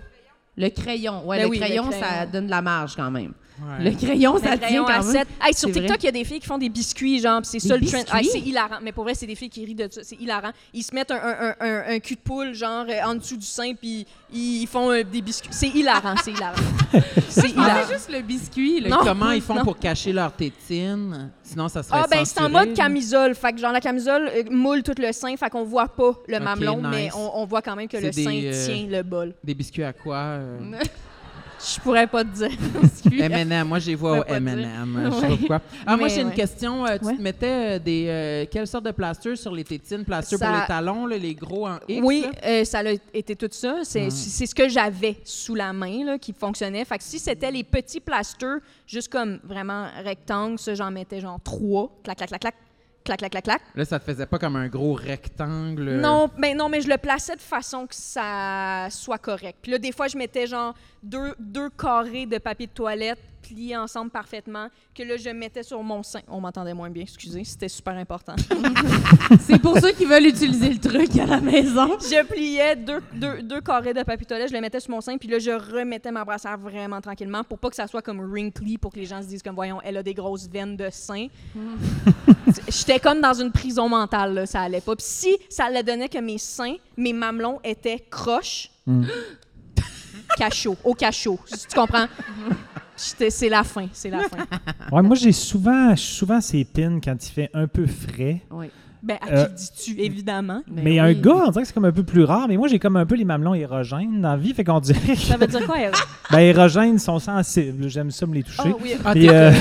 Le crayon. Ouais,
Ben
le,
oui, le
crayon, ça
crayon.
donne de la marge quand même. Le
Ouais.
crayon,
Le
ça tient
crayon
quand
à
même.
sept. Hey, sur
C'est vrai.
TikTok, il y a des filles qui font des biscuits, genre, pis c'est ça le trend.
biscuits?
Hey, c'est hilarant. Mais pour vrai, c'est des filles qui rient de ça. C'est hilarant. Ils se mettent un, un- un- un- un cul de poule, genre, euh, en dessous du sein, puis ils font euh, des biscuits. C'est hilarant, c'est hilarant. c'est
Ah,
hilarant.
c'est juste le biscuit. Le
Non.
Comment ils font
Non.
pour cacher leur tétine? Sinon, ça serait
Ah, ben, c'est en
censuré,
mode
là.
camisole. Fait que, genre, la camisole euh, moule tout le sein, fait qu'on voit pas le
Ok,
mamelon, mais
nice.
on, on voit quand même que
C'est
le
des,
sein
euh,
tient le bol.
Des biscuits à quoi? euh,
Je pourrais pas te dire.
M&M, moi, j'ai vois
Je
au
peux pas
M&M. Je sais
Ouais.
pas pourquoi. Ah, moi,
Mais
j'ai une
ouais.
question. Euh, tu
Ouais.
te mettais euh, des... euh, quelle sorte de plasture sur les tétines? Plasture pour
Ça-
les talons, là, les gros en X?
Oui,
là? Hmm.
euh, ça a été tout ça. C'est c'est ce que j'avais sous la main là, qui fonctionnait. Fait que si c'était les petits plasters, juste comme vraiment rectangle, ça, j'en mettais genre trois. Clac, clac, clac, clac. Clac, clac, clac, clac.
Là, ça te faisait pas comme un gros rectangle? euh,
Non, mais non, mais je le plaçais de façon que ça soit correct. Puis là, des fois, je mettais genre deux, deux carrés de papier de toilette pliés ensemble parfaitement, que là, je mettais sur mon sein. On m'entendait moins bien, excusez, c'était super important.
C'est pour ceux qui veulent utiliser le truc à la maison.
je pliais deux, deux, deux carrés de papier toilette, je le mettais sur mon sein, puis là, je remettais ma brassière vraiment tranquillement pour pas que ça soit comme wrinkly, pour que les gens se disent comme, voyons, elle a des grosses veines de sein.
Hmm.
J'étais comme dans une prison mentale, là, ça allait pas. Puis si ça le donnait que mes seins, mes mamelons étaient croches,
Hmm.
cachot, au cachot, si tu comprends? J'étais- C'est la fin, c'est la fin.
Ouais, moi, j'ai souvent, souvent ces pins quand il fait un peu frais.
Oui.
Ben, à qui
Euh,
le dis-tu, évidemment?
Ben
Mais, un gars, on dirait que c'est comme un peu plus rare. Mais moi, j'ai comme un peu les mamelons érogènes dans la vie. Fait qu'on dirait que
Ça veut dire quoi, elle?
ben, érogènes sont sensibles. J'aime ça me les
Ah
Oh,
toucher.
oui,
Ah,
Et,
t'es-
euh,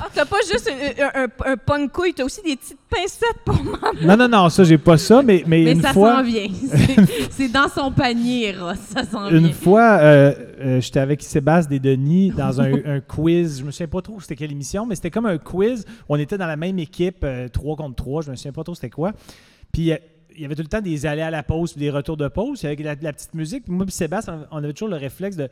Ah, t'as pas juste un, un, un, punk couille, t'as aussi des petites pincettes pour moi.
non, non, non, ça, j'ai pas ça. Mais, mais,
Mais
une
ça
fois.
s'en vient. C'est- C'est dans son panier, Ross. Ça s'en vient.
Une fois, euh, euh, j'étais avec Sébastien et Denis dans un, un quiz. Je me souviens pas trop c'était quelle émission, mais c'était comme un quiz. On était dans la même équipe, euh, 3 contre 3. Je me souviens pas trop c'était quoi. Puis euh, il y avait tout le temps des allées à la pause, puis des retours de pause. Il y avait la, la petite musique. Puis moi et Sébastien, on on avait toujours le réflexe de,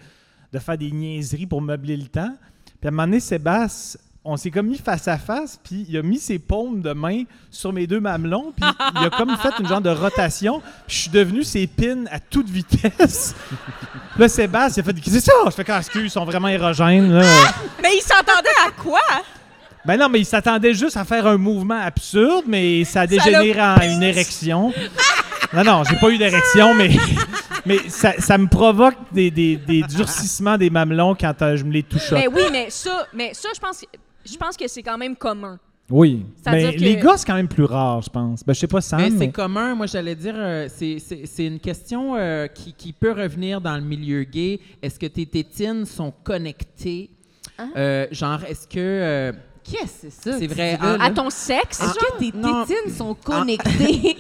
de faire des niaiseries pour meubler le temps. Puis à un moment donné, Sébastien, on s'est comme mis face à face, puis il a mis ses paumes de main sur mes deux mamelons, puis il a comme fait une genre de rotation. Puis je suis devenu ses pins à toute vitesse. Là, Sébastien, il a fait Qu'est-ce que c'est ça Je fais quand excuse, ils sont vraiment érogènes. Là.
Mais ils s'entendaient à quoi?
Ben non, mais il s'attendait juste à faire un mouvement absurde, mais ça a dégénéré en une érection. Non, non, j'ai pas eu d'érection, mais, mais ça, ça me provoque des, des- des durcissements des mamelons quand euh, je me les touche.
Mais Ben oui, mais ça, mais ça, je pense, que- je pense que c'est quand même commun.
Oui.
C'est-à-dire
Mais
que-
les gars, c'est quand même plus rare, je pense. Ben, je sais pas, Sam.
Ah, Mais
mais-
c'est commun, moi j'allais dire, euh, c'est- c'est c'est une question euh, qui, qui peut revenir dans le milieu gay. Est-ce que tes tétines sont connectées?
Ah.
Euh, genre, est-ce que... euh,
Qu'est-ce que c'est ça?
c'est
que
vrai,
tu dis là,
en-
là?
À ton sexe,
Est-ce
genre?
que tes
non.
tétines sont connectées?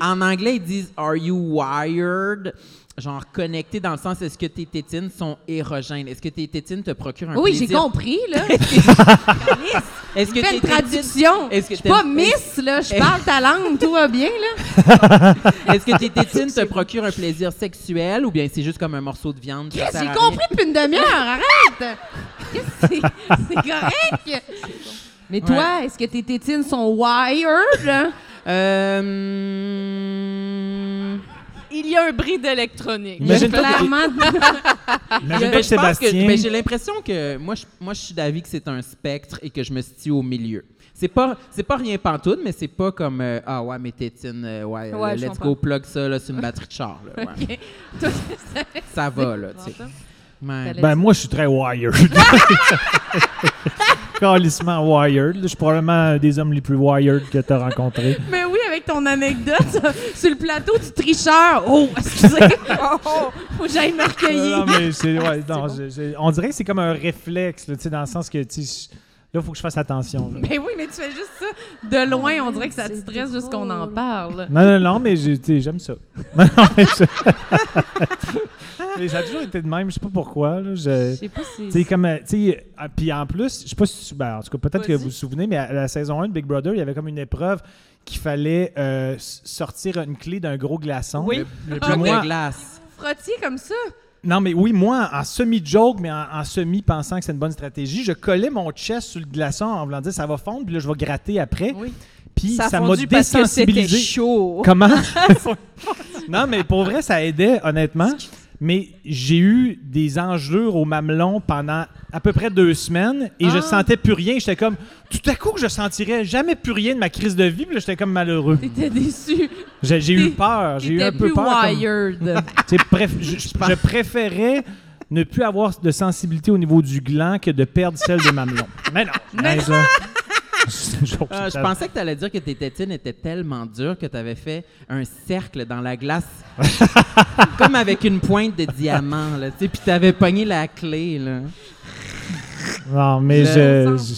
en anglais, ils disent « Are you wired? » Genre connecté dans le sens, est-ce que tes tétines sont érogènes? Est-ce que tes tétines te procurent un
oui, j'ai
plaisir?
compris, là.
Est-ce que
Fais
tes
une
tétines-
traduction. Je
Est-ce que
suis pas
t'aimes-
miss, là. Je parle ta langue, tout va bien, là.
Est-ce que tes tétines te procurent un plaisir sexuel ou bien c'est juste comme un morceau de viande? ça
Chris,
sert
J'ai
à
compris depuis une demi-heure, arrête! Qu'est-ce que c'est c'est correct? Mais toi, est-ce que tes tétines sont wired?
rien? Euh, hum,
Il y a un bris d'électronique.
Il y a
Imagine-toi que-
clairement
Imagine
Mais
pas
je pense
que
que-
Sébastien.
mais j'ai l'impression que moi je, moi je suis d'avis que c'est un spectre et que je me situe au milieu. C'est pas c'est pas rien pantoute, mais c'est pas comme euh, ah ouais mais tétine euh, ouais,
Ouais,
là,
je
let's
comprends.
go plug ça là, c'est une batterie de char là, ouais.
OK.
ça va là tu sais. Ouais.
Ben, moi, je suis très wired. Carlissement wired. Je suis probablement un des hommes les plus wired que tu as rencontrés.
Mais oui, avec ton anecdote ça, sur le plateau du tricheur. Oh, excusez. Oh, oh, faut que j'aille me recueillir.
Non, mais c'est- ouais, non, c'est- c'est- on dirait que c'est comme un réflexe, là, tu sais, dans le sens que tu sais, je- là, il faut que je fasse attention. là.
Ben oui, mais tu fais juste ça. De loin, on dirait que ça te stresse juste qu'on en parle.
Non, non, non, mais j'ai- tu sais, j'aime ça. Non, non, mais je- Mais ça a toujours été de même, je sais pas pourquoi. là, je-
Je sais pas si.
Tu sais, comme, euh, tu sais, euh, puis en plus, je sais pas si tu- ben, en tout cas, peut-être que vous vous souvenez, mais à la saison 1 de Big Brother, il y avait comme une épreuve qu'il fallait euh, s- sortir une clé d'un gros glaçon.
Le, le
Ah,
bloc
moi-
de glace.
Frottier comme ça.
Non, mais oui, moi, en semi-joke, mais en, en semi-pensant que c'est une bonne stratégie, je collais mon chest sur le glaçon en voulant dire ça va fondre, puis là, je vais gratter après.
Oui.
Puis
Ça a
ça m'a
fondu parce que c'était
désensibilisé.
chaud.
Comment? non, mais pour vrai, ça aidait, honnêtement. Mais j'ai eu des engelures au mamelon pendant à peu près deux semaines et
Ah.
je sentais plus rien. J'étais comme, tout à coup, je sentirais jamais plus rien de ma crise de vie. Puis là, j'étais comme malheureux.
T'étais déçu.
J'ai j'ai
T'es-
eu peur. J'ai eu
T'étais
un peu
plus
peur. comme-
wired.
tu sais, préf- je, je- je préférais ne plus avoir de sensibilité au niveau du gland que de perdre celle des mamelons. Mais non. Mais ça- c'est une joke,
Ah, je
ça-
pensais que tu allais dire que tes tétines étaient tellement dures que tu avais fait un cercle dans la glace comme avec une pointe de diamant là, tu sais, puis tu avais pogné la clé là.
Non, mais
Le-
je- je...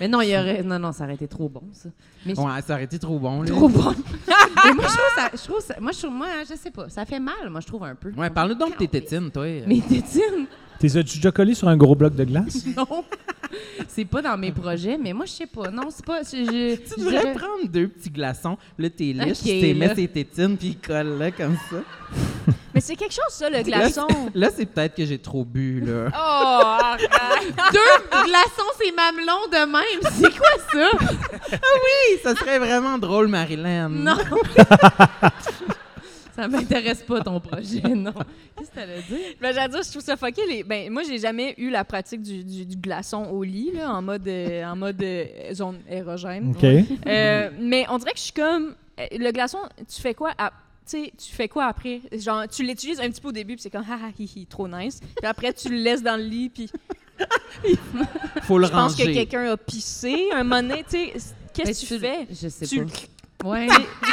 Mais non, il y aurait. Non, non, ça aurait été trop bon, ça. Mais
Ouais, ça aurait été trop bon là.
trop bon. Mais moi, je trouve ça. Je trouve ça- moi, je, trouve- moi, hein, je sais pas. Ça fait mal, moi, je trouve un peu.
Ouais, parle-nous donc de tes tétines toi.
Mais Tétine,
T'es as-tu déjà collé sur un gros bloc de glace?
non. C'est pas dans mes projets, mais moi, je sais pas. Non, c'est pas. Je, je-
Tu
je
devrais
dirais-
prendre deux petits glaçons, là, t'es
Ok,
liche, tu t'es
là.
mets tes tétines, puis ils collent là, comme ça.
Mais c'est quelque chose, ça, le
Là,
glaçon.
c'est- là, c'est peut-être que j'ai trop bu, là.
Oh, arrête.
Deux glaçons, c'est mamelons de même. C'est quoi ça?
Hey, ça serait vraiment drôle, Marilyn.
Non. ça m'intéresse pas, ton projet, non. Qu'est-ce que t'allais dire?
Ben, j'allais dire, je trouve ça fucké. les- Ben, moi, j'ai jamais eu la pratique du, du- du glaçon au lit, là, en mode, euh, en mode euh, zone érogène.
OK.
Euh, mais on dirait que je suis comme. euh, Le glaçon, tu fais quoi à- Tu sais, tu fais quoi après? Genre, tu l'utilises un petit peu au début, puis c'est comme, ah, ah, hi, hi, trop nice. Puis après, tu le laisses dans le lit, puis
Faut le
je pense que
ranger.
quelqu'un a pissé un moment donné, tu sais. Qu'est-ce que tu
Ben,
fais?
Je sais
Tu,
pas. Ouais.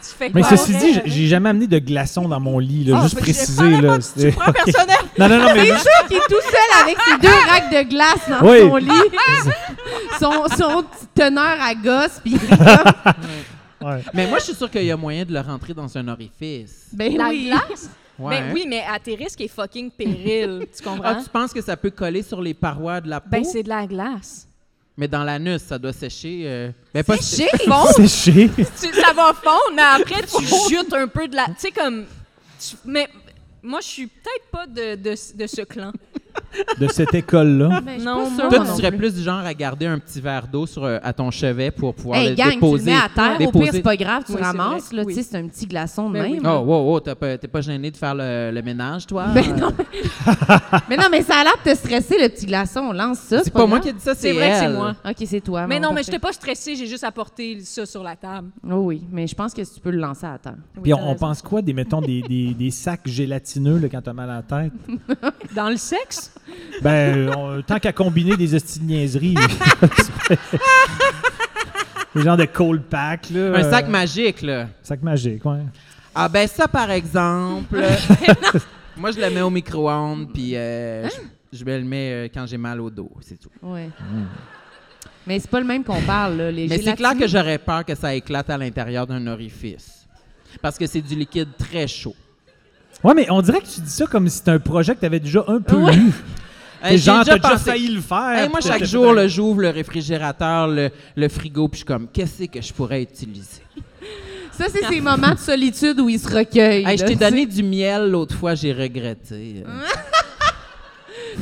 tu fais
Mais
quoi?
ceci dit, j- j'ai jamais amené de glaçon dans mon lit, là,
Ah,
juste
ben, j'ai
préciser. Là, c'est-
Prends personnel!
non, non, non, mais
C'est sûr qu'il est tout seul avec ses deux racks de glace dans
Oui.
son lit, son, son petit teneur à gosse, puis il est comme,
Ouais.
Mais moi, je suis sûre qu'il y a moyen de le rentrer dans un orifice.
ben
La
oui.
glace?
Ouais.
Ben oui, mais à tes risques et fucking péril,
Ah,
tu
hein.
comprends?
tu penses que ça peut coller sur les parois de la peau?
Ben, c'est de la glace.
mais dans l'anus, ça doit sécher. euh, Ben, pas
Sécher? Fondre?
Séché.
Tu- ça va fondre, mais après, tu jutes un peu de la... Tu sais, comme... tu- mais moi, je suis peut-être pas de, de, de ce clan.
De cette école-là.
Ben, je suis
Non,
pas
moi,
sûre
Toi, tu
non
serais
plus.
plus du genre à garder un petit verre d'eau sur, euh, à ton chevet pour pouvoir
Hey,
le
gang,
déposer.
tu le mets à terre. Au
déposer-
pire, c'est pas grave, tu
Oui, c'est
ramasses.
vrai,
Là,
oui.
tu sais, c'est un petit glaçon de
Ben oui.
même.
Oh, wow, wow, t'as pas- t'es pas gêné de faire le, le ménage, toi?
Ben non. mais non, mais ça a l'air de te stresser, le petit glaçon. On lance ça.
C'est pas moi qui ai dit ça, c'est
C'est vrai que c'est
elle.
moi.
OK, c'est toi.
Mais non, mais je
Ah parfait.
t'ai pas stressée, j'ai juste apporté ça sur la table.
Oh oui, mais je pense que tu peux le lancer à terre.
Puis on, on pense quoi des, mettons, des, des, des sacs gélatineux là, quand t'as mal à la tête?
Dans le sexe?
Ben, on- tant qu'à combiner des hosties de niaiseries. Le genre de cold pack, là.
Un sac
euh,
magique, là.
sac magique, ouais.
Ah ben ça, par exemple, moi je le mets au micro-ondes, puis euh, je, je me le mets euh, quand j'ai mal au dos, c'est tout.
Ouais. Mais c'est pas le même qu'on parle, là. Les
Mm. Mais c'est clair
gélatineux.
que j'aurais peur que ça éclate à l'intérieur d'un orifice. Parce que c'est du liquide très chaud. Euh,
Ouais, mais on dirait que tu dis ça comme si c'était un projet que t'avais déjà un peu
Ouais.
lu.
Euh, j'ai
T'es genre, t'as déjà
pensé-
failli le faire.
Hey,
puis
moi,
t'as-
chaque
t'as-
jour, là, j'ouvre le réfrigérateur, le, le frigo, puis je suis comme, qu'est-ce que je pourrais utiliser?
Ça, c'est ces moments de solitude où ils se recueillent.
Hey, je
là,
t'ai
tu sais.
donné du miel l'autre fois, j'ai regretté. Euh,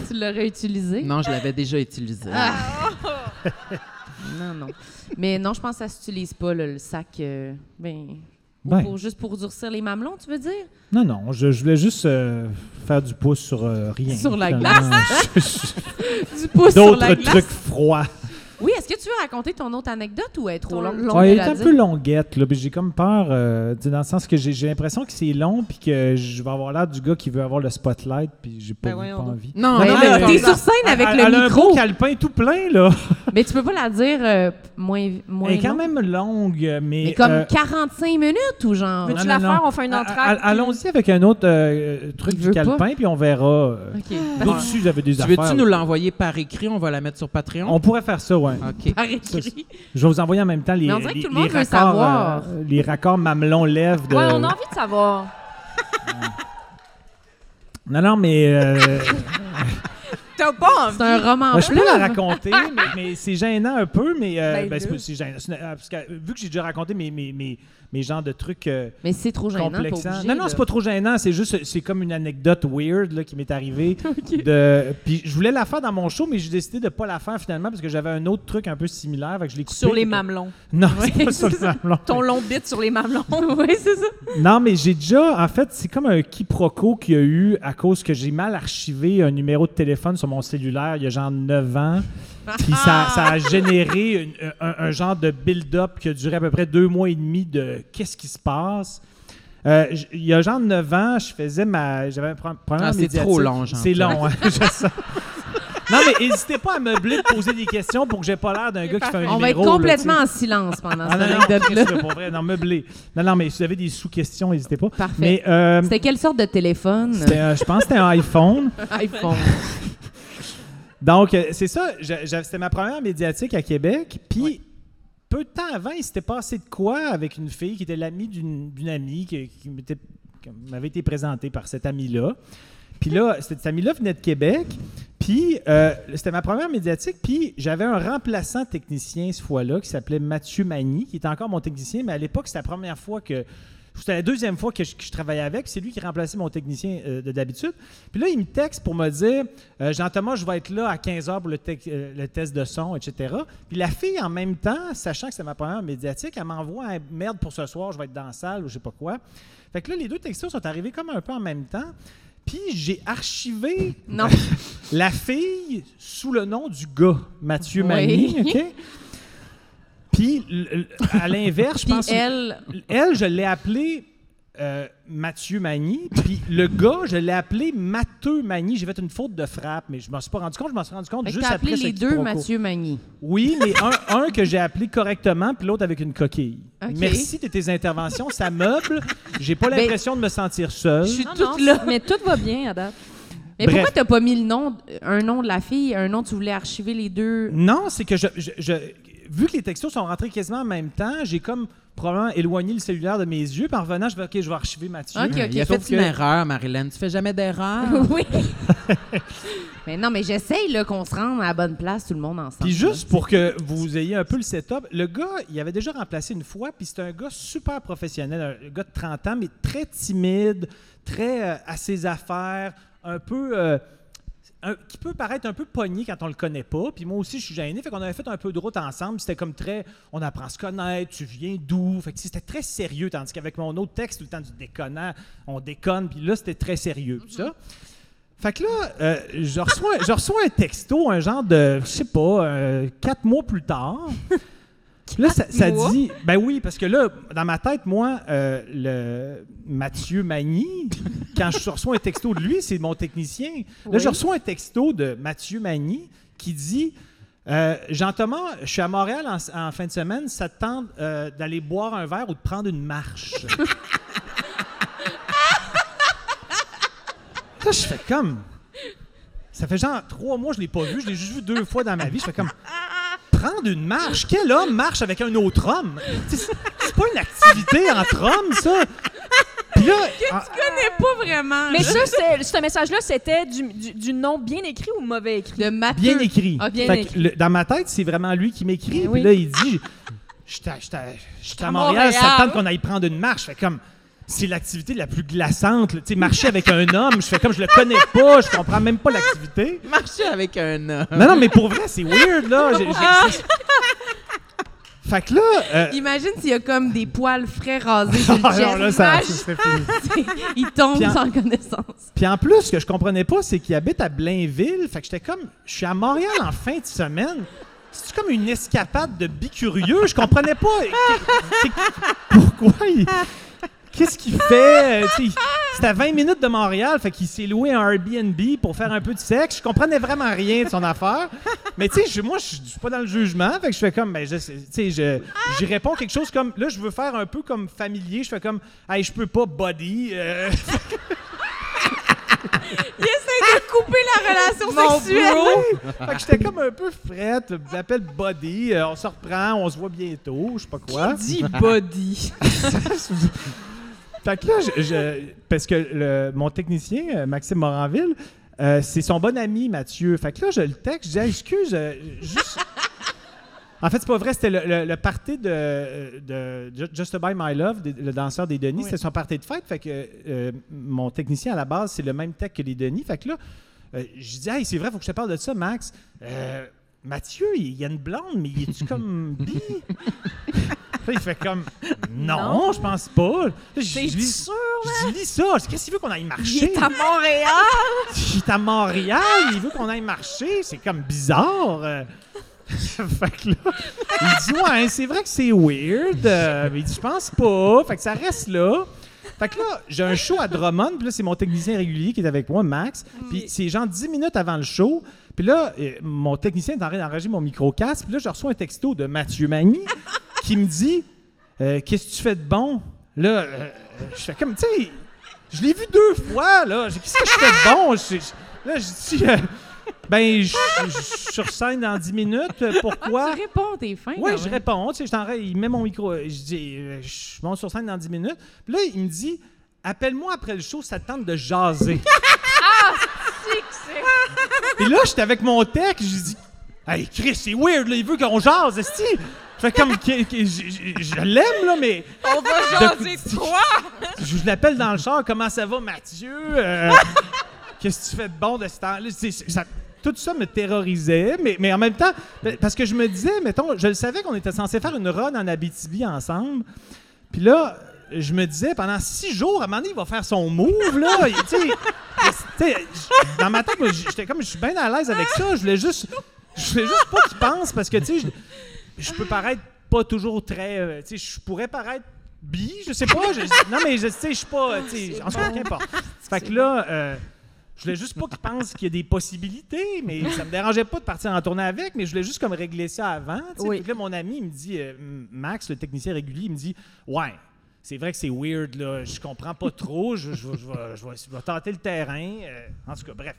Tu l'aurais utilisé?
Non, je l'avais déjà utilisé.
Ah. Non, non. Mais non, je pense que ça s'utilise pas, là, le sac. euh, ben, Ou
Ben.
pour, juste pour durcir les mamelons, tu veux dire?
Non, non, je, je voulais juste euh, faire du pouce sur euh, rien.
Sur la
finalement.
Du pouce sur la
D'autres
glace.
trucs froids.
Oui, est-ce que tu veux raconter ton autre anecdote ou est trop long?
Ouais, il est un peu longuette, là, puis j'ai comme peur, euh, tu sais, dans le sens que j'ai j'ai l'impression que c'est long, puis que je vais avoir l'air du gars qui veut avoir le spotlight, puis j'ai pas,
Ben voyons
pas
donc.
envie.
Non,
Mais
non,
là,
mais-
t'es sur scène avec
elle,
le
elle a un beau
micro.
calepin tout plein, là.
Mais tu peux pas la dire euh, moins, moins
Elle est quand
long.
même longue, mais...
Mais comme
euh,
45 minutes ou genre? Ah,
Veux-tu
non,
la
non,
faire?
non.
On fait une
a- a-
entracte.
Allons-y avec un autre euh, truc
Il
du
veut pas.
calepin, puis on verra. euh,
ah, OK.
Là-dessus, j'avais des
Tu
affaires.
veux-tu nous
là.
l'envoyer par écrit? On va la mettre sur Patreon?
On pourrait faire ça, ouais.
OK.
Par écrit.
Je vais vous envoyer en même temps les,
Mais on dirait que
les-
tout le monde
les
veut
raccords,
savoir.
euh, les raccords mamelon-lèvres. De...
Ouais, on a envie de savoir.
Non, non, mais euh,
T'as pas envie.
C'est un roman
moi, je peux
fleuve.
la raconter, mais, mais c'est gênant un peu. Mais euh,
Ben,
ben, c'est
là.
pas- c'est gênant. C'est une- euh, parce que, vu que j'ai déjà raconté mes, mes, mes, mes genres de trucs euh,
Mais c'est trop gênant, pas
complexants.
obligé,
Non, non, c'est
là.
pas trop gênant. C'est juste, c'est comme une anecdote weird là, qui m'est arrivée. de... Puis je voulais la faire dans mon show, mais j'ai décidé de pas la faire finalement parce que j'avais un autre truc un peu similaire. fait que je l'ai coupé.
Sur les mamelons.
Non, c'est pas sur les mamelons.
Ton long bit sur les mamelons.
oui, c'est ça.
Non, mais j'ai déjà, en fait, c'est comme un quiproquo qu'il y a eu à cause que j'ai mal archivé un numéro de téléphone sur mon cellulaire il y a genre 9 ans. Puis ça, ça a généré une- un, un genre de build-up qui a duré à peu près deux mois et demi de qu'est-ce qui se passe. Euh, j- il y a genre 9 ans, je faisais ma. J'avais un pro- problème
Ah, c'est
médiatique.
trop long, Jean-Pierre.
C'est long, hein, je sens. Non, mais n'hésitez pas à meubler, de poser des questions pour que j'ai pas l'air d'un gars qui fait un
On va être
numéro, là,
complètement
tu sais.
en silence pendant
Ah
cette
non, non,
anecdote-là.
Chris, là, pour vrai, non, meublé. Non, non, mais si vous avez des sous-questions, n'hésitez pas.
Parfait.
Mais euh,
C'était quelle sorte de téléphone?
c'était un- je pense que c'était un iPhone.
iPhone.
Donc, euh, c'est ça, j'a- j'a- c'était ma première médiatique à Québec. Puis, peu de temps avant, il s'était passé de quoi avec une fille qui était l'amie d'une d'une amie qui, qui m'était- qui m'avait été présentée par cet ami-là. Puis là, cette cette amie-là venait de Québec. Puis, euh, c'était ma première médiatique. Puis, j'avais un remplaçant technicien, ce fois-là, qui s'appelait Mathieu Magny, qui était encore mon technicien, mais à l'époque, c'était la première fois que. C'était la deuxième fois que je, que je travaillais avec. C'est lui qui remplaçait mon technicien euh, de d'habitude. Puis là, il me texte pour me dire euh, Jean-Thomas, je vais être là à 15 h pour le, tec- euh, le test de son, etc. Puis la fille, en même temps, sachant que c'est ma première médiatique, elle m'envoie un merde pour ce soir, je vais être dans la salle ou je sais pas quoi. Fait que là, les deux textos sont arrivés comme un peu en même temps. Puis j'ai archivé
Non.
la fille sous le nom du gars, Mathieu
Oui.
Magny, OK? Puis, l- l- à l'inverse, je
Puis
pense...
elle,
Elle, je l'ai appelé euh, Mathieu Magny. Puis le gars, je l'ai appelé Matheux Magny. J'ai fait une faute de frappe, mais je m'en suis pas rendu compte. Je m'en suis rendu compte
fait que
juste
t'as
après
appelé
ce
les deux
quiproquo.
Mathieu Magny.
Oui, mais un, un que j'ai appelé correctement, puis l'autre avec une coquille.
Ok.
Merci de tes interventions, ça meuble. J'ai pas
Ben,
l'impression de me sentir seul.
Je suis
Non,
toute
non,
là.
Mais tout va bien à date.
Mais
Bref.
pourquoi t'as pas mis le nom, un nom de la fille, un nom, tu voulais archiver les deux?
Non, c'est que je, je- je- vu que les textos sont rentrés quasiment en même temps, j'ai comme probablement éloigné le cellulaire de mes yeux. Par revenant, je vais ok, je vais archiver Mathieu.
Ok, ok.
Ah, Il a
Sauf
fait une
que-
erreur, Marilyn. Tu fais jamais d'erreur.
oui. mais non, mais j'essaye là, qu'on se rende à la bonne place, tout le monde ensemble.
Puis juste pour que vous ayez un peu le setup, le gars, il avait déjà remplacé une fois, puis c'était un gars super professionnel, un gars de 30 ans, mais très timide, très euh, à ses affaires, un peu... euh, un- qui peut paraître un peu pogné quand on le connaît pas. Puis moi aussi, je suis gêné. Fait qu'on avait fait un peu de route ensemble. C'était comme très, on apprend à se connaître, tu viens d'où. Fait que tu sais, c'était très sérieux. Tandis qu'avec mon autre texte, tout le temps du déconnant, on déconne. Puis là, c'était très sérieux. tout ça. Fait que là, euh, je, reçois, je reçois un texto, un genre de, je sais pas, euh, quatre mois plus tard. Puis là, ça, ça
mois?
dit, ben oui, parce que là, dans ma tête, moi, euh, le Mathieu Magny, quand je reçois un texto de lui, c'est mon technicien. Là, je reçois un texto de Mathieu Magny qui dit euh, Jean-Thomas, je suis à Montréal en, en fin de semaine, ça te tente euh, d'aller boire un verre ou de prendre une marche. Là, je fais comme. Ça fait genre trois mois, je l'ai pas vu, je l'ai juste vu deux fois dans ma vie. Je fais comme. Prendre une marche? Quel homme marche avec un autre homme? Tu sais, C'est c'est pas une activité entre hommes, ça! Puis là. ah, en-
connais pas vraiment.
Mais ça, c'est- ce message-là, c'était du, du- du nom bien écrit ou mauvais écrit?
de Mathieu.
Bien écrit.
Ah, bien
Fait que
écrit.
le- dans ma tête, c'est vraiment lui qui m'écrit. Puis
oui.
là, il dit Je suis à- je suis à- je suis à Montréal, ça
Montréal.
tente qu'on aille prendre une marche. Fait comme c'est l'activité la plus glaçante. là. Tu sais, marcher avec un homme, je fais comme je le connais pas, je comprends même pas l'activité.
Ah. Marcher avec un homme.
Ah!
Non, non, mais pour vrai, c'est weird, là. J'ai- j'ai- c'est- Fait que là. euh,
Imagine s'il y a comme des poils frais rasés sur le
ah non,
chest.
là, ça,
Imagine-
ça serait fini.
il tombe
Puis en-
sans connaissance.
Puis en plus, ce que je comprenais pas, c'est qu'il habite à Blainville. Fait que j'étais comme, je suis à Montréal en fin de semaine. C'est comme une escapade de bicurieux. Je comprenais pas. Qu'est- qu'est- Pourquoi il- Qu'est-ce qu'il fait? Euh, tu sais, C'est à 20 minutes de Montréal, fait qu'il s'est loué un Airbnb pour faire un peu de sexe. Je comprenais vraiment rien de son affaire. Mais tu sais, je- moi, je je suis pas dans le jugement. Fait que je fais comme, ben, je, sais- tu sais, je, j'y réponds quelque chose comme, là, je veux faire un peu comme familier. Je fais comme, hey, je peux pas body. euh,
Il essaie de couper la relation sexuelle.
Fait que j'étais comme un peu frette, j'appelle Buddy, euh, on se reprend, on se voit bientôt, je sais pas quoi.
Dit body.
Fait que là, je, je- parce que le- mon technicien, euh, Maxime Moranville, euh, c'est son bon ami Mathieu. Fait que là, je le texte, je dis Hey, excuse, euh, juste. En fait, c'est pas vrai, c'était le, le, le party de, de Ju- Just By My Love, des- le danseur des Denis, c'était son party de fête. Fait que euh, mon technicien à la base, c'est le même tech que les Denis. Fait que là, euh, je dis, hey, c'est vrai, faut que je te parle de ça, Max. Euh, Mathieu, il il y a une blonde, mais il est-tu comme bi? Là, il fait comme, non, je pense pas. Là, je, je
T'es-tu
lis,
sûr, hein?
je lis ça. Je dis, Qu'est-ce qu'il veut qu'on aille
Il
marcher?
est à Montréal!
Il est à Montréal, il veut qu'on aille marcher. C'est comme bizarre. Euh, fait que là, il dit Ouais, hein, c'est vrai que c'est weird. Euh, mais il dit Je pense pas. Fait que ça reste là. Fait que là, j'ai un show à Drummond. Puis là, c'est mon technicien régulier qui est avec moi, Max. Puis c'est genre 10 minutes avant le show. Puis là, euh, mon technicien est en train d'enregistrer mon micro-casque. Puis là, je reçois un texto de Mathieu Magny qui me dit Euh, Qu'est-ce que tu fais de bon Là, euh, je fais comme, tu sais, je l'ai vu deux fois, là. J'ai- Qu'est-ce que je fais de bon? Je- je- là, je dis, euh, ben, je je- je suis sur scène dans 10 minutes. Euh, Pourquoi?
Ah, Tu réponds, t'es fin. hein.
Oui,
quand
je
même.
réponds. Tu sais, je t'en ré- il met mon micro. euh, Je dis, euh, je monte sur scène dans 10 minutes. Puis là, il me dit, appelle-moi après le show, ça te tente de jaser. Ah, Et là, j'étais avec mon tech, j'ai dit, hey Chris, c'est weird, là, il veut qu'on jase, esti. Je fais comme, Qu- qu- j- j- je l'aime, là, mais. On va jaser toi! Je je l'appelle dans le char, comment ça va, Mathieu? Euh, Qu'est-ce que tu fais de bon de ce temps-là? C'est- c'est- ça- tout ça me terrorisait, mais, mais en même temps, ben, parce que je me disais, mettons, je le savais qu'on était censé faire une run en Abitibi ensemble. Puis là, je me disais, pendant six jours, à un moment donné, il va faire son move, là. Il- tu sais, tu sais, j- dans ma tête, moi, j- j'étais comme, je suis bien à l'aise avec ça. Je voulais juste, je voulais juste pas qu'il pense parce que, tu sais, je- je peux paraître pas toujours très. euh, Tu sais, je pourrais paraître bi, je sais pas. je- non, mais je tu sais, je suis pas. Tu sais, en tout cas, qu'importe. Fait que là. euh, je voulais juste pas qu'il pense qu'il y a des possibilités, mais ça me dérangeait pas de partir en tournée avec, mais je voulais juste comme régler ça avant. tu sais.
Oui.
Puis là, mon ami, il me dit, euh, M- Max, le technicien régulier, il me dit Ouais, c'est vrai que c'est weird, là, je comprends pas trop, je, je, je, vais- je vais- je vais tenter le terrain. euh, en tout cas, bref.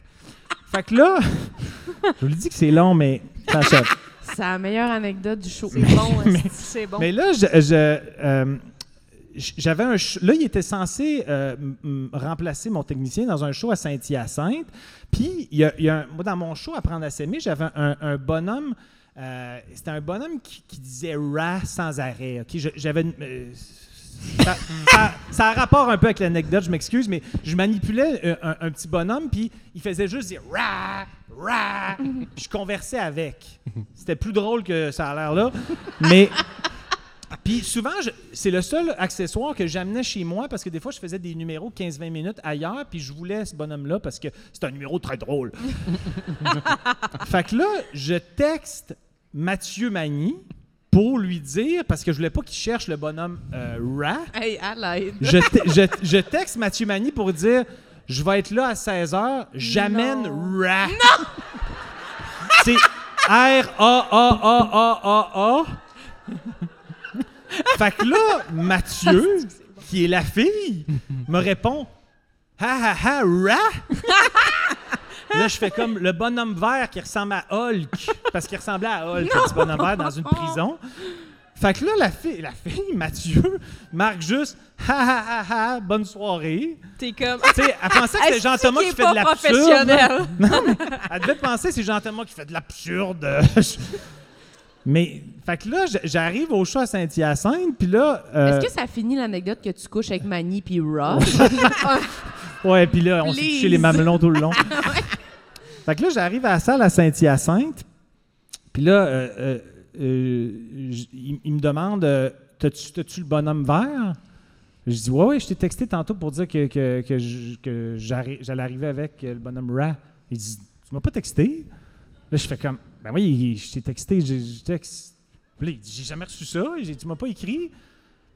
Fait que là, je vous le dis que c'est long, mais ça achève.
C'est la meilleure anecdote du show.
C'est bon, esti, c'est bon.
Mais là, je- je, euh, j- j'avais un ch- là, il était censé euh, m- m- remplacer mon technicien dans un show à Saint-Hyacinthe. Puis, il y a, il y a un- moi, dans mon show Apprendre à s'aimer, j'avais un, un bonhomme. euh, C'était un bonhomme qui, qui disait ra sans arrêt. ok? Je- J'avais une- euh, ça, ça- ça a rapport un peu avec l'anecdote, je m'excuse, mais je manipulais euh, un, un petit bonhomme, puis il faisait juste dire ra, ra, puis je conversais avec. C'était plus drôle que ça a l'air là, mais. Puis souvent, je- c'est le seul accessoire que j'amenais chez moi parce que des fois, je faisais des numéros 15-20 minutes ailleurs, puis je voulais ce bonhomme-là parce que c'est un numéro très drôle. fait que là, je texte Mathieu Magny pour lui dire, parce que je voulais pas qu'il cherche le bonhomme euh, Ra.
Hey, à l'aide.
Je, te- je- je texte Mathieu Magny pour dire Je vais être là à 16h, j'amène Ra. Non C'est R-A-A-A-A-A-A. Fait que là, Mathieu, qui est la fille, me répond Ha ha ha, Ra. Là, je fais comme le bonhomme vert qui ressemble à Hulk, parce qu'il ressemblait à Hulk, le petit bonhomme vert dans une prison. Fait que là, la fille, la fille Mathieu, marque juste ha ha ha ha, bonne soirée.
T'es comme.
Tu sais, elle pensait que c'était Jean-Thomas qui
Est-ce qu'il
fait de
est pas
l'absurde.
euh,
professionnel?
Non, mais elle devait penser que c'est Jean-Thomas qui fait de l'absurde. mais, fait que là, j- j'arrive au show à Saint-Hyacinthe, puis là. euh,
Est-ce que ça finit l'anecdote que tu couches avec Manny puis Ross?
Ouais, puis là, on s'est
Please.
touché les mamelons tout le long. fait que là, j'arrive à la salle à Saint-Hyacinthe. Puis là, euh, euh, euh, j- il, il me demande euh, T'as-tu t'as-tu le bonhomme vert Je dis Ouais, ouais, je t'ai texté tantôt pour dire que, que, que je- que j'arri- j'allais arriver avec euh, le bonhomme rat. Il dit Tu m'as pas texté Là, je fais comme Ben oui, il- je t'ai texté, j'ai je texte. Puis là, il dit J'ai jamais reçu ça. J'ai dit Tu m'as pas écrit.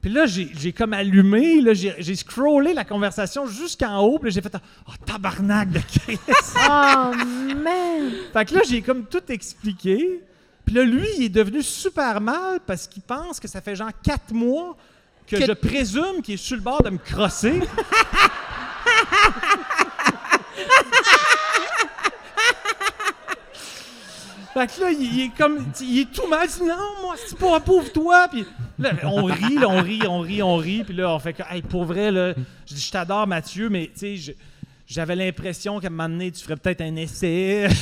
Puis là, j'ai j'ai comme allumé, là, j'ai j'ai scrollé la conversation jusqu'en haut, puis là, j'ai fait Oh, tabarnak de Chris!
Oh, man!
Fait que là, j'ai comme tout expliqué. Puis là, lui, il est devenu super mal parce qu'il pense que ça fait genre quatre mois que,
Que-
je présume qu'il est sur le bord de me crosser. Fait que là, il est comme. Il est tout mal. Il dit non, moi, c'est pour pauvre toi. Puis là, on rit, là, on rit, on rit, on rit. Puis là, on fait que, hey, pour vrai, là, je dis, je t'adore, Mathieu, mais tu sais, je- j'avais l'impression qu'à un moment donné, tu ferais peut-être un essai.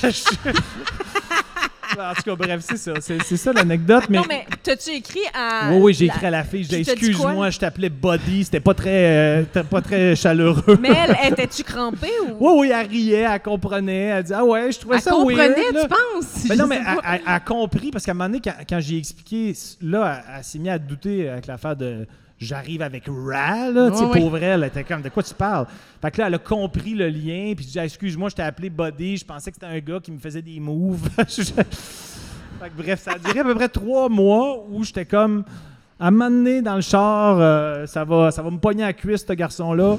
Je- en tout cas, bref, c'est ça. C'est c'est ça l'anecdote. Mais...
Non, mais t'as-tu écrit à.
Oui, oui, j'ai
la-
écrit à la fille. Je dis,
Puis t'as dit quoi?
excuse-moi, je t'appelais Buddy. C'était pas très, euh, t'es pas très chaleureux.
Mais elle, étais-tu crampée ou.
Oui, oui, elle riait, elle comprenait. Elle dit, ah ouais, je trouvais
Elle
ça weird.
comprenait,
là.
tu penses?
Ben
Je
non,
sais
mais elle,
pas.
elle- elle a compris parce qu'à un moment donné, quand, quand j'ai expliqué, là, elle, elle s'est mise à douter avec l'affaire de j'arrive avec Ra, là, tu sais,
Ouais, ouais.
pauvre elle, elle était comme de quoi tu parles. Fait que là, elle a compris le lien, puis j'ai dit, Ah, excuse-moi, je t'ai appelé Buddy, je pensais que c'était un gars qui me faisait des moves. Je- fait que bref, ça a duré à peu près trois mois où j'étais comme. À un moment donné, dans le char, euh, ça, va, ça va me pogner à la cuisse, ce garçon-là.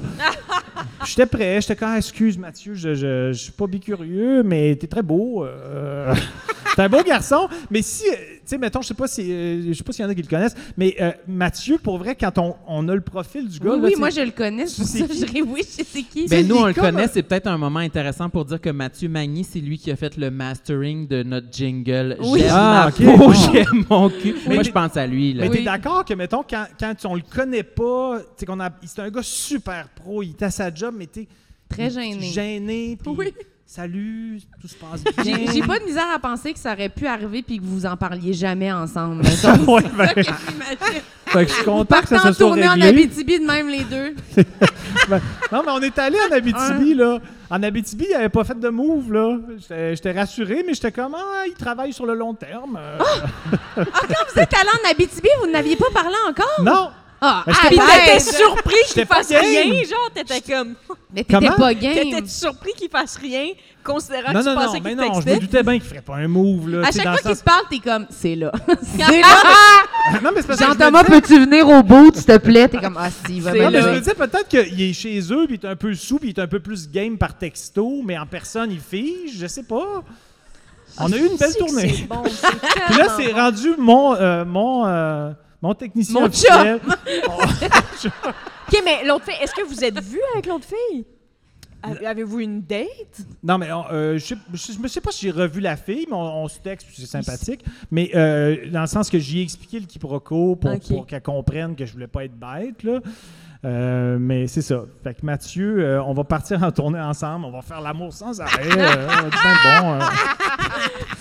J'étais prêt, j'étais comme, Ah, excuse Mathieu, je, je, je suis pas bicurieux, mais t'es très beau. euh, T'es un beau garçon, mais si, euh, tu sais, mettons, je sais pas si, euh, je sais pas s'il y en a qui le connaissent, mais euh, Mathieu, pour vrai, quand on, on a le profil du gars,
Oui,
là,
oui,
tu
moi
sais,
je le connais, c'est pour
C'est
ça que
qui?
je dirais oui, je sais c'est qui.
Mais
Ben, Tu sais,
nous,
il
on
est
le
comme
connaît,
un-
c'est peut-être un moment intéressant pour dire que Mathieu Magny, c'est lui qui a fait le mastering de notre jingle.
Oui.
J'aime
Ah,
ma
ok.
peau, j'aime mon cul.
Mais-
Moi, je pense à lui. Là.
mais t'es
Oui.
d'accord que mettons quand, quand on le connaît pas, tu sais qu'on a, c'est un gars super pro, il est à sa job, mais t'es
Très gêné.
gêné, puis
Oui.
salut, tout se passe bien.
J'ai j'ai pas de misère à penser que ça aurait pu arriver puis que vous en parliez jamais ensemble. C'est ça
Ouais, ben,
que j'imagine.
fait que je suis content que ça
Partant
se soit
tourner en
réglé.
Abitibi de même les deux.
Non, mais on est allé en
Hein?
Abitibi, là. En Abitibi, il avait pas fait de move, là. J'étais j'étais rassuré, mais j'étais comme, ah, il travaille sur le long terme. Euh,
Oh! Ah, Vous êtes allé en Abitibi, vous n'aviez pas parlé encore?
Non!
Ah,
Ben, j'étais
arrête!
pas-
T'étais surpris qu'il
J'étais pas
fasse
game.
rien, genre, t'étais comme.
Mais t'étais
Comment?
pas game.
T'étais-tu surpris qu'il fasse rien,
Ah,
considérant que
Non,
tu
non, non,
pensais
mais
qu'il
non, je me
textait?
doutais bien qu'il ferait pas un move, là.
À
tu sais,
chaque
dans
fois
le
qu'il te
sens-
parle, t'es comme, c'est là. c'est là.
Non, mais c'est parce que je me
Jean-Thomas,
disais-
peux-tu venir au bout, s'il te plaît? T'es comme, ah si, va
C'est
Non,
me
mais je
là.
me disais peut-être qu'il est chez eux, puis il est un peu sous, puis il est un peu plus game par texto, mais en personne, il fige, je sais pas.
Ah,
On a eu une belle tournée.
C'est bon, c'est
Puis là,
tellement
c'est
bon.
rendu mon, euh, mon, euh, mon technicien
Mon
officiel.
Ok, mais l'autre fille, est-ce que vous êtes vus avec l'autre fille? A- Avez-vous une date?
Non, mais on, euh, je, sais- je- je me sais pas si j'ai revu la fille, mais on, on se texte, puis c'est sympathique. Mais euh, dans le sens que j'y ai expliqué le quiproquo pour,
Ok.
pour qu'elle comprenne que je voulais pas être bête, là. Euh, mais c'est ça. Fait que Mathieu, euh, on va partir en tournée ensemble. On va faire l'amour sans arrêt. euh, on va être bien bon, euh.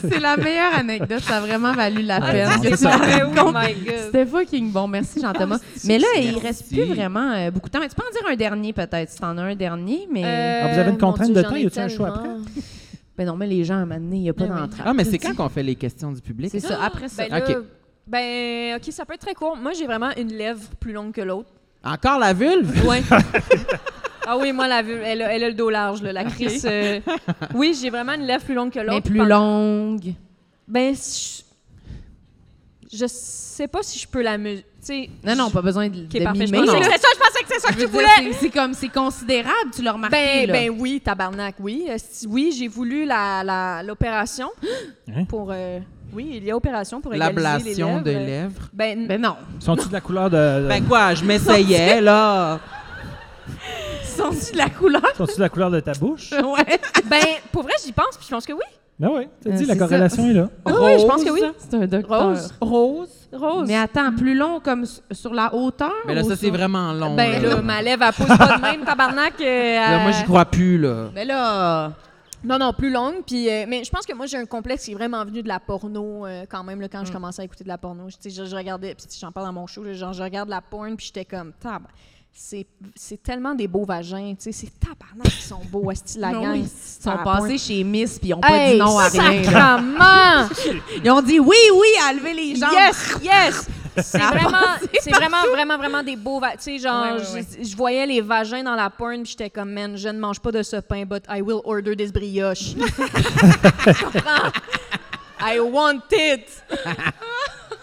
C'est la meilleure anecdote, ça a vraiment valu la
Ah,
peine.
non,
que
c'est
tu
ça.
me racontes.
my god.
C'était fucking bon, merci Jean-Thomas. mais là, il
merci.
reste plus vraiment euh, beaucoup de temps. Tu peux en dire un dernier peut-être, si t'en as un dernier, mais...
Ah, vous avez
Euh,
une contrainte de temps? Y a-t-il un choix après?
Ben non, mais les gens, à un moment donné, il n'y a pas
Ben oui.
d'entraide.
Ah, mais c'est quand qu'on fait les questions du public?
C'est ça, après ça.
Ben là,
Ok.
ben, ok, ça peut être très court. Moi, j'ai vraiment une lèvre plus longue que l'autre.
Encore la vulve?
Ouais. ah oui, moi, la, vulve, elle, a, elle a le dos large, là, la crise. euh, oui, j'ai vraiment une lèvre plus longue que l'autre.
mais plus
Pen-
longue.
Ben, je, je sais pas si je peux la mesurer. Tu sais,
Non, non, pas besoin de,
Ok,
de
parfait. Je
mimer,
pensais que
là.
c'est ça, je pensais que c'est ça
Je
que
veux
tu
dire,
voulais.
c'est- C'est comme, c'est considérable, tu l'as remarqué,
Ben,
là.
ben oui, tabarnak, oui. Euh, si- oui, j'ai voulu la- la- l'opération
Hein?
pour... euh, oui, il y a opération pour égaliser les
L'ablation
lèvres.
de lèvres.
Ben, n-
Ben non.
Sont-ils de la couleur de, de-
Euh.
Ben quoi, je m'essayais, là.
Sont-ils de la couleur?
sont-ils de la couleur de ta bouche?
ouais.
ben, pour vrai, j'y pense, puis je pense que oui.
Ben oui, t'as
Euh,
dit, la
c'est ça.
corrélation est là.
Oui, oui, je pense que oui.
C'est un docteur.
Rose.
Rose.
Rose.
Mais attends, plus long comme s- sur la hauteur?
Mais là,
ou
ça, c'est
sur-
vraiment long.
Ben
là.
là, ma lèvre, elle pousse pas de même, tabarnak. euh,
Là, Ben, moi,
elle-
j'y crois plus, là.
Mais là,
Non, non, plus longue. Puis, euh, mais je pense que moi, j'ai un complexe qui est vraiment venu de la porno euh, quand même. Là, quand je commençais à écouter de la porno, je, tu sais, je, je regardais, puis j'en parle dans mon show, là, genre, je regarde la porn, puis j'étais comme, tab. c'est c'est tellement des beaux vagins. Tu sais, c'est tabarnak qui sont beaux, asti, la
Non,
gang.
oui, Ils
Ça
sont
a
passés chez Miss puis ils n'ont
ben Ah, point.
pas
Hey,
dit non à rien. là.
sacrement!
Ils ont dit oui, oui, à lever les jambes.
Yes, yes! C'est
a
vraiment,
passé
c'est vraiment, vraiment, vraiment des beaux vagins. Tu sais, genre,
Ouais, ouais, ouais.
j'ai- je voyais les vagins dans la porn, puis j'étais comme, man, je ne mange pas de ce pain, but I will order this brioche. Tu comprends? I want it! tu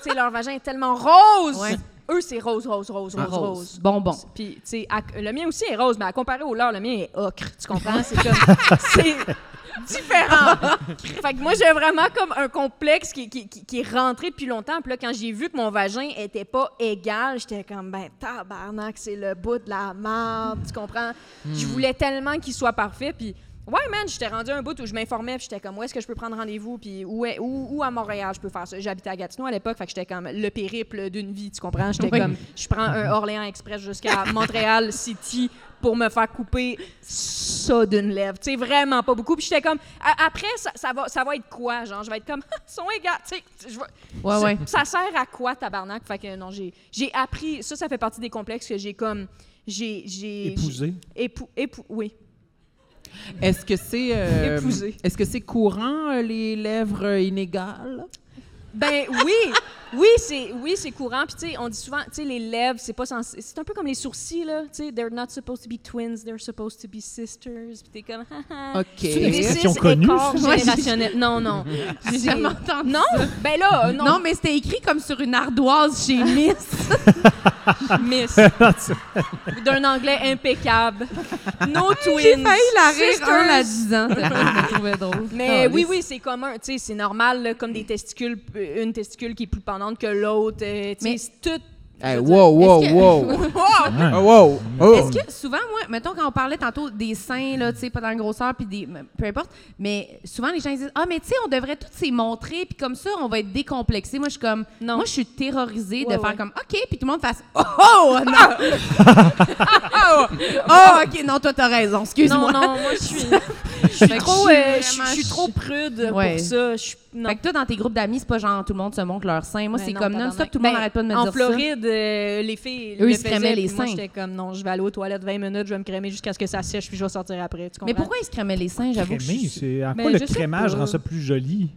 sais, leur vagin est tellement rose!
Ouais.
Eux, c'est rose, rose, rose,
Ah,
rose, rose.
Bonbon.
Puis, tu sais, à- le mien aussi est rose, mais à comparer au leur, le mien est ocre. Tu comprends? Ah, C'est comme. c'est différent. fait que moi, j'ai vraiment comme un complexe qui, qui, qui- qui est rentré depuis longtemps. Puis là, quand j'ai vu que mon vagin était pas égal, j'étais comme, ben, tabarnak, c'est le bout de la merde. Tu comprends? Je voulais tellement qu'il soit parfait. Puis. Ouais, man, j'étais rendu un bout où je m'informais, puis j'étais comme, où est-ce que je peux prendre rendez-vous, puis où, est- où, où à Montréal je peux faire ça. J'habitais à Gatineau à l'époque, fait que j'étais comme le périple d'une vie, tu comprends? J'étais
Oui.
comme, je prends un Orléans Express jusqu'à Montréal City pour me faire couper ça d'une lèvre. Tu sais, vraiment pas beaucoup. Puis j'étais comme, a- après, ça, ça va, ça va être quoi? Genre, je vais être comme, Ah, ils sont égales. Tu sais, je vais-
Ouais,
ça-
ouais.
Ça sert à quoi, tabarnak? Fait que non, j'ai j'ai appris, ça, ça fait partie des complexes que j'ai comme, j'ai. j'ai-
Épousé.
j'ai- Épou, épou, oui.
Est-ce que c'est euh,
Épousé.
est-ce que c'est courant euh, les lèvres euh, inégales
Ben oui, oui, c'est oui, c'est courant. Puis tu sais, on dit souvent, tu sais, les lèvres, c'est pas censé- c'est un peu comme les sourcils là, tu sais, they're not supposed to be twins, they're supposed to be sisters. Puis t'es comme haha.
OK.
C'est une
This
expression
is
connue,
écart
ça?
générationnel. Non, non.
J'ai
C'est-
jamais entendu
Non, ben là, euh,
Non.
non,
mais c'était écrit comme sur une ardoise chez Miss.
miss. D'un anglais impeccable. No twins. sisters.
un à 10 ans. Je me trouvais drôle.
Mais
Oh,
oui,
les-
oui, c'est commun. Tu sais, c'est normal, là, comme des testicules, euh, une testicule qui est plus pendante que l'autre. euh, tu sais,
Mais-
c'est tout.
Hey, wow, wow,
est-ce que-
wow.
Wow!
Ouais.
Oh, wow. Oh.
Est-ce que souvent, moi, mettons, quand on parlait tantôt des seins, là, tu sais, pas dans la grosseur, puis des. peu importe, mais souvent, les gens ils disent Ah, mais tu sais, on devrait tous s'y montrer, puis comme ça, on va être décomplexé. Moi, je suis comme.
Non.
Moi, je suis terrorisée de
Ouais,
faire
ouais.
comme OK, puis tout le monde fasse Oh, oh non oh, oh, OK, non, toi, t'as raison,
Non,
excuse-moi.
non, moi, je suis.
je
Je suis trop, euh, je suis- je suis trop prude
Ouais.
pour ça. Je suis- non.
Fait que toi, dans tes groupes d'amis, c'est pas genre tout le monde se montre leur sein. Moi,
Ben
c'est
non,
comme
tabarnak.
non-stop, tout le monde
Ben,
n'arrête pas de me
En
dire ça.
Floride, euh, les filles.
Eux,
le
ils se
faisaient,
crémaient les
puis Moi,
seins.
j'étais comme, non, je vais aller aux toilettes 20 minutes, je vais me crémer jusqu'à ce que ça sèche, puis je vais sortir après. Tu comprends?
Mais pourquoi ils se crémaient les
Ah,
seins, j'avoue? Ah, que je
Crémer,
suis-
c'est en
Mais
quoi le
je sais
crémage
pas.
rend ça plus joli?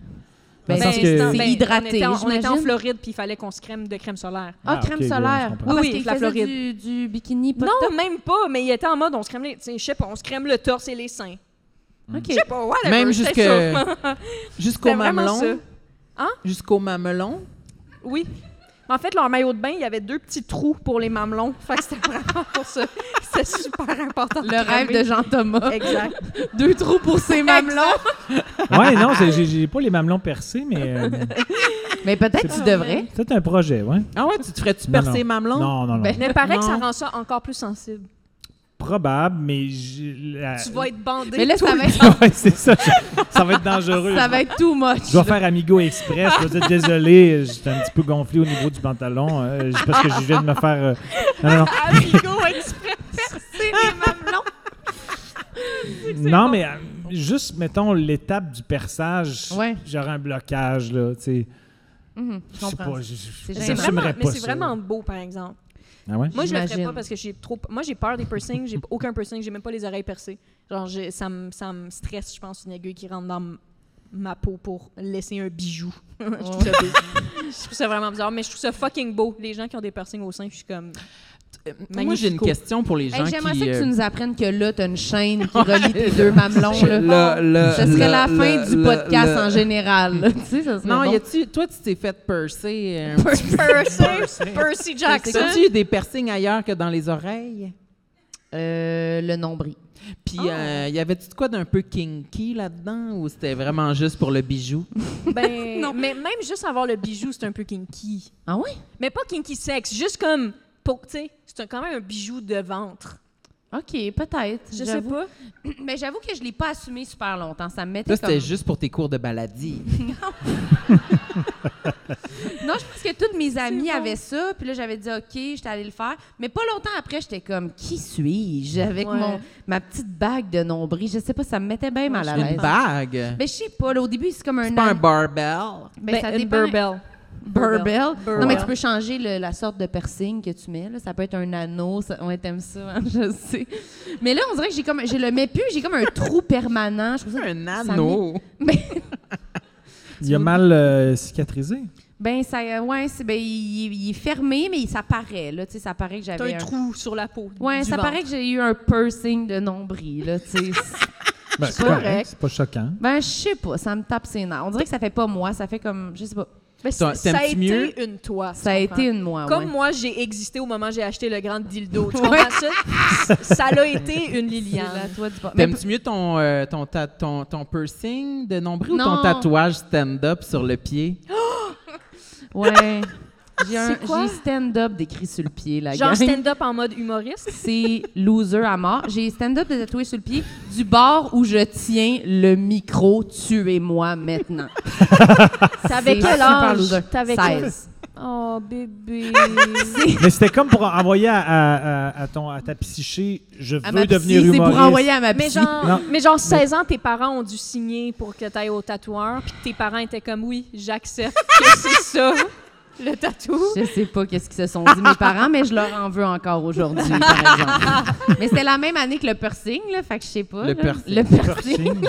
Dans
Ben,
le sens
c'est-
que-
c'est hydraté,
On était en, on était en
j'imagine.
Floride, puis il fallait qu'on se crème de crème solaire.
Ah,
Ah,
crème
ok, je
solaire.
comprends.
Ah, parce
Oui,
qu'ils
la
faisaient
Floride.
Du, du bikini pas de
Non, même pas, mais il était en mode, on se crème les. tu sais, Je sais pas, on se crème le torse et les seins.
top. OK.
Je sais pas, whatever.
Même
c'était
jusque
ça.
jusqu'au
C'était vraiment ça.
mamelon
Hein?
Jusqu'au mamelon
Oui. En fait, leur maillot de bain, il y avait deux petits trous pour les mamelons. Fait que c'était vraiment pour ça. C'était super important.
Le rêve de Jean-Thomas.
Exact.
Deux trous pour ses mamelons.
Ouais, non, c'est- j'ai- j'ai pas les mamelons percés, mais euh,
Mais peut-être que tu devrais.
c'est un projet, ouais.
Ah ouais, tu te ferais-tu
Non,
percer
non.
mamelon
Non, non, non.
Ben,
Mais il paraît que ça
Non.
rend ça encore plus sensible.
Probable, mais j'ai- la-
Tu vas être bandé.
Mais là,
tout
ça
le
va, être,
ouais, c'est ça. je- Ça va être dangereux.
ça va être too much.
Je vais faire Amigo Express. Je vais dire désolé, j'étais un petit peu gonflé au niveau du pantalon euh, c'est parce que je viens de me faire. euh, non, non,
Amigo Express.
C'est les mamelons.
non. Non, mais euh, juste, mettons, l'étape du perçage,
Ouais.
j'aurais un blocage, là, tu sais.
Mhm, je
Je sais
comprends.
pas, je- je-
C'est
je-
C'est
gênant.
j'assumerais
vraiment, mais
pas
c'est
ça.
vraiment beau, par exemple.
Ah ouais?
Moi, je le ferais
J'imagine.
pas parce que j'ai trop. Moi, j'ai peur des piercings. J'ai aucun piercing. J'ai même pas les oreilles percées. Genre, j'ai- ça me ça me stresse, je pense, une aiguille qui rentre dans m- ma peau pour laisser un bijou. je, trouve ça, bi- je trouve ça vraiment bizarre, mais je trouve ça fucking beau. Les gens qui ont des piercings au sein, je suis comme.
Euh, Moi, j'ai une
Magnifico.
question pour les
Hey,
gens qui
J'aimerais ça que
euh,
tu nous apprennes que là, t'as une chaîne qui relie tes deux mamelons. Là.
Le- le-
Ce serait
le-
la fin
le-
du
le-
podcast
le-
en général. là. tu sais, ça serait
Non,
bon.
y a-tu toi tu t'es fait percer euh,
Percy, Percy Jackson.
As-tu eu des piercings ailleurs que dans les oreilles
Euh, le nombril.
Puis
Oh.
euh, y avait-tu de quoi d'un peu kinky là-dedans ou c'était vraiment juste pour le bijou
Ben,
Non.
Mais même juste avoir le bijou, c'est un peu kinky.
Ah ouais?
Mais pas kinky sexe, juste comme. Pour, tu sais, c'est un- quand même un bijou de ventre.
OK, peut-être.
Je sais
j'avoue.
pas.
Mais j'avoue que je l'ai pas assumé super longtemps. Ça me mettait
Là, c'était
comme...
juste pour tes cours de baladie.
Non, je pense que toutes mes amies avaient ça. Puis là, j'avais dit OK, j'étais allée le faire. Mais pas longtemps après, j'étais comme qui suis-je avec
Ouais.
mon ma petite bague de nombril. Je sais pas, ça me mettait bien mal à
Une
l'aise.
bague.
Mais je sais pas, là, au début, c'est comme un.
C'est pas un
an-
barbell.
Ben,
Ben,
ça
une
dépend.
Burbell.
Burbel. Non, mais
Burbel.
tu peux changer le- la sorte de piercing que tu mets. là. Ça peut être un anneau. Ça, ouais, t'aimes ça, hein, je sais. Mais là, on dirait que j'ai comme. Je le mets plus, j'ai comme un trou permanent. Je trouve ça.
Un
ça
anneau.
Mais,
Il a mal euh, cicatrisé.
ben, ça. euh, Ouais, c'est, ben, il, est- il est fermé, mais ça paraît, là. Tu sais, ça paraît que j'avais.
T'as un trou sur la peau.
Ouais,
du
ça
ventre.
paraît que j'ai eu un piercing de nombril, là, tu sais.
Ben, c'est correct. C'est pas choquant.
Ben, je sais pas, ça me tape ses nerfs. On dirait que ça fait pas moi, ça fait comme, je sais pas,
Mais
T'as-
c'est- ça a
t'aimes-tu
été
mieux?
une toi. tu
ça a
comprends?
été une moi,
Comme
ouais.
moi, j'ai existé au moment où j'ai acheté le grand dildo. Tu
Ouais.
comprends ça? ça l'a été une
C'est la
Liliane.
toi du bas. Mais
T'aimes-tu mieux ton, euh, ton, ta- ton, ton piercing de nombril ou
Non.
ton tatouage stand-up sur le pied?
p- Ouais. J'ai un
C'est quoi?
j'ai stand-up d'écrit sur le pied, la
Genre
gang.
stand-up en mode humoriste?
C'est loser à mort. J'ai stand-up de tatoué sur le pied du bord où je tiens le micro. Tuez-moi maintenant.
T'avais
C'est
quel
super loser.
âge? T'avais quel-
16.
Oh, bébé.
Mais c'était comme pour envoyer à, à- à- à ton, à ta psyché je
À
veux
ma psy,
devenir
C'est
humoriste.
pour envoyer à ma
Mais
psy.
genre,
Non.
mais genre 16 ans, tes parents ont dû signer pour que t'ailles au tatoueur, puis tes parents étaient comme oui, j'accepte que c'est ça le tatou.
Je sais pas qu'est-ce qu'ils se sont dit mes parents, mais je leur en veux encore aujourd'hui, par exemple. mais c'était la même année que le piercing, là, fait que je sais pas. là.
Le piercing.
Le piercing.
Signe.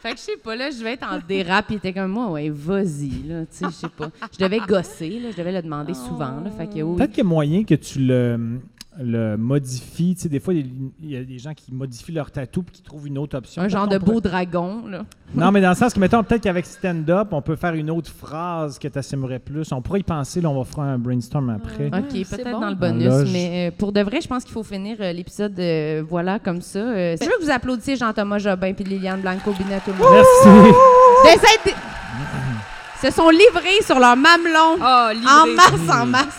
Fait que je sais pas, là, je vais être en dérap, il était comme moi, ouais, vas-y, là, tu sais, je sais pas. Je devais gosser, là, je devais le demander souvent, là, fait que oui.
Peut-être qu'il y a moyen que tu le, le modifies. Tu sais, des fois, il il y a des gens qui modifient leur tatou puis qui trouvent une autre option.
Un genre de
Peut-être qu'on
beau dragon, là.
pourrait- Non, mais dans le sens que, mettons, peut-être qu'avec stand-up, on peut faire une autre phrase que tu assumerais plus. On pourrait y penser. Là, on va faire un brainstorm après.
OK,
c'est
peut-être
bon.
dans le
En
bonus,
loge.
mais euh, pour de vrai, je pense qu'il faut finir euh, l'épisode euh, voilà comme ça. Euh, je veux que vous applaudissiez Jean-Thomas Jobin puis Liliane Blanco-Binet tout le monde.
Merci.
Des aides- se sont livrés sur leur mamelon
Oh,
en
livré.
masse, en masse.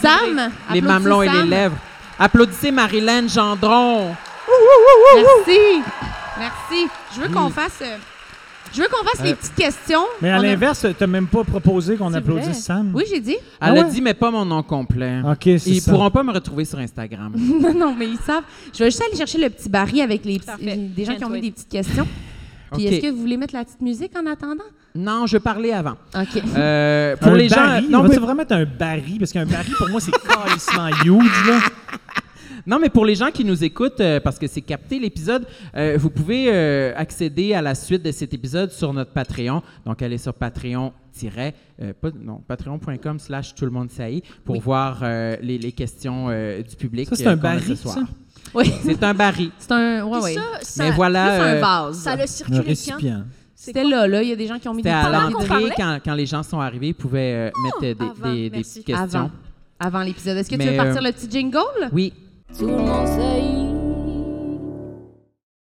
Sam,
Mm. Les
applaudis
mamelons et les
Sam.
lèvres. Applaudissez Marilyn Gendron.
Merci. Merci. Je
Mm.
veux qu'on fasse euh, je veux qu'on fasse
Euh,
les petites questions.
Mais
On
à
a-
l'inverse, t'as même pas proposé qu'on
C'est
applaudisse
vrai.
Sam.
Oui, j'ai dit.
Elle
Ah
a
ouais?
dit, mais pas mon nom complet.
OK, Ah, c'est
Ils
ça.
pourront pas me retrouver sur Instagram.
non, non, mais ils savent. Je vais juste aller chercher le petit Barry avec les petits-
Parfait.
des gens qui ont mis
Tiens-toi.
des petites questions. Puis
OK.
est-ce que vous voulez mettre la petite musique en attendant?
Non, je parlais avant.
OK.
Euh, pour
un
les
baril,
gens. Non,
on va-tu
mais-
vraiment mettre un baril? Parce qu'un baril, pour moi, c'est carrément huge, là.
Non, mais pour les gens qui nous écoutent, euh, parce que c'est capté l'épisode, euh, vous pouvez euh, accéder à la suite de cet épisode sur notre Patreon. Donc, allez sur patreon euh, pas- non, patreon.com slash tout le monde saillit pour voir euh, les, les questions euh, du public.
Ça, c'est un
qu'on a ce
baril,
soir.
ça?
Oui.
C'est un baril.
C'est un. Ouais,
Puis
ouais.
ça, ça,
mais voilà,
Plus un
euh,
vase.
ça l'a
Un
circulé quand?
récipient.
C'était là, là. Il y a des gens qui ont mis
C'était
des
à
petites-
Pendant qu'on
l'entrée,
parlait? Oh,
quand, quand les gens sont arrivés, ils pouvaient euh, mettre euh, des,
avant,
des- des
merci.
petites questions.
Avant. Avant l'épisode. Est-ce que tu
Mais,
veux partir
euh,
le petit jingle?
Oui.
Tout le monde sait